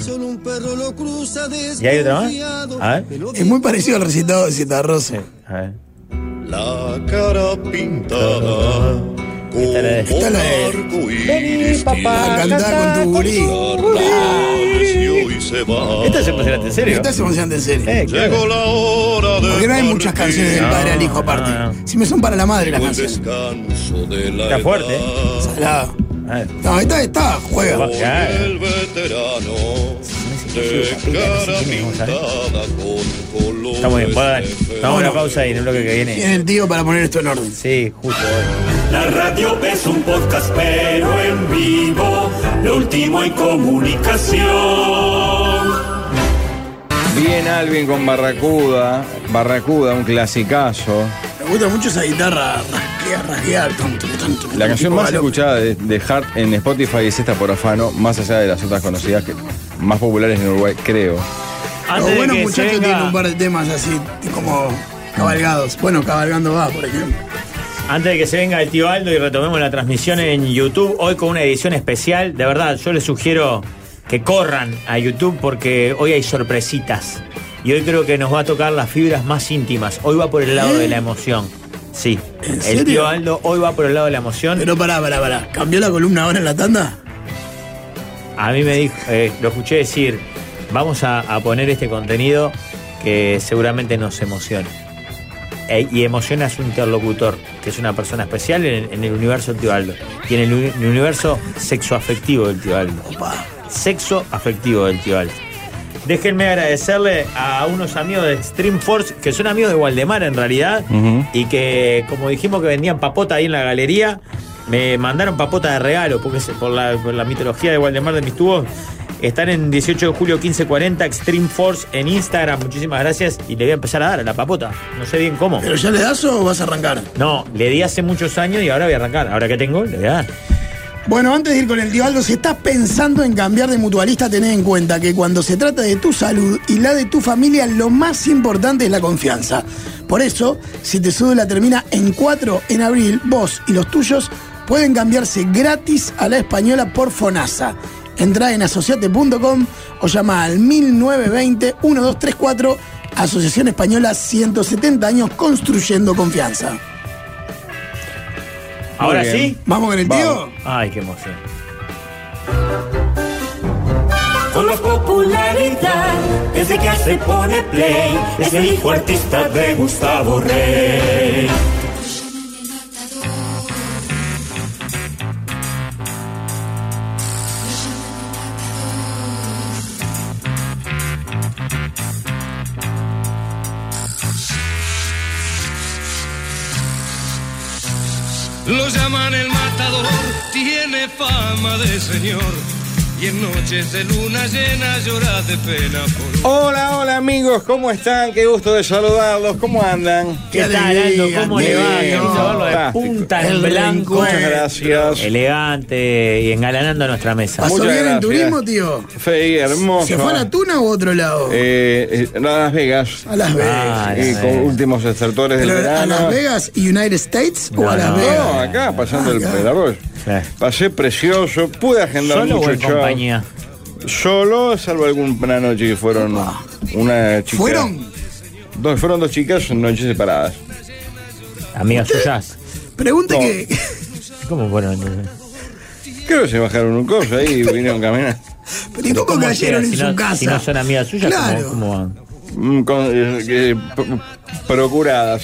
¿Y hay otra más? A ver. Es muy parecido al recitado de Cita Rosa. A ver. La cara pintada Esta es la de papá, cantá con tu gurí. y se va. Este Esta es emocionante, en serio. Esta Este es emocionante, en serio. Eh, Llegó la hora de Porque no hay muchas canciones del padre al hijo aparte. Si me son para la madre las Llegó el canciones. descanso de la Está fuerte, eh. edad. Salado. Ah. No, esta está, juega. Con el veterano de cara pintada con colores Estamos bien, bueno, dale. de Vamos a una pausa y en el bloque que viene. Tiene el tío para poner esto en orden. Sí, justo La radio es un podcast, pero en vivo, lo último en comunicación. Bien Alvin con Barracuda. Barracuda, un clasicazo. Me gusta mucho esa guitarra rasquear, rasquear, tanto, tanto. La canción más escuchada de, de Hart en Spotify es esta por afano, más allá de las otras conocidas que, más populares en Uruguay, creo. Los Antes buenos de que se muchachos venga- tienen un par de temas así, como cabalgados. Bueno, cabalgando va, por ejemplo. Antes de que se venga el tío Aldo y retomemos la transmisión en YouTube, hoy con una edición especial, de verdad, yo les sugiero que corran a YouTube porque hoy hay sorpresitas. Y hoy creo que nos va a tocar las fibras más íntimas. Hoy va por el lado de la emoción. Sí. El serio? tío Aldo hoy va por el lado de la emoción. Pero pará, pará, pará. ¿Cambió la columna ahora en la tanda? A mí me dijo, eh, lo escuché decir, vamos a, a poner este contenido que seguramente nos emociona. E- y emociona a su interlocutor, que es una persona especial en, en el universo del tío Aldo. Y en el, uni- en el universo sexoafectivo del tío Aldo. Sexo afectivo del tío Aldo. Déjenme agradecerle a unos amigos de Extreme Force, que son amigos de Waldemar en realidad, y que como dijimos que vendían papota ahí en la galería, me mandaron papota de regalo, porque se- por la, por la mitología de Waldemar de mis tubos. Están en 18 de julio 1540, Extreme Force en Instagram. Muchísimas gracias. Y le voy a empezar a dar a la papota. No sé bien cómo. ¿Pero ya le das o vas a arrancar? No, le di hace muchos años y ahora voy a arrancar. Ahora que tengo, le voy a dar. Bueno, antes de ir con el tío Aldo, si estás pensando en cambiar de mutualista, tened en cuenta que cuando se trata de tu salud y la de tu familia, lo más importante es la confianza. Por eso, si te la termina en 4 en abril, vos y los tuyos pueden cambiarse gratis a la española por FONASA. Entrá en asociate.com o llama al 1920-1234, Asociación Española 170 años construyendo confianza. ¿Ahora bien. sí? ¿Vamos con el tío? Ay, qué emoción. Con más popularidad, desde que se pone play, es el hijo artista de Gustavo Rey. Lo llaman el matador, tiene fama de señor. Y en noches de luna llena llora de pena por Hola, hola amigos, ¿cómo están? Qué gusto de saludarlos, ¿cómo andan? ¿Qué tal, Aldo? ¿Cómo le va? Qué gusto verlo de punta en blanco. Muchas gracias. Elegante y engalanando nuestra mesa. Pasó Muchas bien en gracias. turismo, tío? Fue hermoso. ¿Se fue a la tuna u otro lado? Eh, eh, a Las Vegas. A Las Vegas. Ah, y Las con Vegas. últimos extractores del Pero, verano. ¿A Las Vegas, United States o a Las Vegas? No, acá, pasando el, el arroyo. Pasé precioso, pude agendar Solo o mucho en show. compañía. Solo, salvo alguna noche que fueron una chica. ¿Fueron? Dos, fueron dos chicas en noches separadas. Amigas suyas. Pregunta No. que. ¿Cómo fueron? Creo que se bajaron un coche ahí y vinieron caminando. ¿Pero y cómo, ¿Cómo llega? cayeron en Si su no- casa? si no son amigas suyas, ¿cómo- claro. cómo van? Mm, con, eh, eh, p- procuradas.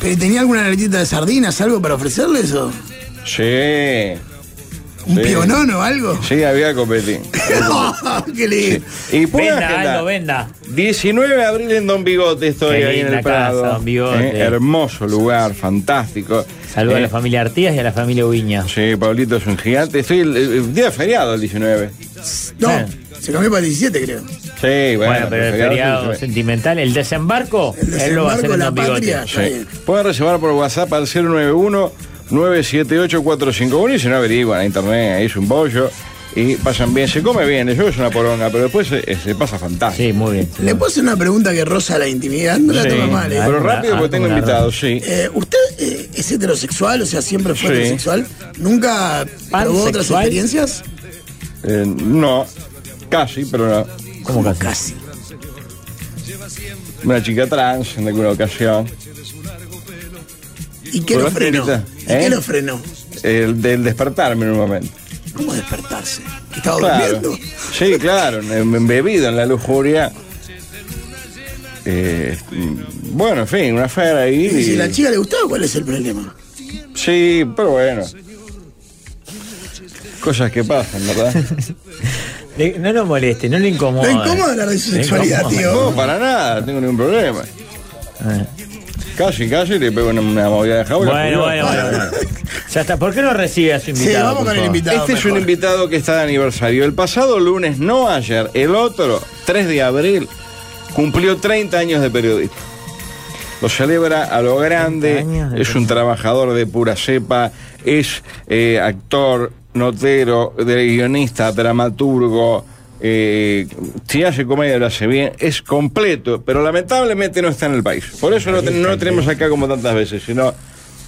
¿Pero tenía alguna naletita de sardinas, algo para ofrecerles o Sí. un Sí. pionón o algo? Oh, Sí, había copetín. ¡Qué lindo! Y pude Venda, agendar. Aldo, venda. 19 de abril en Don Bigote estoy Qué ahí en linda el Prado. casa, Don Bigote. Eh, hermoso lugar, fantástico. Saludos a la Eh, familia Artigas y a la familia Ubiña. Sí, Pablito es un gigante. Estoy el, el día de feriado, el 19. No, se cambió para el 17, creo. Sí, Eh. bueno, Ah. Bueno, pero el feriado sentimental, el desembarco, él lo va a hacer en Don Bigote. Sí. Pueden reservar por WhatsApp al 091 978 451 y si no averiguan a internet, ahí es un bollo y pasan bien, se come bien, yo es una poronga, pero después se, se pasa fantástico. Sí, muy bien. Le puedo hacer una pregunta que roza la intimidad, no la toma mal. ¿eh? pero rápido porque tengo invitados, sí. Eh, ¿Usted eh, es heterosexual? O sea, siempre fue Sí. heterosexual. ¿Nunca probó otras ¿Pansexual? experiencias? Eh, no, casi, pero no. ¿Cómo casi? Una chica trans en alguna ocasión. ¿Y qué ¿Por lo qué frenó? grita? ¿Y ¿Eh? qué lo frenó? El del despertarme en un momento. ¿Cómo despertarse? ¿Que ¿Estaba Claro. durmiendo? Sí, claro, em- embebido en la lujuria. Eh, mm, bueno, en fin, una fera ahí. Y si la chica le gustaba, ¿cuál es el problema? Sí, pero bueno. Cosas que pasan, ¿verdad? Le- No lo moleste, no le incomode. No incómodo hablar de su No sexualidad, incomode. tío. No, para nada, no tengo ningún problema. Casi, casi le pego una, una movida de jaula. Ah. Bueno, puló. bueno, bueno, bueno. Ya está, ¿por qué no recibe a su invitado? por favor? Este es un invitado que está de aniversario. El pasado lunes, no ayer, el otro, 3 de abril, cumplió 30 años de periodista. Lo celebra a lo grande, es un trabajador de pura cepa, es eh, actor, notero, de guionista, dramaturgo. eh, si hace comedia lo hace bien, es completo, pero lamentablemente no está en el país. Por eso no, ten- no lo tenemos acá como tantas veces, sino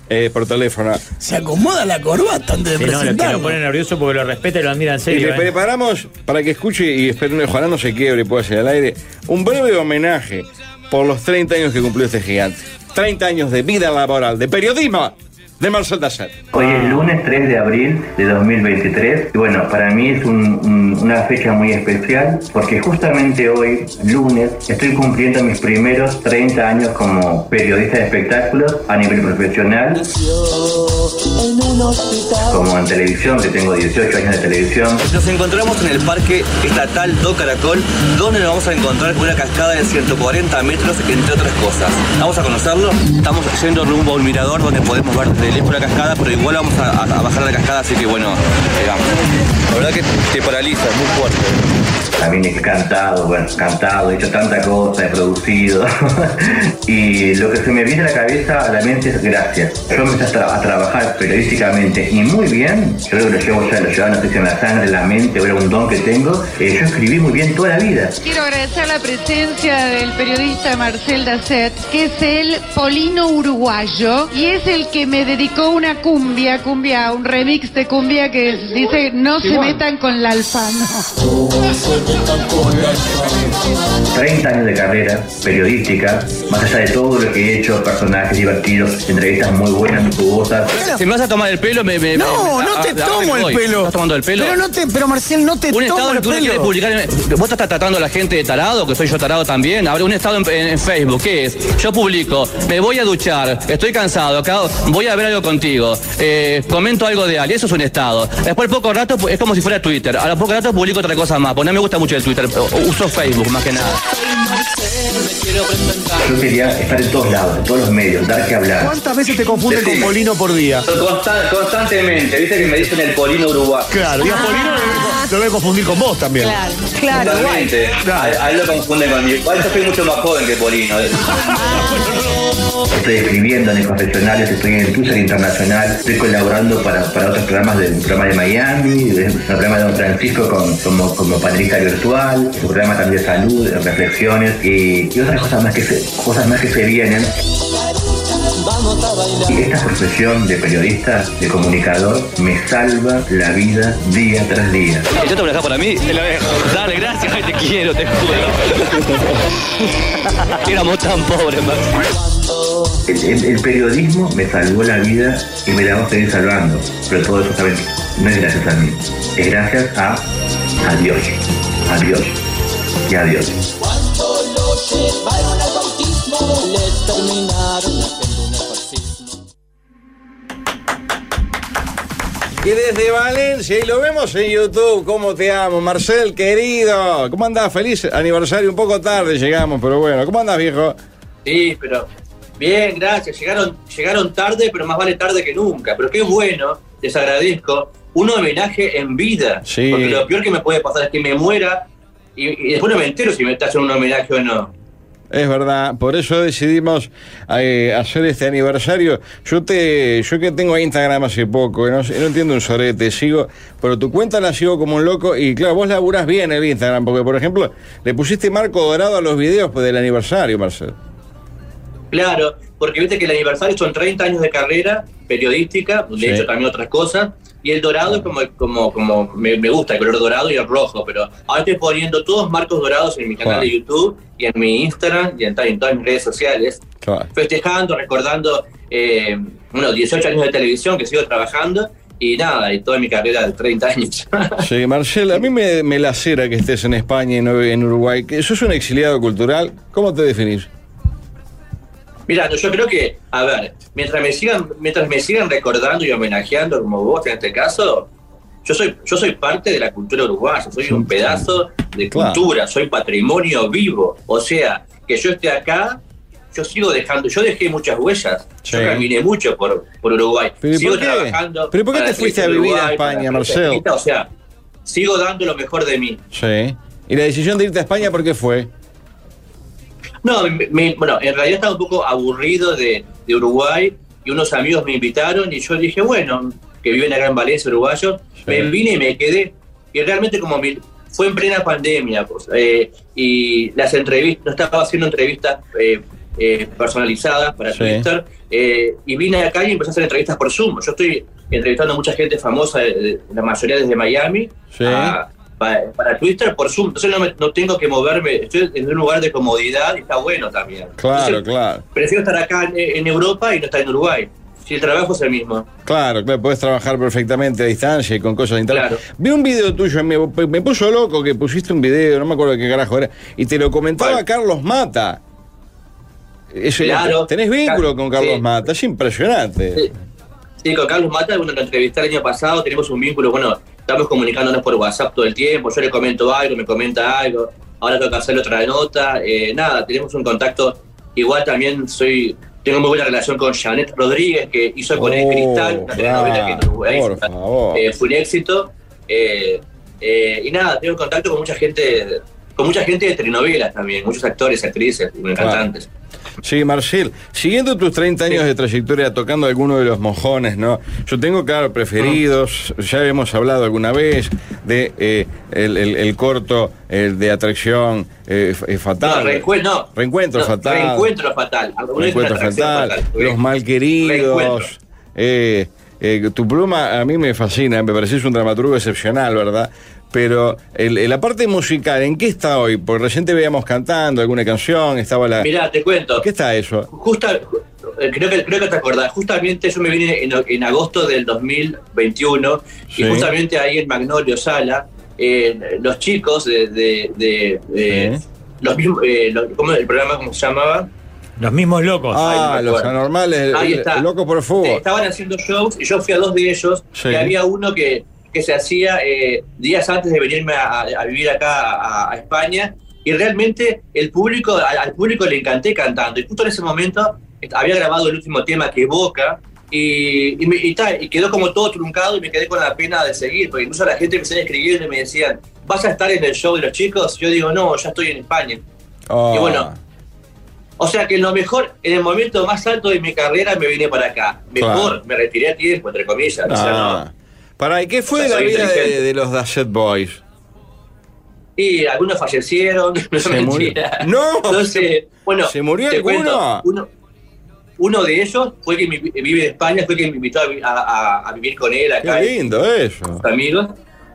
eh, por teléfono. Se acomoda la corbata antes de Sí, no, los que lo presentarlo. ponen nervioso porque lo respeta y lo admira en Y serio. le ¿eh? preparamos para que escuche y espero, ojalá no se quiebre y pueda ser al aire, un breve homenaje por los 30 años que cumplió este gigante. 30 años de vida laboral, de periodismo, de Marcel Dasset. Hoy es lunes 3 de abril de 2023 y bueno, para mí es un- un- una fecha muy especial porque justamente hoy, lunes, estoy cumpliendo mis primeros 30 años como periodista de espectáculos a nivel profesional, En un hospital. como en televisión, que tengo 18 años de televisión. Nos encontramos en el Parque Estatal Do Caracol, donde nos vamos a encontrar con una cascada de 140 metros, entre otras cosas. Vamos a conocerlo. Estamos yendo rumbo a un mirador donde podemos ver de lejos la cascada, pero igual vamos a, a- a bajar la cascada, así que bueno, eh, vamos. La verdad que te paraliza, es muy fuerte. También he cantado, bueno, cantado, he hecho tanta cosa, he producido. y lo que se me viene a la cabeza, a la mente es gracias. Yo empecé a, tra- a trabajar periodísticamente y muy bien. Yo creo que lo llevo ya, lo llevo, no sé si en la sangre, en la mente, o era un don que tengo. Eh, yo escribí muy bien toda la vida. Quiero agradecer la presencia del periodista Marcel Dacet, que es el polino uruguayo y es el que me dedicó una cumbia, cumbia, un remix de cumbia que dice no se metan con la alfano. 30 años de carrera periodística, más allá de todo lo que he hecho, personajes divertidos, entrevistas muy buenas, muy jugosas. Si me vas a tomar el pelo, me. me- No, me- no te ah, ah, tomo me el voy. pelo. ¿Estás tomando el pelo? Pero no te, pero Marcel, no te un estado el en Twitter pelo. quiere publicar. Vos estás tratando a la gente de tarado, que soy yo tarado también. Habrá un estado en, en- en Facebook, ¿qué es? Yo publico, me voy a duchar, estoy cansado, acá voy a ver algo contigo, eh, comento algo de Ali, eso es un estado. Después poco rato pu- es como si fuera Twitter. eh, A los pocos rato publico otra cosa más, poner me gusta gusta mucho el Twitter. o- Uso Facebook más que nada. Yo quería estar en todos lados, en todos los medios, dar que hablar. ¿Cuántas veces te confunden con Decime. Polino por día? Consta- constantemente, viste que me dicen el polino uruguayo. Claro, y a Polino lo- lo voy a confundir con vos también. Claro, claro, Totalmente. A, a él lo confunden conmigo. Igual yo soy mucho más joven que Polino. ¿eh? Estoy escribiendo en el confesional, estoy en el Twitter Internacional, estoy colaborando para, para otros programas del programa de Miami, del programa de Don Francisco con, como, como panelista virtual, su programa también de salud, de reflexiones y, y otras cosas más que se, cosas más que se vienen. Y esta profesión de periodista, de comunicador, me salva la vida día tras día. Si yo te acá para mí, te lo dejo. Dale, gracias, te quiero, te juro. Éramos tan pobres, Max. El, el- el periodismo me salvó la vida y me la va a seguir salvando. Pero todo eso, ¿saben? No es gracias a mí. Es gracias a, a Dios. A Dios. Y a Dios. Y desde Valencia, y lo vemos en YouTube, ¿cómo te amo? Marcel, querido, ¿cómo andás? Feliz aniversario, un poco tarde llegamos, pero bueno, ¿cómo andás, viejo? Sí, pero bien, gracias. Llegaron, llegaron tarde, pero más vale tarde que nunca. Pero qué bueno, les agradezco. Un homenaje en vida. Sí. Porque lo peor que me puede pasar es que me muera y, y después no me entero si me está haciendo un homenaje o no. Es verdad, por eso decidimos eh, hacer este aniversario. Yo te, yo que tengo Instagram hace poco, y no, sé- no entiendo un sorete, sigo, pero tu cuenta la sigo como un loco y claro, vos laburás bien el Instagram, porque por ejemplo, le pusiste marco dorado a los videos pues, del aniversario, Marcel. Claro, porque viste que el aniversario son 30 años de carrera periodística, de Sí. hecho también otras cosas, y el dorado es como, como, como me, me gusta el color dorado y el rojo, pero ahora estoy poniendo todos marcos dorados en mi canal Claro. de YouTube y en mi Instagram y en, ta- en todas mis redes sociales, Claro. festejando, recordando, eh, bueno, 18 años de televisión que sigo trabajando y nada, y toda mi carrera de 30 años. Sí, Marcel, a mí me, me lacera que estés en España y no en Uruguay, que sos un exiliado cultural, ¿cómo te definís? Mira, yo creo que, a ver, mientras me sigan, mientras me sigan recordando y homenajeando como vos en este caso, yo soy, yo soy parte de la cultura uruguaya, soy un pedazo de Claro. cultura, soy patrimonio vivo. O sea, que yo esté acá, yo sigo dejando, yo dejé muchas huellas, yo Sí. caminé mucho por, por Uruguay, Pero, ¿y sigo por qué? trabajando. ¿Pero por qué para te la fuiste a televisión de vivir a Uruguay, para España, la prensa Marcelo? escrita, O sea, sigo dando lo mejor de mí. Sí. ¿Y la decisión de irte a España por qué fue? No, me- me- bueno, en realidad estaba un poco aburrido de, de Uruguay y unos amigos me invitaron y yo dije, bueno, que viven acá en Valencia, uruguayos, me vine y me quedé. Y realmente como mi- fue en plena pandemia pues, eh, y las entrevistas, no estaba haciendo entrevistas eh, eh, personalizadas para Sí. Twitter eh, y vine acá y empecé a hacer entrevistas por Zoom. Yo estoy entrevistando a mucha gente famosa, eh, de- de- la mayoría desde Miami, Sí. Ah, a- Ah, para, para Twitter por Zoom. Entonces no, me- no tengo que moverme. Estoy en un lugar de comodidad y está bueno también. Claro, Entonces, claro. Prefiero estar acá en, en Europa y no estar en Uruguay. Si el trabajo es el mismo. Claro, claro, podés trabajar perfectamente a distancia y con cosas de internet. Claro. Vi un video tuyo, me, me puso loco que pusiste un video, no me acuerdo qué carajo era, y te lo comentaba Carlos Mata. Eso, Claro. Tenés vínculo con Carlos Sí. Mata, es impresionante. Sí. Sí, con Carlos Mata, bueno, lo entrevisté el año pasado, tenemos un vínculo, bueno, estamos comunicándonos por WhatsApp todo el tiempo, yo le comento algo, me comenta algo, ahora tengo que hacerle otra nota, eh, nada, tenemos un contacto, igual también soy, tengo muy buena relación con Janet Rodríguez, que hizo con el Oh, Cristal, una telenovela que en Uruguay Por favor. eh, fue un éxito, eh, eh, y nada, tengo contacto con mucha gente, con mucha gente de telenovelas también, muchos actores, actrices, Ah, cantantes. Sí, Marcel, siguiendo tus 30 años de trayectoria tocando alguno de los mojones, ¿no? Yo tengo, claro, preferidos, ya hemos hablado alguna vez de eh, el, el- el corto el de atracción eh, f- eh, fatal. No, reencuen- no. Reencuentro No, fatal. Reencuentro fatal. Alguna vez Reencuentro una atracción fatal, fatal. Los Reencuentro. malqueridos. eh, eh, tu pluma a mí me fascina, me pareces un dramaturgo excepcional, ¿verdad? Pero el- el- la parte musical, ¿en qué está hoy? Porque recién te veíamos cantando alguna canción, estaba la... Mirá, te cuento. ¿Qué está eso? Justa, eh, creo, que, creo que te acordás. Justamente yo me vine en, en agosto del 2021 Sí. y justamente ahí en Magnolio Sala, eh, los chicos de... de- de- de- los mismos, eh, los- ¿cómo el programa cómo se llamaba? Los mismos locos. Ah, Ay, no me los acuerdo. anormales, Ahí el- está. el loco por fútbol. Estaban haciendo shows y yo fui a dos de ellos Sí. y había uno que, que se hacía eh, días antes de venirme a, a vivir acá a, a España. Y realmente el público, al, al público le encanté cantando. Y justo en ese momento est- había grabado el último tema que evoca. Y, y me- y tal, y quedó como todo truncado y me quedé con la pena de seguir. Porque incluso la gente me estaba escribiendo y me decían, ¿vas a estar en el show de los chicos? Yo digo, no, ya estoy en España. Ah, Y bueno, o sea que en lo mejor, en el momento más alto de mi carrera me vine para acá. Mejor, Claro. me retiré a tiempo, entre comillas. o sea, no. Ah. Pará, ¿y qué fue de Yo la soy vida de, inteligente. de los Dashet Boys? Y algunos fallecieron. Se mentira. murió. No. Entonces, bueno, ¿Se murió te alguno? cuento, uno, uno de ellos fue que me- vive en España, fue que me invitó a, vi- a- a- a vivir con él acá. Qué lindo eso. sus amigos.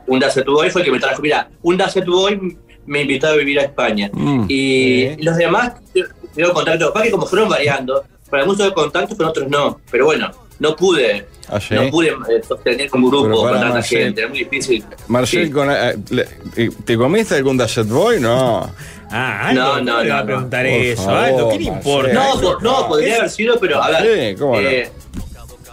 Un Dasset Boy fue el que me trajo. Mira, un Dasset Boy me invitó a vivir a España. Mm. Y los demás, tengo contactos. Capaz que como fueron variando, para muchos de contactos, con otros no. Pero bueno, no pude. Ah, sí. No pude eh, sostener como Pero grupo para con tanta Marcel. gente, era muy difícil. Marcel, Sí. con, eh, le- ¿te comiste algún Dashet Boy? No. Ah, No, no, no, no. preguntar Por eso, favor, Aldo, ¿qué le Marcelo. importa? No, po- no, podría haber sido, pero a ver. Sí, cómo no. eh,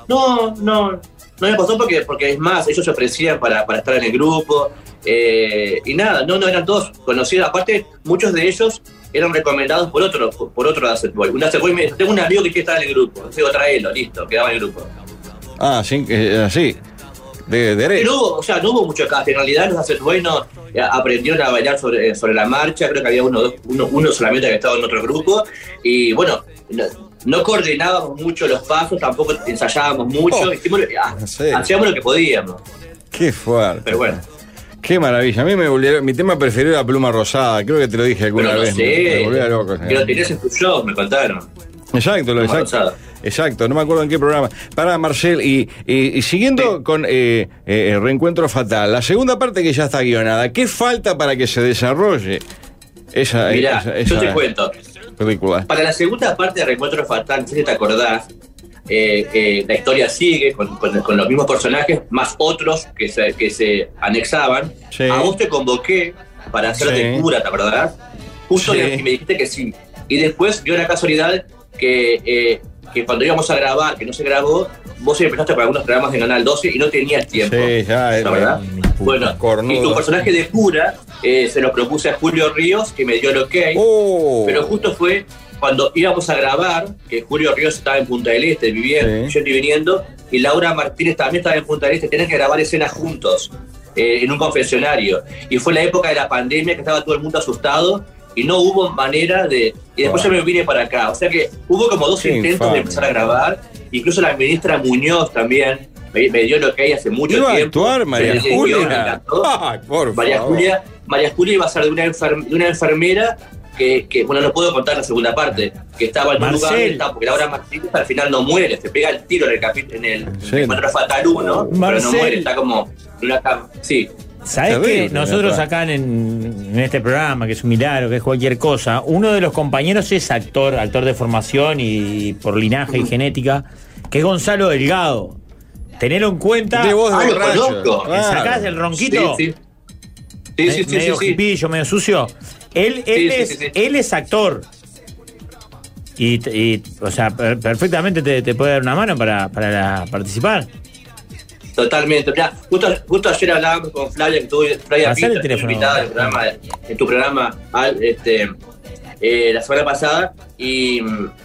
no, no, no me pasó porque, porque es más, ellos se ofrecían para, para estar en el grupo. eh, y nada, no, no eran todos conocidos. Aparte, muchos de ellos eran recomendados por otro, por otro Dacet Boy. Un Dacet Boy me dijo, tengo un amigo que quiere estar en el grupo. Entonces digo, traelo, listo, quedaba en el grupo. Ah, sí, eh, así. De Pero derecho. hubo, o sea, no hubo mucho casting. En realidad, los Acet Boy no eh, aprendieron a bailar sobre, eh, sobre la marcha. Creo que había uno, dos- uno, uno solamente que estaba en otro grupo. Y bueno, no, no coordinábamos mucho los pasos, tampoco ensayábamos Oh, mucho. Hicimos lo- ah, hacíamos lo que podíamos. Qué fuerte. Pero bueno. Qué maravilla. A mí me volvieron. Mi tema preferido era Pluma Rosada. Creo que te lo dije alguna Pero no vez. sé. Me volvía loco. eh. Que lo tenías en tu show, me contaron. Exacto, lo Pluma exacto. Rosada. Exacto, no me acuerdo en qué programa. Para Marcel, y, y- y siguiendo con eh, eh, el Reencuentro Fatal, la segunda parte que ya está guionada, ¿qué falta para que se desarrolle esa, Mirá, Ah, esa- yo te esa cuento. película? Para la segunda parte de Reencuentro Fatal, no sé si te acordás, eh, eh, la historia sigue con, con- con los mismos personajes, más otros que se, que se anexaban. Sí. A vos te convoqué para hacerte Sí. cura, ¿te acordás? Justo Sí. y me dijiste que sí. Y después dio la casualidad que, eh, que cuando íbamos a grabar, que no se grabó, vos empezaste para algunos programas en Canal 12 y no tenías tiempo. Sí, ya eh, ¿La era- verdad? Bueno, y tu personaje de cura eh, se lo propuse a Julio Ríos, que me dio el ok. Oh. Pero justo fue cuando íbamos a grabar, que Julio Ríos estaba en Punta del Este viviendo, yo estoy viniendo, y Laura Martínez también estaba en Punta del Este, tenían que grabar escenas juntos eh, en un confesionario. Y fue la época de la pandemia que estaba todo el mundo asustado y no hubo manera de... Y después yo me vine para acá. O sea que hubo como dos Qué intentos infame. de empezar a grabar. Incluso la ministra Muñoz también me, me dio lo que hay hace mucho ¿Iba a tiempo. actuar María Me- me dio, Julia? me encantó. María favor. Julia, María Julia iba a ser de una, enfer- de una enfermera que, que, bueno, no puedo contar la segunda parte, que estaba en un lugar Marcel. donde está, porque Laura Martínez al final no muere, se pega el tiro en el capítulo, en el Sí. encuentro fatal 1, pero no Marcel. muere, está como en una cama. Sí. ¿Sabes Terrible, qué? Nosotros ¿verdad? acá en, en este programa, que es un milagro, que es cualquier cosa, uno de los compañeros es actor, actor de formación y por linaje y genética, que es Gonzalo Delgado. Tenerlo en cuenta. Tiene voz de Ah, lo borracho. conozco. ¿Le sacás Claro. el ronquito? Sí, sí. Sí, sí, sí, medio sí, sí. hipillo, medio sucio. Él, él, Sí, sí, es, sí, sí. él es actor. Y, y, o sea, per- perfectamente te, te puede dar una mano para, para la- participar. Totalmente. Mirá, justo, justo ayer hablábamos con Flavia, que tuvo Flavia Pasale el Pinto, teléfono. invitada en, el programa, en tu programa al, este, eh, la semana pasada, y,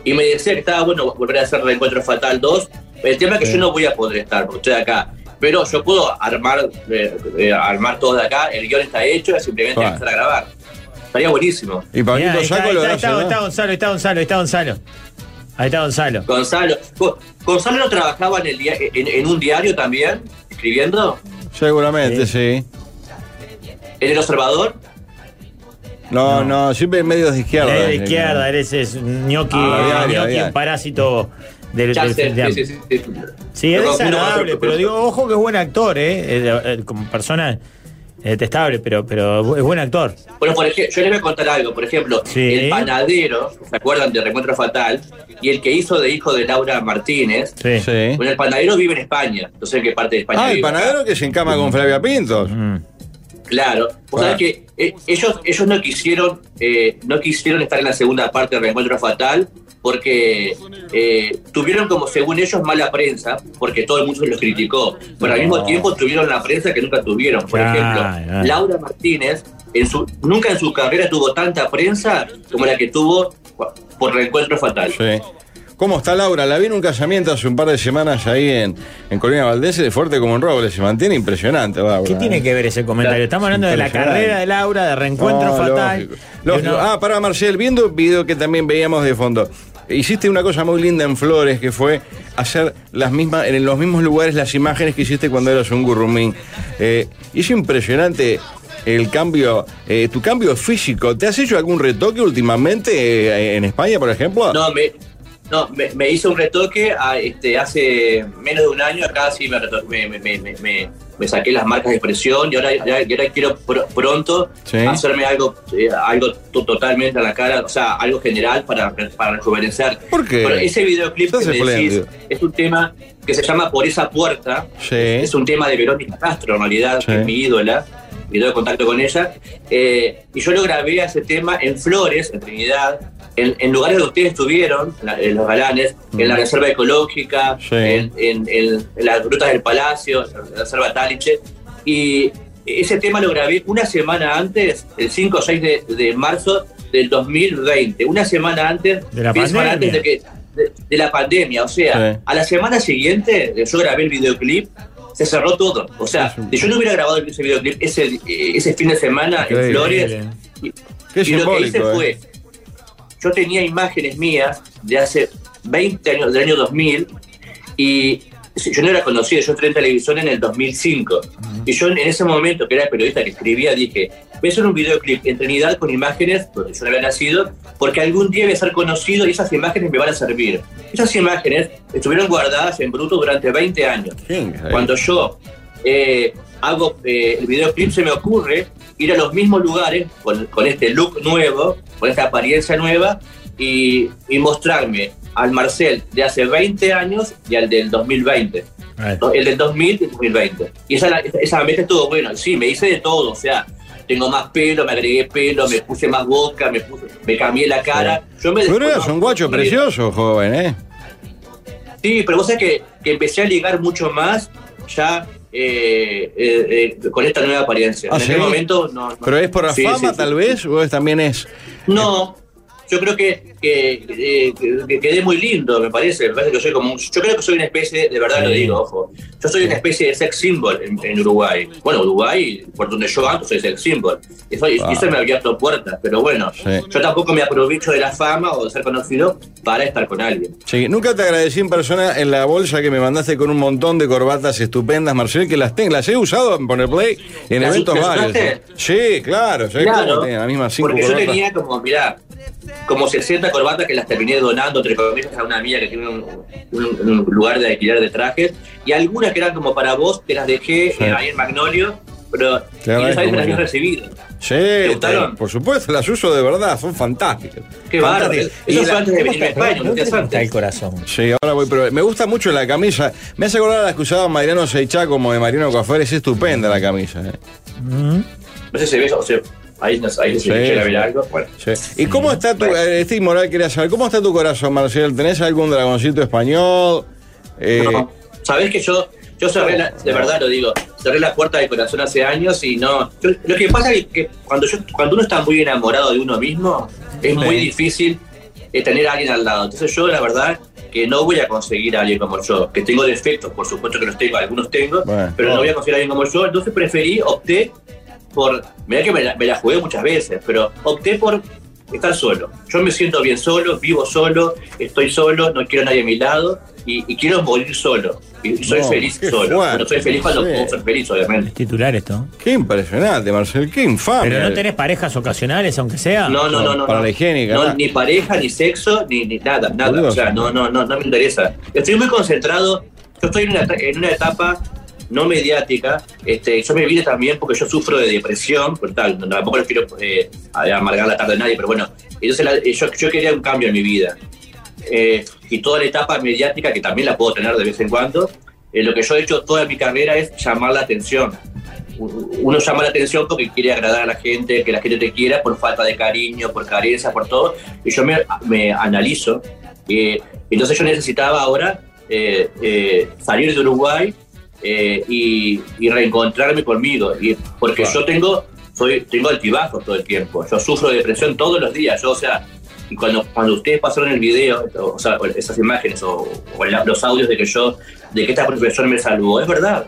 y me decía que estaba bueno volver a hacer Reencuentro Fatal 2. El tema es que yo no voy a poder estar, porque estoy acá. Pero yo puedo armar, eh, eh, armar todo de acá, el guión está hecho, es simplemente Claro. empezar a grabar. Estaría buenísimo. Y Mirá, Pablito ahí está, Saco ahí lo está, hace, ahí está, ¿no? ahí está Gonzalo, ahí está Gonzalo, ahí está Gonzalo. Ahí está Gonzalo. Gonzalo, Go- Gonzalo no trabajaba en, el dia- en, en un diario también, escribiendo, Seguramente, sí. en El Observador. No, no, siempre en medios de izquierda. Él es de Sí, izquierda, él es, es un ñoqui, Ah, diario, ñoqi, diario. un parásito del, del Ya sé, Frente Amplio. sí, sí, sí, sí. Sí, es Pero uno- desagradable, pero digo, ojo que es buen actor, ¿eh? Eh, eh, como persona eh, detestable, pero, pero es buen actor. Bueno, por ejemplo, yo les voy a contar algo. Por ejemplo, Sí. el panadero, ¿se acuerdan de Recuentro Fatal? Y el que hizo de hijo de Laura Martínez. Sí. Bueno, el panadero vive en España. No sé en qué parte de España Ah, el vive acá. panadero que se encama con Flavia Pintos. Claro. Vos Ah. sabés que eh, ellos, ellos no quisieron eh, no quisieron estar en la segunda parte de Reencuentro Fatal porque eh, tuvieron como según ellos mala prensa, porque todo el mundo los criticó, pero al No. mismo tiempo tuvieron la prensa que nunca tuvieron. Por Claro, ejemplo, claro. Laura Martínez en su, nunca en su carrera tuvo tanta prensa como la que tuvo por reencuentro fatal. ¿Cómo está Laura? La vi en un casamiento hace un par de semanas ahí en, en Colonia Valdés, de fuerte como un roble, se mantiene impresionante, Laura. ¿Qué tiene que ver ese comentario? Estamos hablando de la Impresionante. carrera de Laura, de reencuentro No, fatal. lógico. Lógico. de una- Ah, para Marcel, viendo un video que también veíamos de fondo. Hiciste una cosa muy linda en Flores, que fue hacer las mismas, en los mismos lugares las imágenes que hiciste cuando eras un gurrumín. Eh, y es impresionante el cambio, eh, tu cambio físico. ¿Te has hecho algún retoque últimamente eh, en España, por ejemplo? No, me, no, me, me hizo un retoque a, este, hace menos de un año, acá sí me, reto- me, me- me- me- me- me saqué las marcas de expresión y ahora, ya- ya quiero pro- pronto Sí. hacerme algo, eh, algo to- totalmente a la cara, o sea, algo general para, re- para rejuvenecer. ¿Por qué? Pero ese videoclip que Estás me decís espléndido. es un tema que se llama Por esa puerta, Sí. es un tema de Verónica Castro, en realidad, que es mi ídola, y tengo contacto con ella. Eh, y yo lo grabé a ese tema en Flores, en Trinidad, en, en lugares donde ustedes estuvieron, en la- en los galanes, en la Reserva Ecológica, Sí. en, en- en- en las Grutas del Palacio, en la Reserva Taliche. Y ese tema lo grabé una semana antes, el 5 o 6 de, de marzo del 2020, una semana antes, De la una semana pandemia. antes de que de, de la pandemia. O sea, Sí. a la semana siguiente eh, yo grabé el videoclip, se cerró todo. O sea, si yo no hubiera grabado ese videoclip ese, eh, ese fin de semana en Increíble. Flores, Qué y, y lo que hice simbólico, fue, eh. yo tenía imágenes mías de hace 20 años, del año 2000, y si- yo no era conocido, yo entré en televisión en el 2005. Y yo en ese momento, que era periodista que escribía, dije, voy a hacer un videoclip en Trinidad con imágenes, donde yo no había nacido, porque algún día voy a ser conocido y esas imágenes me van a servir. Esas imágenes estuvieron guardadas en bruto durante 20 años. Cuando yo eh, hago eh, el videoclip, se me ocurre ir a los mismos lugares con, con este look nuevo, con esta apariencia nueva y, y mostrarme al Marcel de hace 20 años y al del 2020. El del 2000 y el 2020. Y esa, la- esa meta estuvo bueno. Sí, me hice de todo. O sea, tengo más pelo, me agregué pelo, me puse más boca, me, puse- me cambié la cara. Yo me Pero eras un guacho precioso, joven, ¿eh? Sí, pero vos sabés que, que empecé a ligar mucho más ya eh, eh, eh, con esta nueva apariencia. Ah, en aquel ¿sí? momento no. no. ¿Pero es por la Sí, fama, sí, sí. tal vez? ¿O es también es...? No, yo creo que, que, eh, que- que quedé muy lindo, me parece. Me parece que soy como un- yo creo que soy una especie, de verdad lo digo, ojo. Yo soy una especie de sex symbol en, en Uruguay. Bueno, Uruguay, por donde yo ando, soy sex symbol. Y eso, y Ah. eso me ha abierto puertas, pero bueno, yo tampoco me aprovecho de la fama o de ser conocido para estar con alguien. Sí, nunca te agradecí en persona en la bolsa que me mandaste con un montón de corbatas estupendas, Marcel, que las tengo, las he usado en Poner Play y en ¿Las- eventos las varios. usaste? Sí, claro, sí, Claro, claro, tenía las mismas cinco Porque yo corbatas. tenía como, mirá, como 60 corbatas que las terminé donando, entre comillas, a una amiga que tiene un, un- un lugar de alquiler de trajes. Y algunas que eran como para vos, te las dejé Sí. eh, ahí en Magnolio, pero y no agradezco sabés que las habías mucho. recibido. Sí, gustaron? por supuesto, las uso de verdad, son fantásticas. Qué bárbaro. Eso fue antes de venir a España, un día antes. el corazón. Sí, ahora voy, pero me gusta mucho la camisa. Me hace acordar a las que usaba Mariano Seichá como de Mariano Coafer, es estupenda la camisa. ¿eh? No sé si ves, o sea, ahí, no- ahí Sí, se llega a sí. ver algo. Bueno. Sí. ¿Y cómo está tu, eh, este inmoral quería saber, cómo está tu corazón, Marcel? ¿Tenés algún dragoncito español? Eh, No. Sabés que yo, yo cerré, la- de verdad lo digo, cerré la puerta del corazón hace años y no. yo- lo que pasa es que cuando, yo, cuando uno está muy enamorado de uno mismo, es muy difícil eh, tener a alguien al lado. Entonces yo, la verdad, que no voy a conseguir a alguien como yo, que tengo defectos, por supuesto que los tengo, algunos tengo, Bueno. pero no voy a conseguir a alguien como yo. Entonces preferí, opté por. Mirá que me la, me la jugué muchas veces, pero opté por estar solo. Yo me siento bien solo, vivo solo, estoy solo, no quiero a nadie a mi lado y, y quiero morir solo. Y soy No, feliz qué fuerte, solo. Bueno, soy feliz cuando sí. puedo ser feliz, obviamente. Titular esto. Qué impresionante, Marcel, qué infame. Pero no tenés parejas ocasionales, aunque sea. No, no, no, no. Para no. la higiénica, No, nada. ni pareja, ni sexo, ni, ni nada, nada. Boludo, o sea, sí. no, no, no, no me interesa. Estoy muy concentrado. Yo estoy en una, eta- en una etapa no mediática. Este, yo me vine también porque yo sufro de depresión, por tal, no- tampoco les quiero eh, amargar la tarde a nadie, pero bueno, entonces la- eh, yo, yo quería un cambio en mi vida. Eh, y toda la etapa mediática, que también la puedo tener de vez en cuando, eh, lo que yo he hecho toda mi carrera es llamar la atención uno llama la atención porque quiere agradar a la gente, que la gente te quiera por falta de cariño, por carencia, por todo. Y yo me, me analizo Y entonces yo necesitaba ahora eh, eh, salir de Uruguay eh, y, y reencontrarme conmigo. Y, porque yo tengo, soy, tengo altibajos todo el tiempo. Yo sufro de depresión todos los días. Yo, o sea, y cuando, cuando ustedes pasaron el video, o sea, o esas imágenes o, o la- los audios de que yo, de que esta profesión me salvó, es verdad.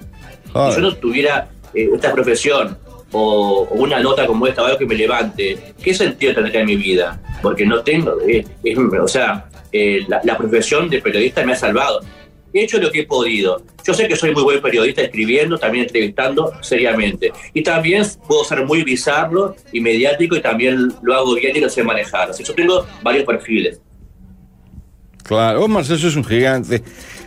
Joder. Si yo no tuviera eh, esta profesión o, o una nota como esta o algo que me levante, ¿qué sentido tendría en mi vida? Porque no tengo, eh, es- o sea, eh, la, la profesión de periodista me ha salvado. He hecho lo que he podido. Yo sé que soy muy buen periodista escribiendo, también entrevistando seriamente. Y también puedo ser muy bizarro y mediático y también lo hago bien y lo sé manejar. O sea, yo tengo varios perfiles. Claro, vos Marcelo sos un gigante.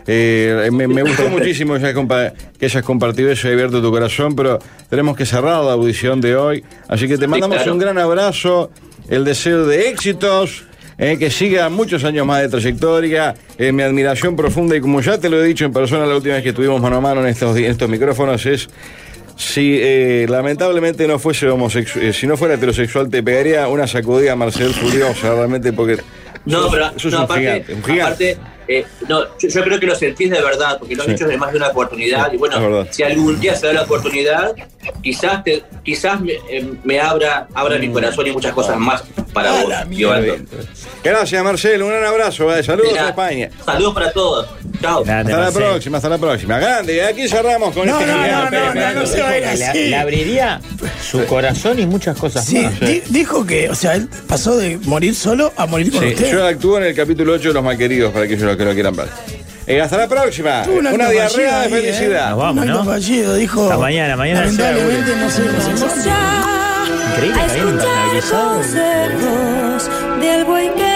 Eh, me, me gustó muchísimo que hayas, compa- que hayas compartido eso y abierto tu corazón, pero tenemos que cerrar la audición de hoy. Así que te mandamos claro. un gran abrazo, el deseo de éxitos, eh, que siga muchos años más de trayectoria, eh, mi admiración profunda y como ya te lo he dicho en persona la última vez que estuvimos mano a mano en estos, di- en estos micrófonos es... Si eh, lamentablemente no fuese homosexual, si no fuera heterosexual, te pegaría una sacudida a Marcel furiosa, realmente, porque. No, sos- pero sos no, un aparte, gigante, un gigante. aparte, eh, no, yo, yo creo que lo sentís de verdad, porque lo has Sí. hecho de más de una oportunidad. Sí, y es bueno, verdad. si algún día se da la oportunidad, quizás te, quizás me, eh, me abra, abra Mm. mi corazón y muchas cosas más para vos. Giovanni. Gracias, Marcelo. Un gran abrazo. eh. Saludos Mira, a España. Saludos para todos. Chao. hasta la próxima, hasta la próxima. Grande, y aquí cerramos con este gigante. Le abriría su corazón y muchas cosas Sí, más. eh. di- dijo que, o sea, él pasó de morir solo a morir con Sí, usted. yo actúo en el capítulo 8 de Los Malqueridos para aquellos que lo quieran ver. Eh, hasta la próxima. Tuvo un Una, acto diarrea de fallido ahí, ¿eh? felicidad. Nos vamos, Un acto ¿no? fallido, dijo. Hasta mañana, mañana sea, Lamentablemente no soy homosexual. Vamos ya Increíble, a está bien escuchar banalizado. consejos del buen que